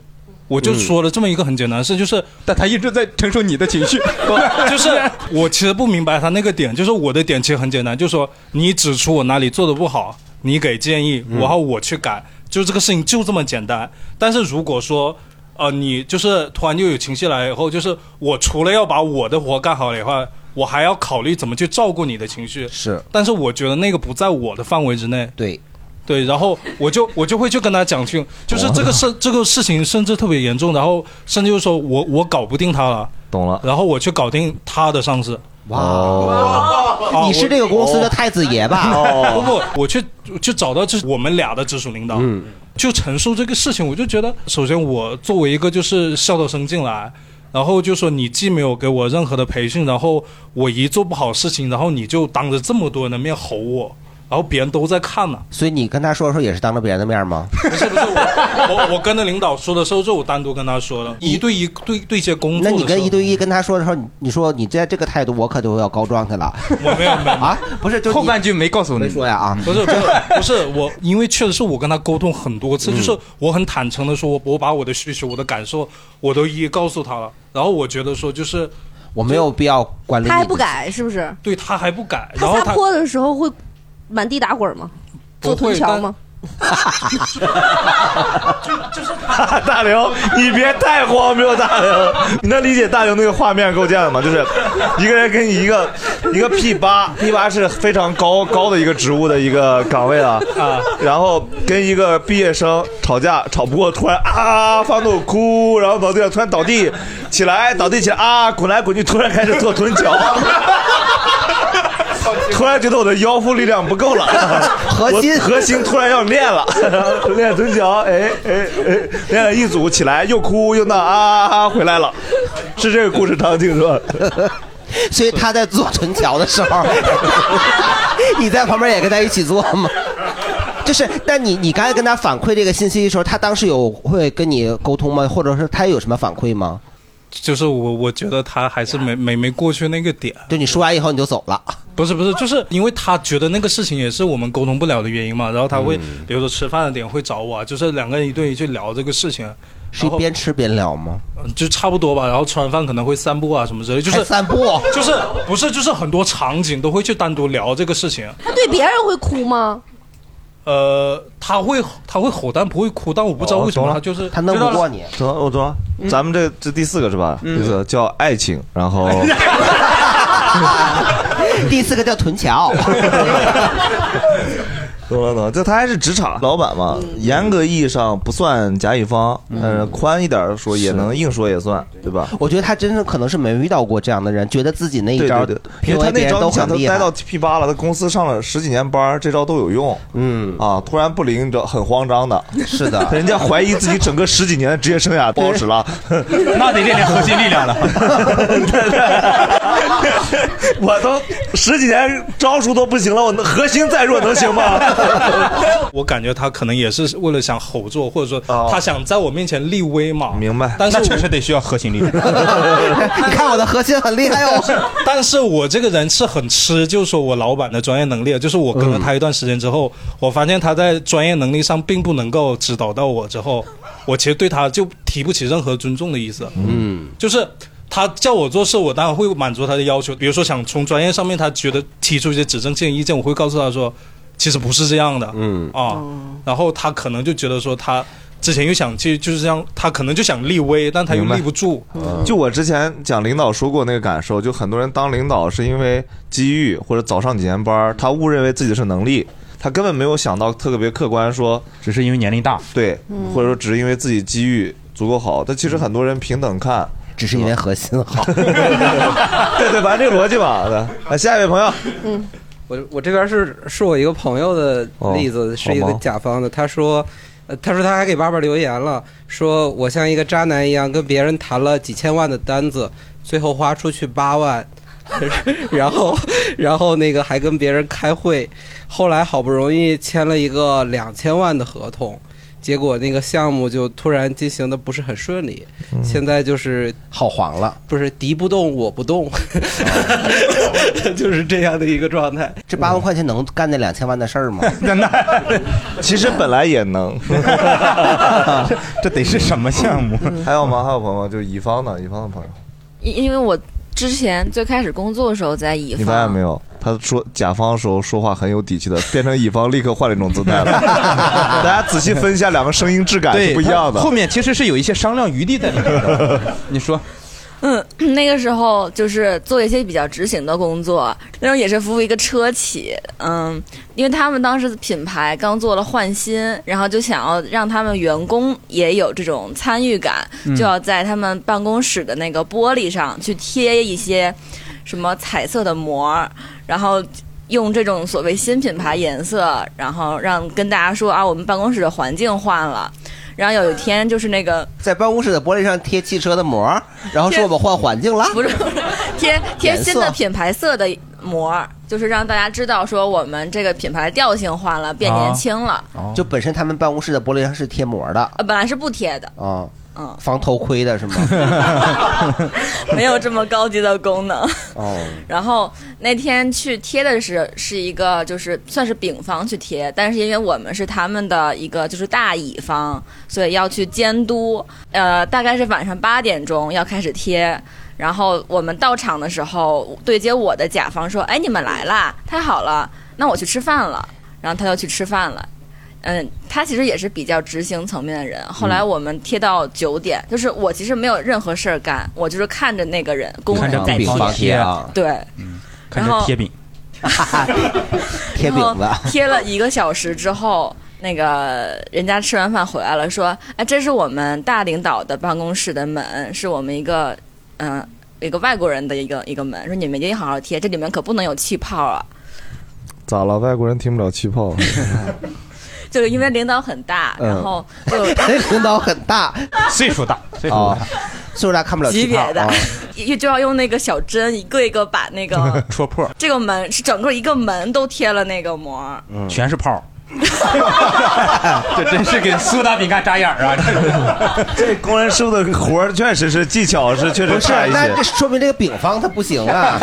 我就说了这么一个很简单的事，就是，
嗯但他一直在承受你的情绪，
就是我其实不明白他那个点，就是我的点其实很简单，就是说你指出我哪里做的不好，你给建议，
嗯
然后我去改，就这个事情就这么简单。但是如果说，呃，你就是突然又有情绪来以后，就是我除了要把我的活干好了以外，我还要考虑怎么去照顾你的情绪，
是，
但是我觉得那个不在我的范围之内。
对。
对，然后我就 我就会去跟他讲清，就是这个事这个事情甚至特别严重，然后甚至就说我我搞不定他了，
懂了，哦
然后我去搞定他的上司。哦
哇你是这个公司的太子爷吧？
不不，我去去找到这我们俩的直属领导，就陈述这个事情，我就觉得，首先我作为一个就是校招生进来，然后就说你既没有给我任何的培训，然后我一做不好事情，然后你就当着这么多人的面吼我，然后别人都在看呢、
所以你跟他说的时候也是当着别人的面吗？
我我跟着领导说的时候，就我单独跟他说了，一对一对对接工
那
作的时候，
你跟一对一跟他说的时候，你你说你这这个态度，我可就要告状去了。
我没有没有
啊，不是就
后半句没告诉你，
说呀啊，
不是不是不是我，因为确实是我跟他沟通很多次，
嗯
就是我很坦诚的说，我我把我的需求、我的感受，我都一一告诉他了。然后我觉得说，就是
我没有必要管理。
他还不，改是不是？
对他还不改，然
他
后
撒
他
泼的时候会满地打滚吗？
不
做
会
臀桥吗？
大刘，你别太荒谬，大刘，你能理解大刘那个画面构建的吗？就是一个人给你一个一个 P 八，P 八是非常高高的一个职务的一个岗位了啊，然后跟一个毕业生吵架，吵不过，突然啊发怒哭，然后跑对象突然倒地起来，倒地起来啊滚来滚去，突然开始做臀桥。 突然觉得我的腰腹力量不够了，
核心
我核心突然要练了， 练臀桥，哎哎哎，练了一组起来，又哭又闹啊啊回来了，是这个故事场景是吧？
所以他在做臀桥的时候， 你在旁边也跟他一起做吗？就是，但你你刚才跟他反馈这个信息的时候，他当时有会跟你沟通吗？或者是他有什么反馈吗？
就是我我觉得他还是没没没过去那个点。
就哎你说完以后你就走了。
不是不是，就是因为他觉得那个事情也是我们沟通不了的原因嘛，然后他会、
嗯
比如说吃饭的点会找我啊，就是两个人一对一去聊这个事情，啊
是边吃边聊 吗？
嗯就差不多吧。然后吃完饭可能会散步啊什么之类，就是
还散步，哦
就是不是就是很多场景都会去单独聊这个事情。
他对别人会哭吗？
呃，他会他会吼，但不会哭，但我不知道
哦
为什么他就是
你。啊
懂了，我懂了。咱们这这第四个是吧？
嗯哎
第四个叫爱情，然后
第四个叫臀桥，
懂了懂了，这他还是职场老板嘛，
嗯
严格意义上不算甲乙方，但是宽一点儿说也能硬说也算，对吧？
我觉得他真的可能是没遇到过这样的人，觉得自己那一
对
招
对对，因为他
PUA 别
那
人
招
都
你想
很
他
厉
待
害
到。P 八了，他公司上了十几年班儿，这招都有用。
嗯
啊，突然不灵，这很慌张的。
是的
人家怀疑自己整个十几年的职业生涯不好使了，
那得练练核心力量了。
我都十几年招数都不行了，我能核心再弱能行吗？
我感觉他可能也是为了想吼住我，或者说
哦
他想在我面前立威嘛。
明白，
但是
那确
实
得需要核心力 量。
你看我的核心很厉害哦。
但是我这个人是很吃，就是说我老板的专业能力的，就是我跟了他一段时间之后，我发现他在专业能力上并不能够指导到我，之后我其实对他就提不起任何尊重的意思。
嗯，
就是他叫我做事，我当然会满足他的要求。比如说想从专业上面，他觉得提出一些指正性的意见，我会告诉他说，其实不是这样的。嗯啊，然后他可能就觉得说他之前又想去就是这样，他可能就想立威，但他又
明白嗯
立不住。
就我之前讲领导说过那个感受，就很多人当领导是因为机遇或者早上几年班儿，他误认为自己是能力，他根本没有想到特别客观说，
只是因为年龄大，
对
嗯，
或者说只是因为自己机遇足够好。但其实很多人平等看，
只是因为核心 好。
对对，反正这个逻辑吧。对来，下一位朋友，
嗯，
我我这边是是我一个朋友的例子，
哦
是一
好
个
吗
甲方的，他说。呃，他说他还给爸爸留言了，说我像一个渣男一样跟别人谈了几千万的单子，最后花出去八万， 然后然后那个还跟别人开会，后来好不容易签了一个两千万的合同，结果那个项目就突然进行的不是很顺利，
嗯
现在就是
好黄了，
不是敌不动我不动， 就是这样的一个状态。
这八万块钱能干那两千万的事儿吗？
其实本来也能。
这得是什么项目？
还有吗？还有朋友吗，就是乙方的，乙方的朋友，
因因为我之前最开始工作的时候在乙
你发
方
现，没有？他说甲方的时候说话很有底气的， 变成乙方立刻换了一种姿 态了。大家仔细分一下两个声音质感
对，
是不一样的。
后面其实是有一些商量余地在里面的。你说，
嗯， 那个时候就是做一些比较执行的工作，那种也是服务一个车企，嗯，因为他们当时品牌刚做了换新，然后就想要让他们员工也有这种参与感，
嗯
就要在他们办公室的那个玻璃上去贴一些什么彩色的膜，然后。用这种所谓新品牌颜色，然后让跟大家说啊，我们办公室的环境换了。然后有一天就是那个
在办公室的玻璃上贴汽车的膜儿，然后说我们换环境了。
不是贴贴新的
颜色
品牌色的膜，就是让大家知道说我们这个品牌调性换了，变
啊
年轻了。
啊哦
就本身他们办公室的玻璃上是贴膜的啊、
呃，本来是不贴的，嗯，
防头盔的是吗？
没有这么高级的功能。
哦，
然后那天去贴的是是一个就是算是丙方去贴，但是因为我们是他们的一个就是大乙方，所以要去监督。呃，大概是晚上八点钟要开始贴。然后我们到场的时候，对接我的甲方说：“哎，你们来啦，太好了，那我去吃饭了。”然后他就去吃饭了。嗯，他其实也是比较执行层面的人。后来我们贴到九点，就是我其实没有任何事儿干，我就是看着那个人工
看
人
着
在
饼
贴，
贴啊
对，
看
然
这
后
贴饼，
贴饼
然后
子。
贴了一个小时之后，那个人家吃完饭回来了，说：“哎，这是我们大领导的办公室的门，是我们一个嗯、一个外国人的一个一个门，说你们一定好好贴，这里面可不能有气泡啊。”
咋了？外国人听不了气泡。
就是因为领导很大，
嗯
然后就
那领导很大，
岁数大，岁
数大，哦岁数大看不了
级
气
别
泡
的
啊，
一 就要用那个小针一个一个把 那个
戳破，
这个门是整个一个门都贴了那个膜儿。
全是 泡。这嗯真是给苏打饼干扎眼儿啊！
这工人师傅的活儿确实是技巧是确
不
实
是
差一，
那
些
这。说明这个饼方他不行 啊！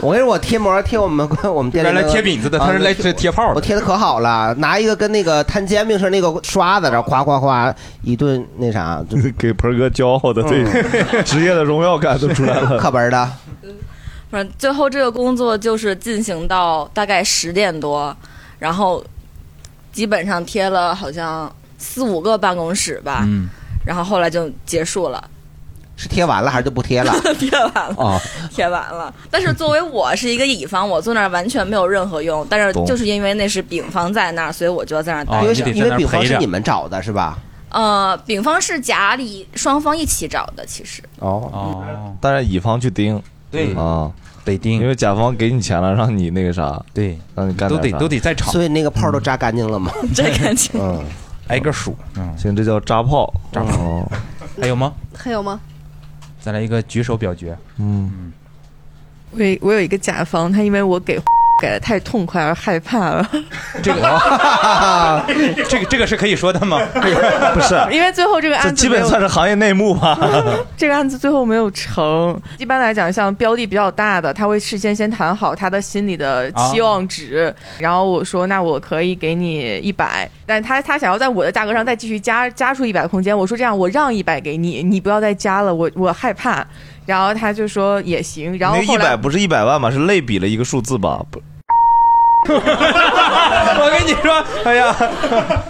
我跟你说，我贴膜贴我们我们店里
原来
那个
贴饼子的
啊
他是来这贴泡的
我贴的可好了，拿一个跟那个摊煎饼似的那个刷子，然后哗哗哗一顿那啥，就嗯
给盆哥骄傲的这 职业的荣耀感都出来了，
课本
啊
的。
反正最后这个工作就是进行到大概十点多，然后基本上贴了好像四五个办公室吧，
嗯，
然后后来就结束了。
是贴完了还是就不贴了？
贴完了，
哦，
贴完了。但是作为我是一个乙方，我坐那儿完全没有任何用。但是
懂哦
就是因为那是丙方在那儿，所以我哦就要在那儿待
因为
着。
是因为丙方是你们啊找的是吧？
呃，丙方是甲乙双方一起找的，其实
哦哦，但是乙方去盯，
对
啊，
得盯，
因为甲方给你钱了，让你那个啥，
对，
让你干
都得都得再
炒，
所以那个泡都扎干净了吗？
扎干净
嗯，
挨个数，嗯
行，这叫扎哦炮，
扎炮，还有吗？
还有吗？
再来一个举手表决，
嗯，
我有我有一个甲方，他因为我给 给的太痛快而害怕了。
这哦个这个这个是可以说的吗？
不是
因为最后这个案
这
子
基
没
本
有
算是行业内幕 吧。
这个案子最后没有成。一般来讲，像标的比较大的，他会事先先谈好他的心里的期望值，然后我说那我可以给你一百，但他他想要在我的价格上再继续加加出一百空间，我说这样我让一百给你，你不要再加了，我我害怕。然后他就说也行，然后
那一
后来
百不是一百万吧？是类比了一个数字吧？不，
我跟你说，哎呀，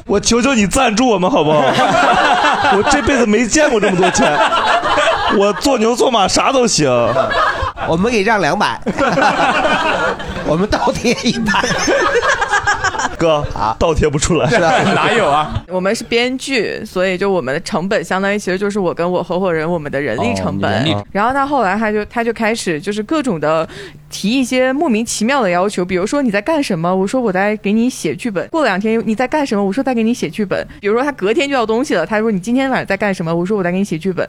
我求求你赞助我们好 不好？我这辈子没见过这么多钱，我做牛做马啥都行。
我们给让两 百，我们倒贴一百。
哥倒贴不出来，
哪有啊？
我们是编剧，所以就我们的成本相当于其实就是我跟我合伙人我们的人力成本。
哦你人力
然后他后来他就他就开始就是各种的提一些莫名其妙的要求，比如说你在干什么？我说我在给你写剧本。过两天你在干什么？我说在给你写剧本。比如说他隔天就要东西了，他说你今天晚上在干什么？我说我在给你写剧本。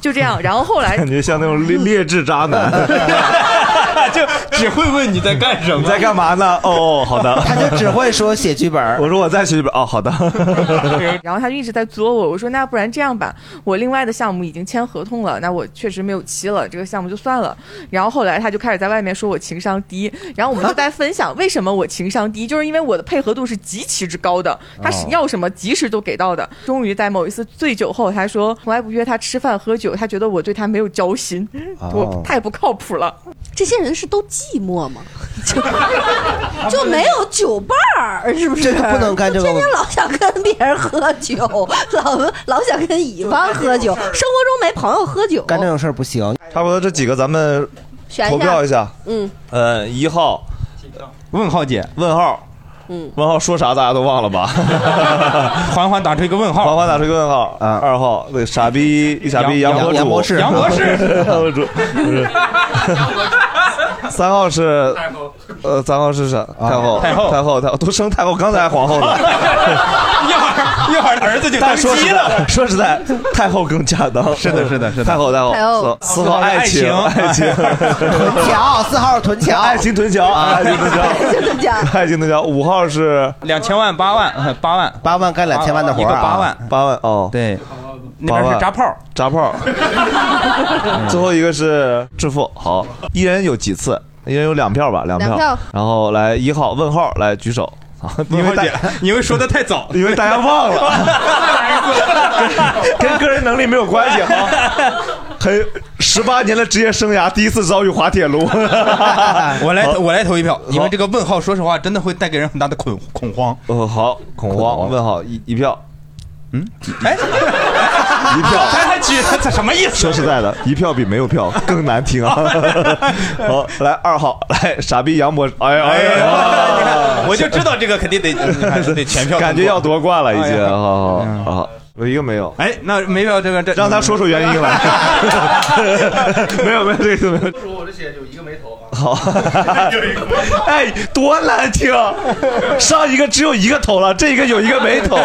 就这样，然后后来
感觉像那种劣劣质渣男，
就只会问你在干什么，
在干嘛呢？哦，好的。他
就只会说写剧本。
我说我在写剧本。哦，好的。
然后他就一直在作我。我说那不然这样吧，我另外的项目已经签合同了，那我确实没有期了，这个项目就算了。然后后来他就开始在外面说我情商低，然后我们就在分享为什么我情商低，就是因为我的配合度是极其之高的，他是要什么及时都给到的。终于在某一次醉酒后，他说从来不约他吃饭喝酒，他觉得我对他没有交心，
哦
我 太不靠谱了。
这些人是都寂寞吗？ 就没有酒伴儿，是不是？
这个不能干这个
天天老想跟别人喝酒，老老想跟乙方喝酒，生活中没朋友喝酒，
干这种事儿不行。
差不多这几个咱们
选
投票一下。
嗯
呃，一号，
问号姐，
问号，
嗯，
问号说啥大家都忘了吧？
缓缓打出一个问号，
缓缓打出一个问号。啊，二号，对，傻逼，傻逼，
杨
博主，
杨博士杨博士
杨博主，不是 三号是，呃，三号是啥？
啊
太后，
太后
太后，太后，都升太后，刚才还皇 后呢。
一会儿一会儿儿子就
但
登
说
基
实在，
了。
说实在，太后更恰当。是的，是的，是的。太后，太后，
太后
四四号爱情，爱
爱
情
情， 屯桥四号屯桥，
爱情屯桥 啊， 爱情屯桥，爱情
屯桥，
爱情屯桥。五号是
两千万、八万、八万、
八万干两千万的活
一
儿
个
啊
八万，
八万哦，
对，
八
那边
万
是扎炮，嗯
炸炮。最后一个是致富，好，一人有几次？一人有两票吧，两
两票
然后来一号问号来举手。 啊因为大
因为说的太早，
因为大家 忘了，跟跟个人能力没有关 系哈。很十八年的职业生涯，第一次遭遇滑铁卢。
我
我
来投我来投一票，因为这个问号，说实话，真的会带给人很大的恐恐慌。
呃，好，恐慌问号一一票，
嗯，
哎， 一票，
还还举这什么意思？
说实在的，一票比没有票更难听 啊。好，来二号，来傻逼杨博士，哎呀，哎呀，
我就知道这个肯定得嗯你看得全票通过，
感觉要夺冠了已
哎
经，
呀
好好好好，我一个没有。
哎，那没有这个这，
让他说出原因来。 没有没有这个没有。
说我这些有一个没投啊。
好，哎，多难听！啊上一个只有一个投了，这一个有一个没投，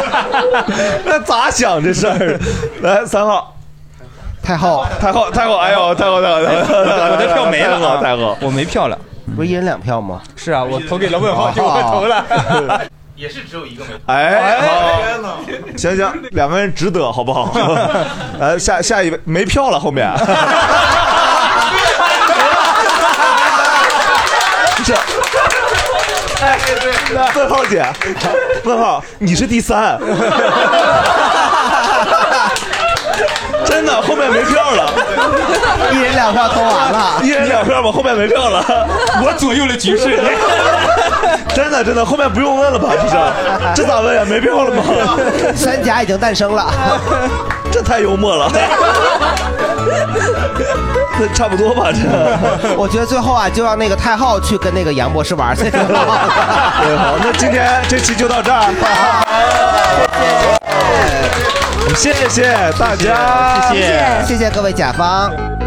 那咋想这事儿？来，三号，
太后，啊
太后，太后，哎呦，太后，太后，太后，
哎
我的票没了
太后
啊
太后，
我没票了。
不是一人两票吗？
是啊，我投给了问号，就我投了。
也是只有一个没投。
哎，好，行行，两个人值得，好不 好？来，下下一位没票了，后面。 是。哎，问号姐，问号，你是第三， 真的，后面没票了，
一人两票投完 了，
一人两票吧，后面没票了，
我左右了局势，
真的真的，后面不用问了吧，这是，这咋问呀？没票了 吗？
三甲已经诞生了。
这太幽默了。差不多吧，这。
我觉得最后啊，就让那个太浩去跟那个杨博士玩去。
好，那今天这期就到这儿。 谢谢大家，
谢谢各位甲方。